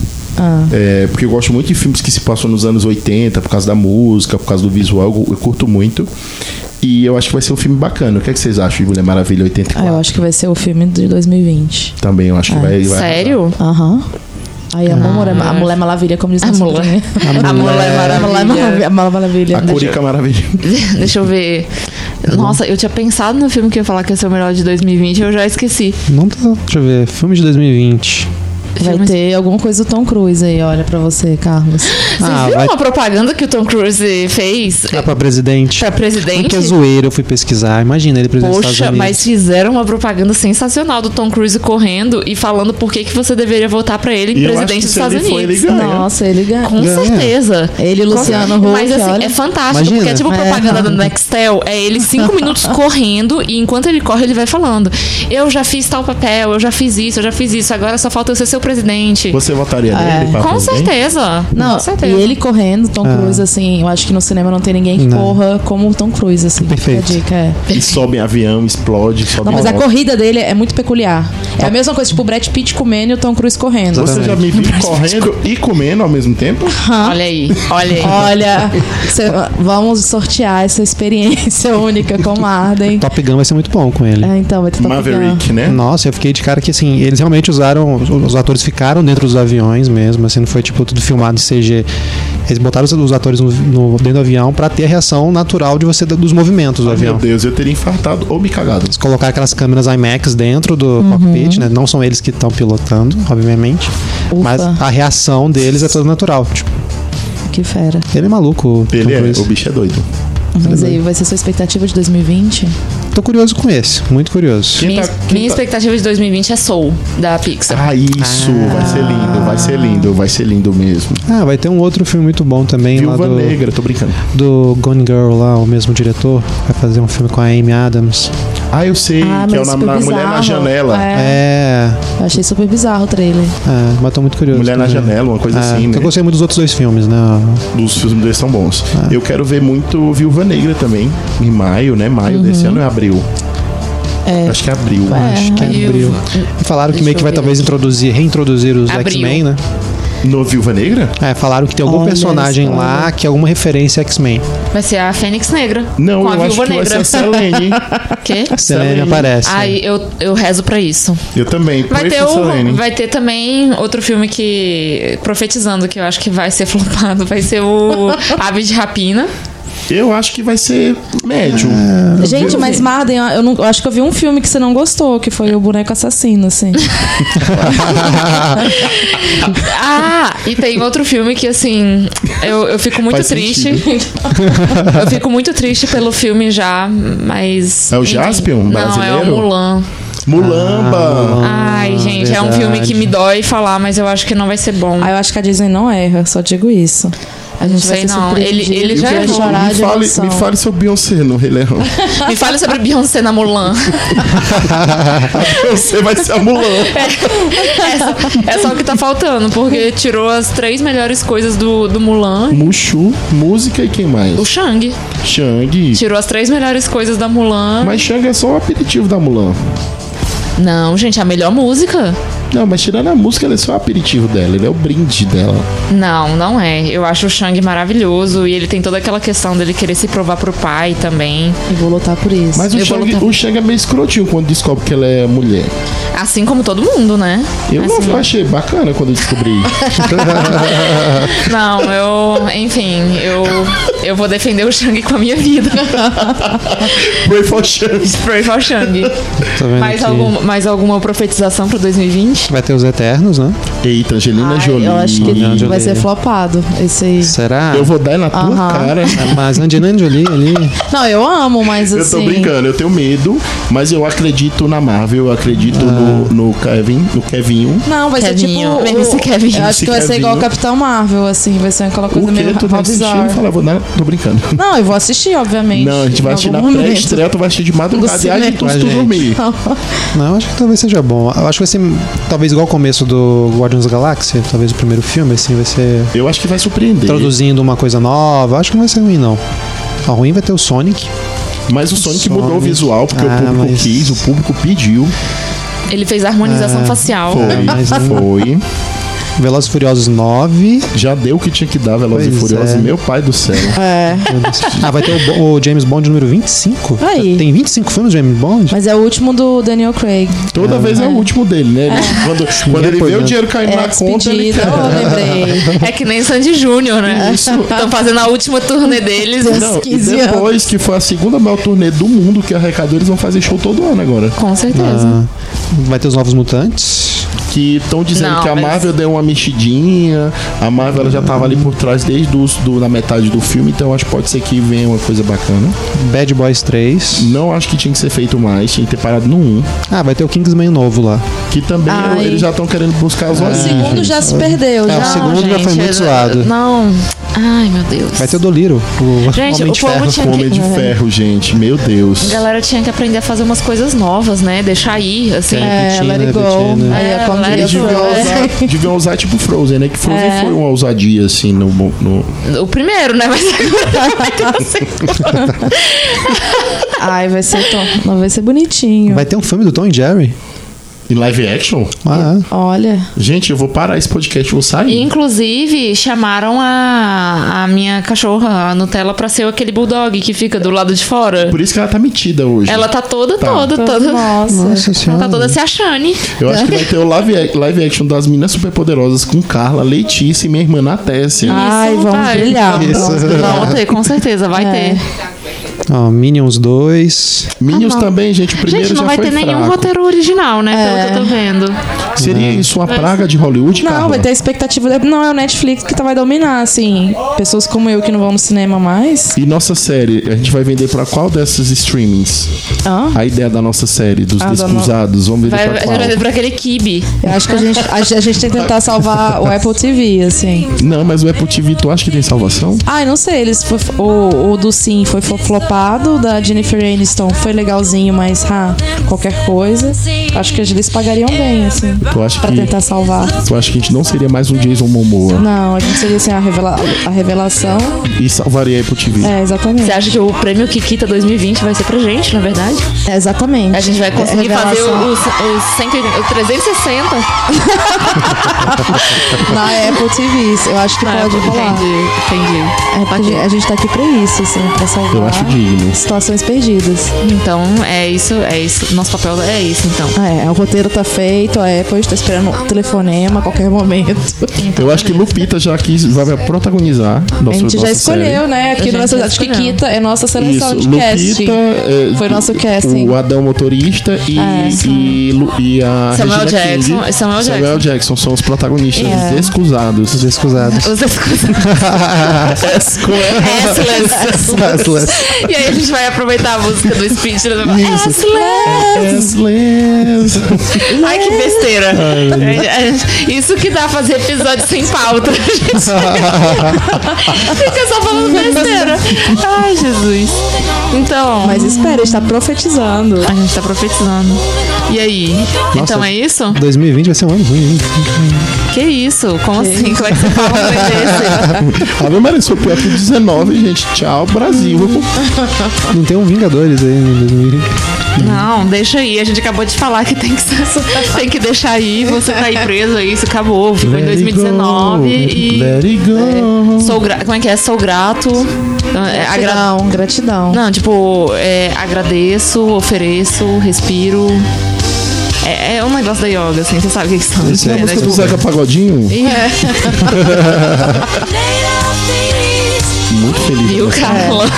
Speaker 2: É, porque eu gosto muito de filmes que se passam nos anos 80, por causa da música, por causa do visual, eu, eu curto muito. E eu acho que vai ser um filme bacana. O que, é que vocês acham de Mulher Maravilha
Speaker 1: Ah,
Speaker 2: 84?
Speaker 1: eu acho que vai ser o filme de 2020.
Speaker 2: Também eu acho que vai, vai.
Speaker 4: Sério? [LAUGHS]
Speaker 1: Aham. Aí a, mulher,
Speaker 2: Ah.
Speaker 1: a mulher maravilha, como diz
Speaker 4: A
Speaker 1: nosso
Speaker 4: mulher.
Speaker 1: sobrinho.
Speaker 4: A mulher
Speaker 1: A mulher maravilha.
Speaker 4: maravilha.
Speaker 1: A mulher maravilha.
Speaker 2: A Curica Maravilha. [LAUGHS]
Speaker 4: Deixa eu ver. Nossa, eu tinha pensado no filme que eu ia falar que ia ser o melhor de 2020 e eu já esqueci.
Speaker 3: Não tá. Deixa eu ver. Filme de 2020.
Speaker 1: Vai
Speaker 4: Filmes-
Speaker 1: ter alguma coisa do Tom Cruise aí, olha, pra você, Carlos.
Speaker 4: Vocês
Speaker 3: Ah,
Speaker 4: viram
Speaker 3: vai-
Speaker 4: uma propaganda que o Tom Cruise fez
Speaker 3: Ah, pra presidente.
Speaker 4: pra presidente?
Speaker 3: Porque é zoeira, eu fui pesquisar. Imagina ele presidente dos
Speaker 4: Poxa,
Speaker 3: Estados Unidos.
Speaker 4: mas fizeram uma propaganda sensacional do Tom Cruise correndo e falando por que, que você deveria votar pra ele
Speaker 2: E eu acho
Speaker 4: presidente
Speaker 2: que
Speaker 4: dos
Speaker 2: se
Speaker 4: Estados
Speaker 2: ele foi, ele
Speaker 4: Unidos.
Speaker 2: ganha.
Speaker 1: Nossa, ele ganha.
Speaker 4: Com
Speaker 3: Ganha.
Speaker 4: certeza.
Speaker 1: É. Ele e
Speaker 4: Com
Speaker 1: Luciano
Speaker 4: certeza.
Speaker 1: Huck,
Speaker 4: Mas assim,
Speaker 1: olha.
Speaker 4: é fantástico,
Speaker 3: Imagina.
Speaker 4: porque é tipo
Speaker 1: É.
Speaker 4: propaganda da Nextel. É
Speaker 1: [LAUGHS]
Speaker 4: ele cinco minutos correndo e enquanto ele corre, ele vai falando. Eu já fiz tal papel, eu já fiz isso, eu já fiz isso, agora só falta eu ser seu presidente.
Speaker 2: Você votaria
Speaker 1: É.
Speaker 2: nele? pra
Speaker 4: Com
Speaker 2: presidente?
Speaker 4: certeza.
Speaker 1: Não,
Speaker 4: com certeza.
Speaker 1: e ele correndo,
Speaker 2: Ah.
Speaker 1: Tom Cruise, assim, eu acho que no cinema não tem ninguém que
Speaker 3: Não.
Speaker 1: corra como o Tom Cruise, assim. Fica
Speaker 3: Perfeito.
Speaker 1: A dica é.
Speaker 2: E sobe em avião, explode, sobe
Speaker 1: Não, mas a
Speaker 2: moto.
Speaker 1: corrida dele é muito peculiar. É
Speaker 2: Tá.
Speaker 1: a mesma coisa, tipo, o Brad Pitt comendo e o Tom Cruise correndo.
Speaker 2: Você já me viu correndo e comendo ao mesmo tempo?
Speaker 4: Olha aí, olha aí.
Speaker 2: [LAUGHS]
Speaker 1: Olha, cê- vamos sortear essa experiência [LAUGHS] única com Arden.
Speaker 3: Top Gun vai ser muito bom com ele.
Speaker 1: É, então, vai ter Top Gun.
Speaker 2: Maverick, né?
Speaker 3: Nossa, eu fiquei de cara que assim, eles realmente usaram, os- os atores ficaram dentro dos aviões mesmo, assim, não foi tipo tudo filmado em CG. Eles botaram os- os atores no, no- dentro do avião pra ter a reação natural de você dos movimentos do
Speaker 2: Meu
Speaker 3: avião. Então,
Speaker 2: Deus, eu teria infartado ou me cagado.
Speaker 3: Eles colocaram aquelas câmeras IMAX dentro do cockpit, né? Não são eles que estão pilotando, obviamente.
Speaker 1: Ufa.
Speaker 3: Mas a reação deles é toda natural. Tipo,
Speaker 1: Que fera.
Speaker 3: ele é maluco. o
Speaker 2: Ele
Speaker 3: Tom
Speaker 2: é,
Speaker 3: Cruise.
Speaker 2: o bicho é doido.
Speaker 1: Mas aí, vai ser sua expectativa de 2020?
Speaker 3: Tô curioso com esse, muito curioso.
Speaker 2: Quem
Speaker 4: Minha,
Speaker 2: tá- quem
Speaker 4: minha
Speaker 2: tá-
Speaker 4: expectativa de 2020 é Soul, da Pixar.
Speaker 2: Ah, isso, vai ser lindo, vai ser lindo, vai ser lindo mesmo.
Speaker 3: Ah, vai ter um outro filme muito bom também
Speaker 2: Viúva
Speaker 3: lá do,
Speaker 2: Negra, tô brincando.
Speaker 3: do Gone Girl lá, o mesmo diretor. Vai fazer um filme com a Amy Adams.
Speaker 2: Ah, eu sei,
Speaker 1: Ah,
Speaker 2: que é o
Speaker 1: mas
Speaker 2: nome
Speaker 1: super
Speaker 2: da Mulher na
Speaker 1: bizarro.
Speaker 2: Janela.
Speaker 1: É.
Speaker 3: É,
Speaker 1: Eu achei super bizarro o trailer.
Speaker 3: é, mas tô muito curioso.
Speaker 2: Mulher na
Speaker 3: também.
Speaker 2: Janela, uma coisa
Speaker 3: É,
Speaker 2: assim,
Speaker 3: porque
Speaker 2: né?
Speaker 3: Eu gostei muito dos outros dois filmes, né?
Speaker 2: Os filmes deles são bons. Eu quero ver muito Viúva Negra também, em maio, né? Maio desse ano é abril.
Speaker 1: É.
Speaker 2: Acho que é abril.
Speaker 3: Acho que é abril. E falaram que
Speaker 4: Deixa
Speaker 3: meio que
Speaker 4: Ah, eu
Speaker 3: vai
Speaker 4: ver
Speaker 3: talvez introduzir, reintroduzir os
Speaker 4: Abril.
Speaker 3: X-Men, né?
Speaker 2: No Viúva Negra?
Speaker 3: É, falaram que tem algum
Speaker 1: Olha
Speaker 3: personagem
Speaker 1: só.
Speaker 3: lá que é alguma referência a X-Men.
Speaker 4: Vai ser a Fênix Negra.
Speaker 2: Ah. Não,
Speaker 4: com a
Speaker 2: eu acho
Speaker 4: Viúva
Speaker 2: que vai ser
Speaker 4: Negra.
Speaker 2: a
Speaker 4: [LAUGHS]
Speaker 2: Selene. hein?
Speaker 4: Quê?
Speaker 3: Selene
Speaker 2: Selene.
Speaker 3: aparece.
Speaker 4: Ai, eu, eu rezo pra isso.
Speaker 2: Eu também.
Speaker 4: Vai
Speaker 2: Põe
Speaker 4: ter,
Speaker 2: essa
Speaker 4: o,
Speaker 2: Selene.
Speaker 4: vai ter também outro filme que. Profetizando, que eu acho que vai ser [LAUGHS] flopado. Vai
Speaker 2: [LAUGHS]
Speaker 4: ser o Ave de Rapina.
Speaker 2: Eu acho que vai ser médio.
Speaker 1: Ah. Gente,
Speaker 2: Eu-
Speaker 1: mas Marden, eu, não, eu acho que eu vi um filme que você não gostou, que foi o Boneco Assassino,
Speaker 2: [LAUGHS]
Speaker 1: assim.
Speaker 4: Ah, e tem outro filme que, assim. Eu, eu fico muito
Speaker 2: Faz
Speaker 4: triste. [LAUGHS] eu fico muito triste pelo filme já, mas.
Speaker 2: É o
Speaker 4: enfim.
Speaker 2: Jaspion,
Speaker 4: Não, é
Speaker 2: brasileiro? Ah,
Speaker 4: o Mulan.
Speaker 2: Mulamba.
Speaker 4: Ai,
Speaker 3: Então,
Speaker 4: gente, é um filme que me dói falar, mas eu acho que não vai ser bom.
Speaker 2: Ah,
Speaker 1: Aí eu acho que a Disney não erra, só digo isso. A gente vai
Speaker 4: Sei
Speaker 1: ser
Speaker 4: não, ele-
Speaker 1: surpreendido,
Speaker 4: ele já
Speaker 1: vai
Speaker 4: errou.
Speaker 1: chorar
Speaker 2: me,
Speaker 1: de
Speaker 2: fale,
Speaker 1: emoção.
Speaker 2: me fale sobre Beyoncé no Rei Leão.
Speaker 4: Me fala
Speaker 2: Ah.
Speaker 4: sobre Beyoncé
Speaker 2: [LAUGHS]
Speaker 4: na Mulan.
Speaker 2: Beyoncé vai ser a Mulan.
Speaker 4: É só o que tá faltando, porque tirou as três melhores coisas do, do Mulan.
Speaker 2: Mushu, música e quem mais?
Speaker 4: O Shang.
Speaker 2: Shang.
Speaker 4: Tirou as três melhores coisas da Mulan.
Speaker 2: Mas Shang é só o aperitivo da Mulan.
Speaker 4: Não, gente, a melhor música?
Speaker 2: Não, mas tirando a música, ele é só o aperitivo dela, ele é o brinde dela.
Speaker 4: Não, não é. Eu acho o Shang maravilhoso. E ele tem toda aquela questão dele querer se provar pro pai também.
Speaker 1: E vou lutar por isso.
Speaker 2: Mas o
Speaker 4: Eu vou
Speaker 2: Shang,
Speaker 4: lutar.
Speaker 2: o Shang é meio escrotinho quando descobre que ela é mulher.
Speaker 4: Assim como todo mundo, né?
Speaker 2: Eu não-
Speaker 4: Assim,
Speaker 2: eu achei bacana quando eu [LAUGHS] descobri.
Speaker 4: Não, eu. Enfim, eu. Eu vou defender o Shang com a minha vida. [LAUGHS]
Speaker 2: Pray for Shang.
Speaker 4: Pray for Shang.
Speaker 3: Tô vendo
Speaker 4: Mais,
Speaker 3: aqui.
Speaker 4: algum, mais alguma profetização pra 2020?
Speaker 3: Vai ter os Eternos, né?
Speaker 2: Eita, Angelina
Speaker 1: Ai,
Speaker 2: Jolie.
Speaker 1: eu acho que
Speaker 3: Angelina
Speaker 1: vai
Speaker 3: Jolie.
Speaker 1: ser flopado esse aí.
Speaker 3: Será? É,
Speaker 2: Eu vou dar na tua
Speaker 1: Aham.
Speaker 2: cara.
Speaker 3: Mas Angelina Jolie ali.
Speaker 1: Não, eu amo, mas
Speaker 2: Eu
Speaker 1: assim...
Speaker 2: tô brincando, eu tenho medo, mas eu acredito na Marvel, eu acredito no, no Kevin, um. no Kevinho.
Speaker 1: Não, vai
Speaker 4: Kevinho.
Speaker 1: ser tipo...
Speaker 4: Esse
Speaker 1: o-
Speaker 4: Kevinho.
Speaker 1: Eu acho que vai ser igual o Capitão Marvel, assim. Vai ser aquela
Speaker 2: O
Speaker 1: coisa meio
Speaker 2: que tu tá assistindo?
Speaker 1: bizarra.
Speaker 2: Fala, vou dar, tô brincando.
Speaker 1: Não, eu vou assistir, obviamente.
Speaker 2: Não, a gente vai
Speaker 1: em
Speaker 2: assistir na
Speaker 1: algum momento.
Speaker 2: pré-estreia, tu vai assistir de madrugada
Speaker 1: No
Speaker 2: e aí tu,
Speaker 1: cinema.
Speaker 2: tu
Speaker 3: Gente.
Speaker 2: dormir.
Speaker 3: Não, acho que talvez seja bom. Eu acho que vai ser talvez igual o começo do Guardians da Galáxia, talvez o primeiro filme, assim, vai ser
Speaker 2: Eu acho que vai surpreender.
Speaker 3: traduzindo uma coisa nova. Acho que não vai ser ruim, não. A ruim vai ter o Sonic.
Speaker 2: Mas o Sonic,
Speaker 3: Sonic.
Speaker 2: mudou o visual, porque
Speaker 3: Ah,
Speaker 2: o público
Speaker 3: mas-
Speaker 2: quis, o público pediu.
Speaker 4: Ele fez a harmonização facial.
Speaker 2: É, Foi,
Speaker 3: mas não-
Speaker 2: foi.
Speaker 3: Velozes e Furiosos 9.
Speaker 2: Já deu o que tinha que dar, Velozes e
Speaker 3: Pois
Speaker 2: Furiosos,
Speaker 3: é.
Speaker 2: meu pai do céu.
Speaker 1: [LAUGHS] É.
Speaker 3: Ah, vai ter o, Bo- o James Bond número 25?
Speaker 1: Aí.
Speaker 3: Tem 25 filmes James Bond?
Speaker 1: Mas é o último do Daniel Craig.
Speaker 2: Toda vez é o último dele, né? Ele-
Speaker 3: [LAUGHS]
Speaker 2: Quando, quando ele vê
Speaker 3: pois
Speaker 2: o
Speaker 3: Ah. é.
Speaker 2: dinheiro caindo
Speaker 1: É
Speaker 2: na conta, né, ele
Speaker 1: despedida.
Speaker 2: quer. [LAUGHS]
Speaker 1: Oh, lembrei.
Speaker 4: É que nem Sandy Júnior, né?
Speaker 2: Isso.
Speaker 4: Estão fazendo a última turnê deles.
Speaker 2: Não, e
Speaker 1: 15 anos.
Speaker 2: depois que foi a segunda maior turnê do mundo que arrecadou, eles vão fazer show todo ano agora.
Speaker 4: Com certeza.
Speaker 3: Ah, vai ter os Novos Mutantes.
Speaker 2: que estão dizendo
Speaker 4: Não,
Speaker 2: que a
Speaker 4: mas-
Speaker 2: Marvel deu uma mexidinha, a Marvel ela já tava ali por trás desde os- do, na metade do filme, então acho que pode ser que venha uma coisa bacana.
Speaker 3: Bad Boys 3.
Speaker 2: Não acho que tinha que ser feito mais, tinha que ter parado no 1,
Speaker 3: Ah, vai ter o Kingsman novo lá.
Speaker 2: que também
Speaker 1: Ai.
Speaker 2: eles já estão querendo buscar as
Speaker 1: O
Speaker 2: origens.
Speaker 1: segundo já se perdeu.
Speaker 3: É, o
Speaker 1: já.
Speaker 3: segundo- já foi muito
Speaker 4: eu-
Speaker 3: zoado.
Speaker 4: Não. Ai, meu Deus.
Speaker 3: Vai ter o Doliro. O
Speaker 4: Gente,
Speaker 3: Homem
Speaker 4: o
Speaker 3: de
Speaker 4: povo
Speaker 3: Ferro.
Speaker 4: tinha que-
Speaker 2: Homem de Ferro, gente, meu Deus.
Speaker 4: A galera tinha que aprender a fazer umas coisas novas, né? Deixar ir, assim.
Speaker 1: É,
Speaker 3: Repetir,
Speaker 1: let
Speaker 3: né,
Speaker 1: it go.
Speaker 3: repetir, né?
Speaker 1: Aí
Speaker 4: É,
Speaker 1: a
Speaker 4: let
Speaker 1: Pandora
Speaker 4: it
Speaker 2: Deviam
Speaker 4: go.
Speaker 1: foi-
Speaker 4: [LAUGHS]
Speaker 2: usar, deviam usar tipo Frozen, né? Que Frozen
Speaker 4: É.
Speaker 2: foi uma ousadia, assim, no, no-
Speaker 4: O primeiro, né? [LAUGHS] Mas agora vai ter o segundo.
Speaker 1: Ai, vai ser tom. Não vai ser bonitinho.
Speaker 3: Vai ter um filme do Tom e Jerry?
Speaker 2: em live action.
Speaker 3: Ah,
Speaker 1: Olha.
Speaker 2: Gente, eu vou parar esse podcast, eu vou
Speaker 4: E,
Speaker 2: sair.
Speaker 4: [LAUGHS] Inclusive, chamaram a, a minha cachorra, a Nutella, pra ser aquele bulldog que fica do lado de fora.
Speaker 2: Por isso que ela tá metida hoje.
Speaker 4: Ela tá toda,
Speaker 2: Tá.
Speaker 4: toda, toda.
Speaker 1: Nossa.
Speaker 3: nossa senhora.
Speaker 4: Tá toda se achando.
Speaker 2: Eu acho que vai ter o live, ac- live action das meninas superpoderosas com Carla, Letícia e minha irmã Natécia.
Speaker 1: Ai, vamos
Speaker 4: vai.
Speaker 1: brilhar.
Speaker 3: Isso.
Speaker 1: Vamos brilhar.
Speaker 4: Vão ter, com certeza, vai
Speaker 1: É.
Speaker 4: ter.
Speaker 3: Ó, Minions 2.
Speaker 1: tá
Speaker 2: Minions
Speaker 4: Ah, não.
Speaker 2: também, gente. O primeiro
Speaker 4: Gente, não
Speaker 2: já
Speaker 4: vai
Speaker 2: foi
Speaker 4: ter nenhum
Speaker 2: fraco.
Speaker 4: roteiro original, né? Pelo que eu tô vendo.
Speaker 2: Seria isso uma praga de Hollywood,
Speaker 1: Não,
Speaker 2: Carla?
Speaker 1: vai ter a expectativa. de- Não, é o Netflix que tá, vai dominar, assim. Pessoas como eu que não vão no cinema mais.
Speaker 2: E nossa série, a gente vai vender pra qual dessas streamings?
Speaker 1: Ah,
Speaker 2: A ideia da nossa série, dos
Speaker 1: Ah, da no-
Speaker 2: descusados, vamos
Speaker 4: Vai,
Speaker 2: vender pra
Speaker 4: vai,
Speaker 2: qual?
Speaker 4: vai pra aquele kibe.
Speaker 1: eu acho que a gente, a, gente- a gente tem que tentar salvar o Apple TV, assim.
Speaker 2: Não, mas o Apple TV, tu acha que tem salvação?
Speaker 1: Ai, não sei, eles foi, o, o do Sim foi fo- flopado, o da Jennifer Aniston foi legalzinho, mas ah, qualquer coisa. Acho que eles pagariam bem, assim,
Speaker 2: Tu acha
Speaker 1: pra
Speaker 2: que-
Speaker 1: tentar salvar.
Speaker 2: Tu acha que a gente não seria mais um Jason Momoa
Speaker 1: Não, a gente seria assim, a, revela a revelação.
Speaker 2: e salvaria a Apple TV?
Speaker 1: É, exatamente.
Speaker 4: Você acha que o prêmio Kikita 2020 vai ser pra gente, na verdade?
Speaker 1: É, exatamente.
Speaker 4: A gente vai conseguir fazer
Speaker 1: Revelação.
Speaker 4: os, os 180, os 360
Speaker 1: na Apple TV. Eu acho que
Speaker 4: na
Speaker 1: pode
Speaker 4: época.
Speaker 1: rolar.
Speaker 4: Entendi, entendi.
Speaker 1: É porque a gente tá aqui pra isso, assim, pra salvar
Speaker 2: Eu acho digno.
Speaker 1: situações perdidas.
Speaker 4: Então, é isso, é isso. Nosso papel é isso, então.
Speaker 1: Ah, É, o roteiro tá feito, a Apple está esperando o telefonema a qualquer momento.
Speaker 2: Eu acho que Lupita já quis, vai protagonizar
Speaker 1: A
Speaker 2: nossa,
Speaker 1: gente já
Speaker 2: nossa
Speaker 1: escolheu,
Speaker 2: série.
Speaker 1: né? Aqui no
Speaker 4: A gente
Speaker 1: nosso,
Speaker 4: já
Speaker 1: acho que
Speaker 4: escolheu.
Speaker 1: Kita é nossa seleção de casting.
Speaker 2: é,
Speaker 1: Foi nosso casting. Ah, é.
Speaker 2: O Adão Motorista e, e, Lu- e a
Speaker 4: Samuel
Speaker 2: Regina
Speaker 4: Jackson- é
Speaker 2: King.
Speaker 4: Samuel
Speaker 2: Samuel Jackson são os protagonistas
Speaker 1: É.
Speaker 3: Os
Speaker 2: descusados.
Speaker 3: Descusados.
Speaker 4: Os Assless. [LAUGHS] E aí a gente vai aproveitar a música do Speed. né?
Speaker 2: Descusados.
Speaker 4: Ai, que besteira. Isso que dá fazer episódio sem pauta. gente. Fica só falando besteira. Ai, Jesus. Então,
Speaker 1: Mas espera, a gente tá profetizando.
Speaker 4: a gente tá profetizando. E aí? Então é isso?
Speaker 3: 2020 vai ser um ano ruim, hein?
Speaker 4: Que isso? Como assim? Como é que você fala um trem [LAUGHS] desse?
Speaker 2: Ave Maria, sou pior que 19, gente. Tchau, Brasil.
Speaker 1: É.
Speaker 3: Não tem um Vingadores aí em 2020.
Speaker 4: Não, deixa aí. A gente acabou de falar que tem que, ser- assim. tem que deixar aí. Você tá aí preso aí. Isso acabou. Ficou em 2019 e...
Speaker 2: Let it go.
Speaker 4: Sou gra... Como é que é? Sou grato. É, agra-
Speaker 1: Gratidão, gratidão.
Speaker 4: Não, tipo, é, agradeço, ofereço, respiro. É, é um negócio da yoga, assim, você sabe o que que são.
Speaker 2: Isso é a
Speaker 4: né?
Speaker 2: música do
Speaker 4: Tipo,
Speaker 2: Zeca Pagodinho?
Speaker 4: é.
Speaker 2: Muito feliz.
Speaker 4: E o Carla.
Speaker 1: É.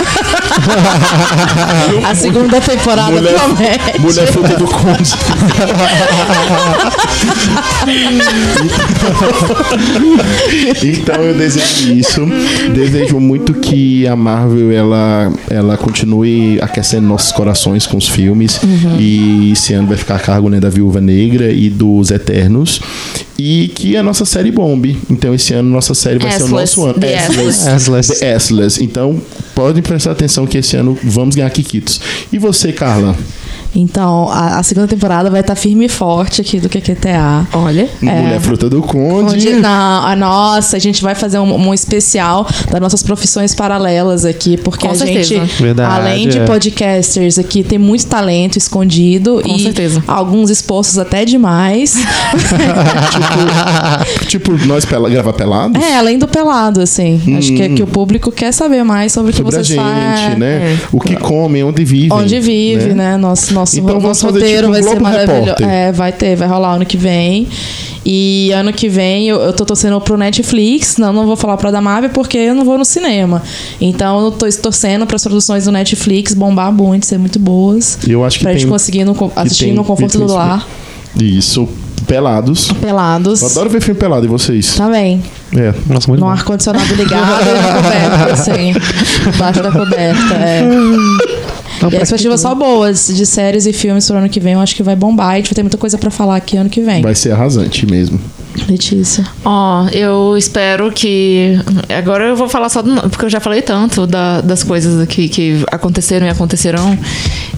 Speaker 1: [LAUGHS] A segunda temporada
Speaker 2: Mulher-
Speaker 1: promete.
Speaker 2: [LAUGHS] Mulher fruta do Conde. então eu desejo isso. Desejo muito que a Marvel ela, ela continue aquecendo nossos corações com os filmes.
Speaker 4: Uhum.
Speaker 2: E esse ano vai ficar a cargo né, da Viúva Negra e dos Eternos. E que a nossa série bombe. Então esse ano nossa série vai ser o
Speaker 4: Assless.
Speaker 2: nosso ano.
Speaker 4: The Assless.
Speaker 3: Assless.
Speaker 2: The Assless. Então podem prestar atenção que esse ano vamos ganhar Kikitos. E você, Carla?
Speaker 1: Então, a, a segunda temporada vai estar firme e forte aqui do é QQTA.
Speaker 4: Olha.
Speaker 2: Mulher Fruta do Conde.
Speaker 1: Onde, É. não, a nossa, a gente vai fazer um, um especial das nossas profissões paralelas aqui, porque
Speaker 4: Com
Speaker 1: a
Speaker 4: certeza.
Speaker 1: gente,
Speaker 3: Verdade,
Speaker 1: além de
Speaker 3: é.
Speaker 1: podcasters aqui, tem muito talento escondido
Speaker 4: Com
Speaker 1: e
Speaker 4: certeza.
Speaker 1: alguns expostos até demais. tá.
Speaker 2: [LAUGHS] Tipo, nós pela, gravar pelado?
Speaker 1: é, além do pelado, assim. Acho que, é que o público quer saber mais sobre o que
Speaker 2: Sobre a
Speaker 1: vocês
Speaker 2: gente,
Speaker 1: fazem.
Speaker 2: né? O que comem, onde vivem.
Speaker 1: é, Onde vive, né? Nosso, nosso,
Speaker 2: Então vamos
Speaker 1: nosso
Speaker 2: fazer
Speaker 1: roteiro
Speaker 2: tipo um
Speaker 1: vai ser
Speaker 2: Globo
Speaker 1: maravilhoso.
Speaker 2: Repórter.
Speaker 1: É, vai ter, vai rolar ano que vem. E ano que vem eu, eu tô torcendo pro Netflix. Não, não vou falar pra da Marvel porque eu não vou no cinema. Então eu tô torcendo pras produções do Netflix bombar muito, ser muito boas.
Speaker 2: Eu acho que
Speaker 1: pra gente
Speaker 2: tem-
Speaker 1: conseguir no co-
Speaker 2: E
Speaker 1: assistir
Speaker 2: tem-
Speaker 1: no
Speaker 2: e
Speaker 1: conforto
Speaker 2: tem
Speaker 1: do
Speaker 2: isso
Speaker 1: lar.
Speaker 2: mesmo. Isso. pelados.
Speaker 1: Pelados. Tá
Speaker 2: Eu adoro ver filme pelado, e vocês?
Speaker 1: Também.
Speaker 2: É.
Speaker 3: Nossa, muito
Speaker 1: Num
Speaker 3: bom.
Speaker 1: ar-condicionado ligado e na coberta, assim. Embaixo da coberta, é.
Speaker 3: Então,
Speaker 1: E
Speaker 3: pra-
Speaker 1: expectativas só boas de séries e filmes pro ano que vem. Eu acho que vai bombar. E a gente vai ter muita coisa pra falar aqui ano que vem.
Speaker 2: Vai ser arrasante mesmo.
Speaker 1: Letícia.
Speaker 4: Ó, eu espero que. Agora eu vou falar só do. Porque eu já falei tanto da- das coisas aqui que aconteceram e acontecerão.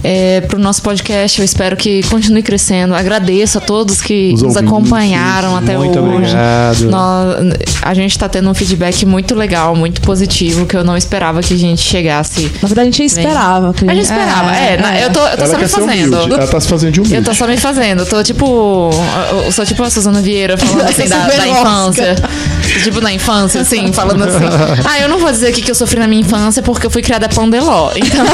Speaker 4: É, pro nosso podcast, eu espero que continue crescendo. Agradeço a todos que
Speaker 2: Os
Speaker 4: nos
Speaker 2: ouvintes,
Speaker 4: acompanharam até
Speaker 3: muito
Speaker 4: hoje.
Speaker 3: obrigado.
Speaker 4: Nó- a gente tá tendo um feedback muito legal, muito positivo, que eu não esperava que a gente chegasse.
Speaker 1: Na verdade, a gente esperava. que-
Speaker 4: A gente esperava, é.
Speaker 1: Ah,
Speaker 4: na- Eu tô, eu tô
Speaker 2: Ela
Speaker 4: só me
Speaker 2: quer ser
Speaker 4: fazendo.
Speaker 2: humilde. Ela tá se fazendo de humilde.
Speaker 4: Eu tô só me fazendo, eu tô tipo. Eu sou tipo a Suzana Vieira falando assim da,
Speaker 1: Super
Speaker 4: da
Speaker 1: Oscar.
Speaker 4: infância. Tipo na infância, assim, falando assim. Ah, eu não vou dizer o que que eu sofri na minha infância porque eu fui criada pandeló.
Speaker 2: [LAUGHS]
Speaker 4: Então.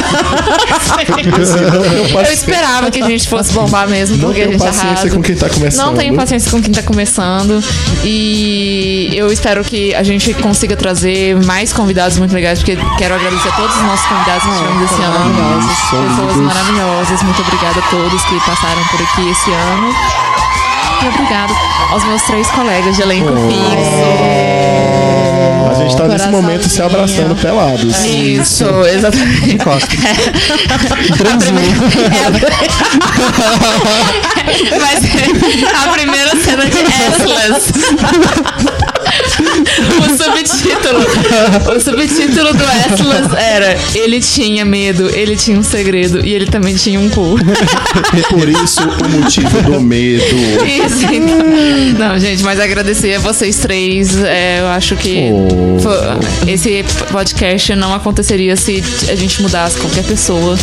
Speaker 4: [LAUGHS] eu esperava que a gente fosse bombar mesmo,
Speaker 2: Não
Speaker 4: porque a
Speaker 2: tenho
Speaker 4: gente
Speaker 2: paciência
Speaker 4: arrasa.
Speaker 2: com quem tá começando.
Speaker 4: Não tenho paciência com quem tá começando. E eu espero que a gente consiga trazer mais convidados muito legais, porque quero agradecer a todos os nossos convidados que tivemos esse ano.
Speaker 2: Ah, são
Speaker 4: Pessoas
Speaker 2: lindos.
Speaker 4: maravilhosas. Muito obrigada a todos que passaram por aqui esse ano. E obrigada aos meus três colegas de elenco
Speaker 2: Oh. A gente tá nesse
Speaker 1: Coraçãozinho.
Speaker 2: momento se abraçando pelados.
Speaker 4: fixo. Isso, exatamente. [LAUGHS] Vai ser a primeira cena de Atlas. O subtítulo. O subtítulo do Atlas era Ele tinha medo, ele tinha um segredo e ele também tinha um cu.
Speaker 2: Por isso, o motivo
Speaker 1: [LAUGHS]
Speaker 2: do medo.
Speaker 4: Isso, [LAUGHS] então. Não, gente, mas agradecer a vocês três. É, eu acho que
Speaker 2: Oh.
Speaker 4: fo- esse podcast não aconteceria se a gente mudasse qualquer pessoa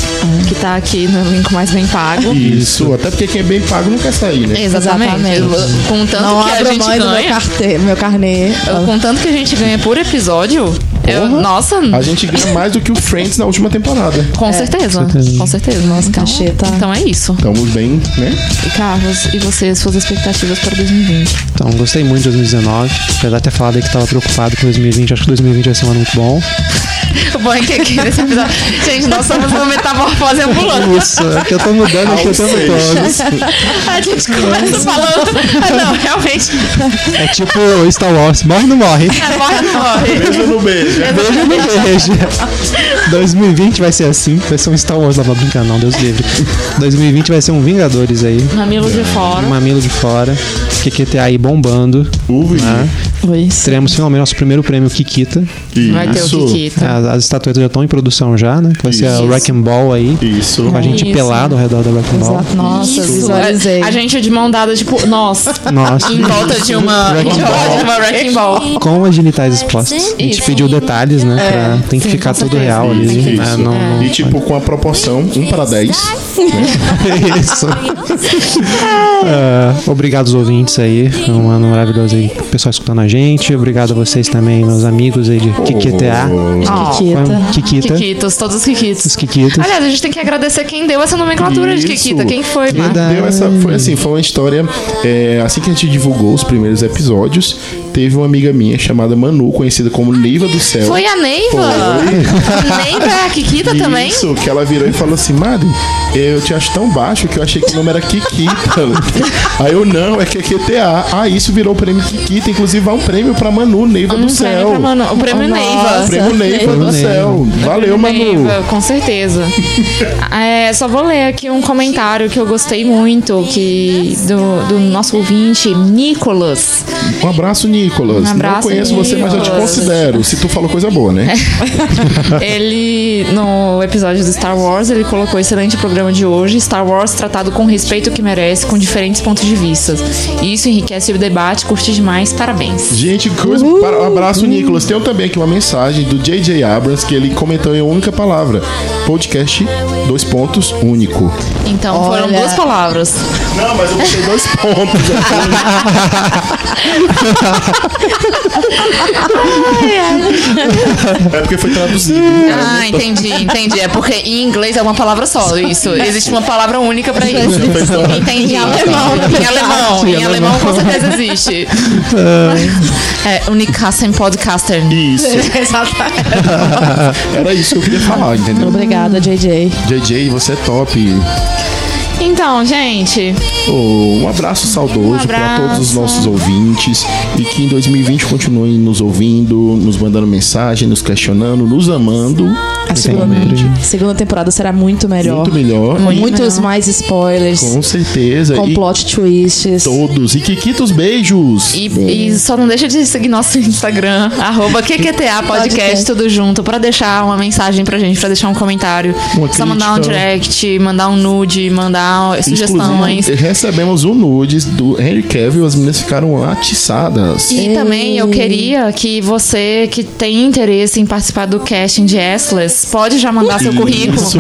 Speaker 4: que tá aqui no elenco mais bem pago.
Speaker 2: Isso, até porque quem é bem pago não quer sair, né?
Speaker 4: Exatamente.
Speaker 1: Exatamente.
Speaker 4: Com tanto
Speaker 1: Não
Speaker 4: que a
Speaker 1: abra
Speaker 4: gente
Speaker 1: mãe do meu,
Speaker 4: ganha.
Speaker 1: carte... meu carnê.
Speaker 4: Com tanto que a gente ganha por episódio, É, eu-
Speaker 2: Porra.
Speaker 4: nossa,
Speaker 2: A gente ganha mais do que o Friends na última temporada.
Speaker 4: com certeza, É, com certeza. Nossa,
Speaker 1: cachê tá-
Speaker 4: Então é isso.
Speaker 2: Estamos bem, né?
Speaker 4: E Carlos, e vocês, suas expectativas para 2020?
Speaker 3: Então, gostei muito de 2019. Apesar de ter falado aí que tava preocupado com 2020, acho que 2020 vai ser um ano muito bom.
Speaker 4: O [LAUGHS] bom é que aqui nesse episódio. Gente, nós somos uma metamorfose ambulante.
Speaker 3: Isso, é que eu tô mudando aqui o tempo todo.
Speaker 4: A gente começa falando. Ah, não, realmente.
Speaker 3: É tipo Star Wars, morre ou não morre?
Speaker 4: é, Morre, não morre.
Speaker 2: Beijo no beijo.
Speaker 3: Beijo no beijo. 2020 vai ser assim, vai ser um Star Wars, não vou brincar não, Deus livre. 2020 vai ser um Vingadores aí,
Speaker 4: Mamilo de fora.
Speaker 3: um mamilo de fora, QQTA aí bombando.
Speaker 2: Uve.
Speaker 3: né?
Speaker 1: Pois.
Speaker 3: Teremos finalmente nosso primeiro prêmio Kikita.
Speaker 4: Vai ter o Kikita.
Speaker 3: As, as estatuetas já estão em produção já, né? Vai ser a
Speaker 2: Isso.
Speaker 3: Wrecking Ball aí,
Speaker 2: Isso.
Speaker 3: com a gente
Speaker 4: Isso.
Speaker 3: pelado ao redor da Wrecking Ball.
Speaker 1: Exato. Nossa, visualizei.
Speaker 4: A, a gente de mão dada, tipo, nossa,
Speaker 3: Nossa.
Speaker 4: em volta de uma. Em
Speaker 3: Wrecking
Speaker 4: volta de uma Wrecking Ball.
Speaker 3: Com agilitar expostos. A gente
Speaker 4: Isso. É.
Speaker 3: pediu detalhes, né? pra- tem que
Speaker 4: sim,
Speaker 3: ficar
Speaker 4: com
Speaker 3: tudo
Speaker 4: certeza.
Speaker 3: real ali.
Speaker 2: Isso.
Speaker 3: né? Não, não- [LAUGHS]
Speaker 2: E tipo, com a proporção 1 para 10.
Speaker 3: É Isso. Ah, obrigado aos ouvintes aí. É Um ano maravilhoso aí. pro Pessoal escutando a gente. Obrigado a vocês também, meus amigos aí de QQTA.
Speaker 4: Oh. Ah,
Speaker 1: Kikita.
Speaker 3: Kikita.
Speaker 4: Kikitos, todos os Kikitos.
Speaker 3: Os Kikitas.
Speaker 4: Aliás, a gente tem que agradecer quem deu essa nomenclatura de
Speaker 2: Isso.
Speaker 4: Kikita. Quem foi, Mar?
Speaker 3: Verdade.
Speaker 2: Deu essa, foi assim, foi uma história. é, assim que a gente divulgou os primeiros episódios, teve uma amiga minha chamada Manu, conhecida como Neiva do Céu.
Speaker 4: Foi a [LAUGHS] Neiva? A Neiva é a Kikita também?
Speaker 2: Isso, que ela virou e falou assim, Mari, eu te acho tão baixo que eu achei que o nome era Kikita. [LAUGHS] Aí eu, não, é QQTA. Ah, isso virou o prêmio Kikita, inclusive vai um prêmio pra Manu, Neiva do
Speaker 4: Um prêmio
Speaker 2: Céu.
Speaker 4: pra Manu. O prêmio
Speaker 1: Nossa.
Speaker 4: Neiva.
Speaker 2: Prêmio Neiva do
Speaker 3: Neiva.
Speaker 2: Céu. Valeu, Manu.
Speaker 4: Neiva, com certeza. É, só vou ler aqui um comentário que eu gostei muito, que do, do nosso ouvinte, Nicolas.
Speaker 2: Um abraço, Nicolas.
Speaker 4: Um
Speaker 2: não
Speaker 4: abraço,
Speaker 2: conheço você, mas eu te
Speaker 4: Nicolas.
Speaker 2: considero. Se tu falou coisa boa,
Speaker 4: [LAUGHS]
Speaker 2: né?
Speaker 4: Ele, no episódio do Star Wars, ele colocou excelente programa de hoje, Star Wars tratado com o respeito que merece, com diferentes pontos de vista. E isso enriquece o debate, curti demais, parabéns.
Speaker 2: Gente, coisa, para- um abraço, Nicolas. Tem também aqui uma mensagem do JJ Abrams que ele comentou em uma única palavra: podcast, dois pontos, único.
Speaker 4: Então, foram
Speaker 1: Olha.
Speaker 4: duas palavras.
Speaker 2: Não, mas eu botei dois pontos. é porque foi traduzido. né?
Speaker 4: Ah, entendi, entendi. É porque em inglês é uma palavra só, isso. Existe uma palavra única pra isso. Entendi. Em alemão. Em alemão. Em alemão com certeza existe. É, Unicassem Podcaster.
Speaker 2: Isso.
Speaker 4: Exatamente.
Speaker 2: Era isso que eu queria falar, entendeu?
Speaker 1: Obrigada, JJ.
Speaker 2: JJ, você é top.
Speaker 4: Então, gente,
Speaker 2: Oh, um abraço saudoso para
Speaker 4: abraço.
Speaker 2: todos os nossos ouvintes e que em 2020 continuem nos ouvindo, nos mandando mensagem, nos questionando, nos amando.
Speaker 1: A segunda, segunda temporada será muito melhor.
Speaker 2: Muito melhor.
Speaker 1: Com
Speaker 2: e
Speaker 1: Muitos
Speaker 4: melhor.
Speaker 1: mais spoilers.
Speaker 2: com certeza.
Speaker 1: com
Speaker 2: e
Speaker 1: plot twists.
Speaker 2: todos. E Kikitos, beijos.
Speaker 4: e, e só não deixa de seguir nosso Instagram, [LAUGHS] arroba QQTA Podcast,
Speaker 1: Podcast.
Speaker 4: tudo junto, pra deixar uma mensagem pra gente, pra deixar um comentário.
Speaker 2: Uma
Speaker 4: só mandar um
Speaker 2: crítica.
Speaker 4: direct, mandar um nude, mandar sugestões.
Speaker 2: Inclusive, recebemos o nudes do Henry Cavill. As meninas ficaram atiçadas.
Speaker 4: E
Speaker 1: Ei.
Speaker 4: também eu queria que você que tem interesse em participar do casting de Assless, pode já mandar seu currículo.
Speaker 2: Isso.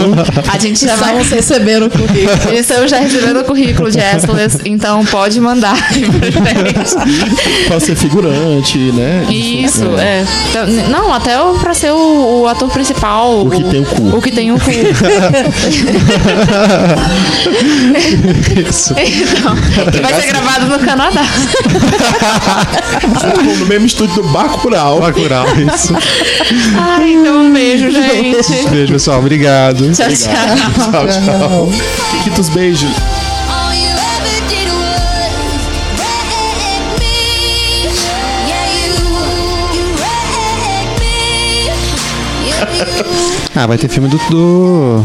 Speaker 4: A gente já vai.
Speaker 1: Vamos receber o currículo.
Speaker 4: Estamos já recebendo o currículo de Assless, então pode mandar aí pra gente.
Speaker 2: Pra ser figurante, né?
Speaker 4: Isso, é. Então, n- Não, até o- pra ser o, o ator principal.
Speaker 2: O que tem o cu.
Speaker 4: O que tem o cu.
Speaker 3: Isso.
Speaker 4: Então, que vai ser gravado no Canadá.
Speaker 2: Ah, No mesmo estúdio do Bacurau.
Speaker 3: Bacurau, isso.
Speaker 4: Ai, então um beijo, gente.
Speaker 3: Beijo, pessoal. Obrigado.
Speaker 4: Tchau, tchau.
Speaker 2: Tchau, tchau. Kikitos, beijos.
Speaker 6: All you ever did was wreck me. Yeah, you, you wrecked me. Yeah, you.
Speaker 3: Ah, vai ter filme do, do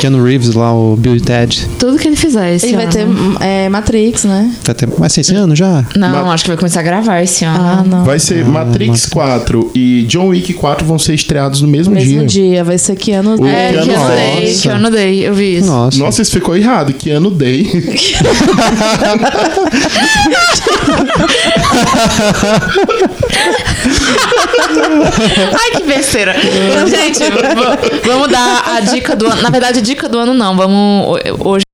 Speaker 3: Keanu Reeves lá, o Bill e Ted.
Speaker 4: Tudo que ele fizer esse
Speaker 1: E vai
Speaker 4: ano.
Speaker 1: ter é, Matrix, né?
Speaker 3: Vai ter mais seis anos já?
Speaker 4: Não, acho que vai começar a gravar esse ano.
Speaker 1: Ah, não.
Speaker 2: Vai ser Matrix 4 e John Wick 4 vão ser estreados no mesmo,
Speaker 1: Mesmo
Speaker 2: um dia.
Speaker 1: dia, vai ser que ano.
Speaker 4: É,
Speaker 2: Keanu
Speaker 4: que eu dei,
Speaker 2: Reeves.
Speaker 4: que eu dei, eu vi isso.
Speaker 3: Nossa.
Speaker 2: Nossa, isso ficou errado. Que ano dei.
Speaker 4: Ai, que besteira. Então, Gente, v- vamos dar a dica do ano. Na verdade, a dica do ano não. Vamos. ho- Hoje